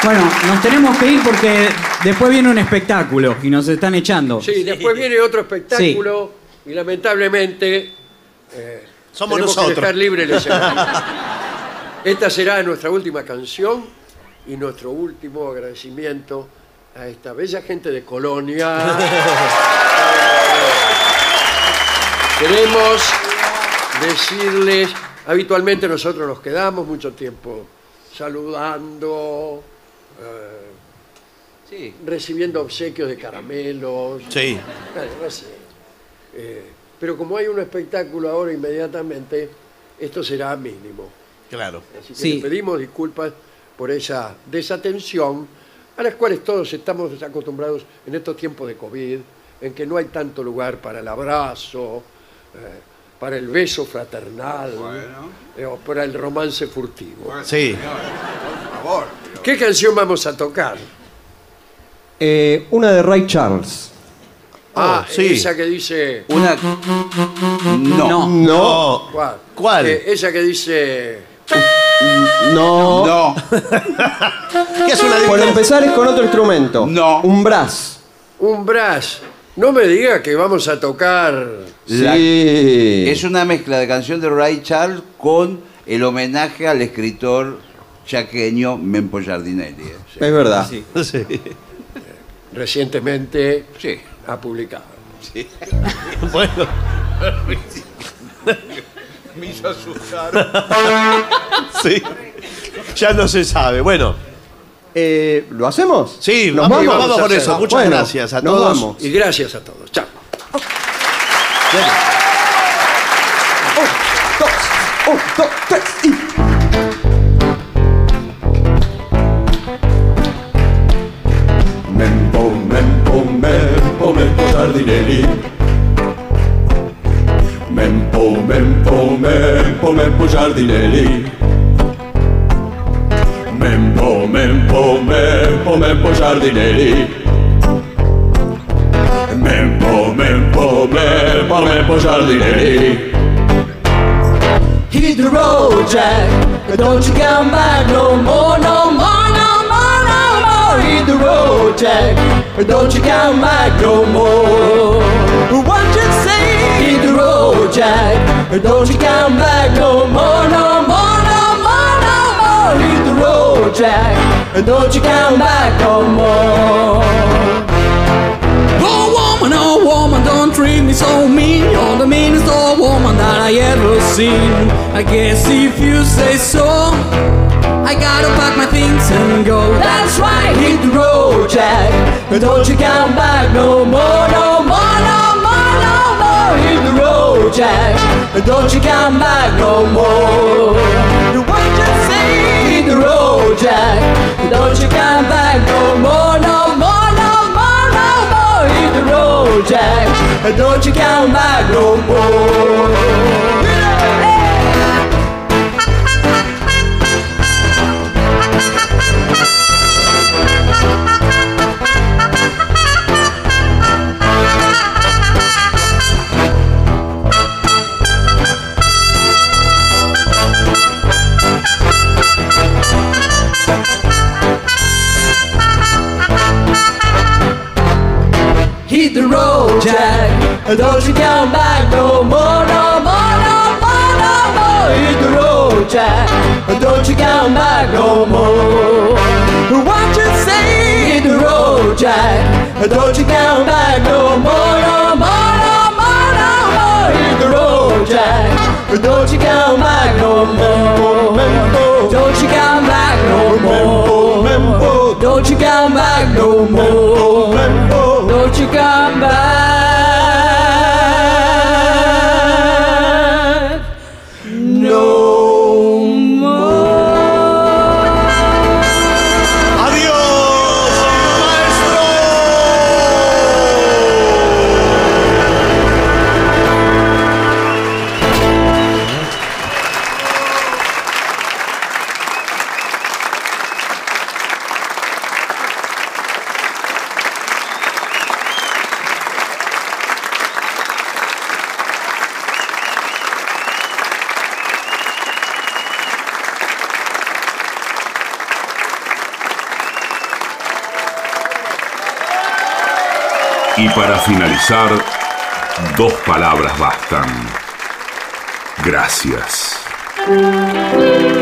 Speaker 9: Bueno, nos tenemos que ir porque después viene un espectáculo y nos están echando.
Speaker 3: Sí, después viene otro espectáculo y lamentablemente eh,
Speaker 4: Somos
Speaker 3: tenemos
Speaker 4: nosotros.
Speaker 3: que dejar libre el escenario. Esta será nuestra última canción y nuestro último agradecimiento a esta bella gente de Colonia. Queremos decirles, habitualmente nosotros nos quedamos mucho tiempo saludando, eh, recibiendo obsequios de caramelos.
Speaker 4: Sí.
Speaker 3: Bueno, no sé. Eh, pero como hay un espectáculo ahora inmediatamente, esto será mínimo.
Speaker 4: Claro.
Speaker 3: Así que
Speaker 4: Sí.
Speaker 3: le pedimos disculpas por esa desatención a las cuales todos estamos acostumbrados en estos tiempos de COVID, en que no hay tanto lugar para el abrazo, eh, para el beso fraternal, eh, o para el romance furtivo.
Speaker 4: Sí.
Speaker 3: ¿Qué canción vamos a tocar?
Speaker 9: Eh, una de Ray Charles.
Speaker 3: ah,
Speaker 9: sí.
Speaker 3: esa que dice...
Speaker 5: Una...
Speaker 9: No. No.
Speaker 3: ¿Cuál?
Speaker 9: ¿Cuál?
Speaker 3: Eh, esa que dice...
Speaker 9: No.
Speaker 5: No.
Speaker 9: Por empezar es con otro instrumento.
Speaker 5: No.
Speaker 9: Un brass.
Speaker 3: Un brass. No me diga que vamos a tocar.
Speaker 5: La- Eh. Es una mezcla de canción de Ray Charles con el homenaje al escritor chaqueño Mempo Giardinelli. eh. Sí.
Speaker 9: Es verdad. Sí.
Speaker 3: Recientemente
Speaker 5: Sí.
Speaker 3: ha publicado.
Speaker 4: Bueno.
Speaker 5: Me hizo asustar.
Speaker 4: Sí. Ya no se sabe. Bueno.
Speaker 7: Eh, ¿Lo hacemos?
Speaker 4: Sí,
Speaker 7: ¿Nos
Speaker 4: vamos,
Speaker 7: vamos?
Speaker 4: vamos con eso. Muchas
Speaker 7: Bueno,
Speaker 4: gracias a
Speaker 7: nos
Speaker 4: todos.
Speaker 7: vamos.
Speaker 3: Y gracias a todos. Chao.
Speaker 7: Un, dos, un, dos, tres y.
Speaker 11: Memporín. Mempo, mempo, mempo, mempo giardinelli. Mempo, mempo, mempo, mempo giardinelli.
Speaker 8: Hit the road, Jack. But don't you come back no more, no more, no more, no more. Hit the road, Jack. But don't you come back no more. What you say? Hit the road, Jack. But don't you come back no more, no more, no more, no more. Hit the road, Jack. And don't you come back no more.
Speaker 13: Oh woman, oh woman, don't treat me so mean. You're the meanest old woman that I ever seen. I guess if you say so, I gotta pack my things and go.
Speaker 8: That's right, hit the road, Jack. But don't you come back no more, no more, no more, no more. Hit the road, Jack. But don't you come back no more. You what you say? Hit the road, Jack. But don't you come back no more, no more, no more, no more. Hit the road, Jack. But don't you come back no more. Hit the road, Jack. Don't you come back no more, no more, no more, no more. Hit the road, Jack. Don't you come back no more. What you say? Hit the road, Jack. Don't you come back no more, no more, no more, no more. Hit the road, Jack. Don't you come back no more. Don't you come back no more. Don't you come back no more. Don't you come back no more.
Speaker 2: Y para finalizar, dos palabras bastan. Gracias.
Speaker 8: Adiós.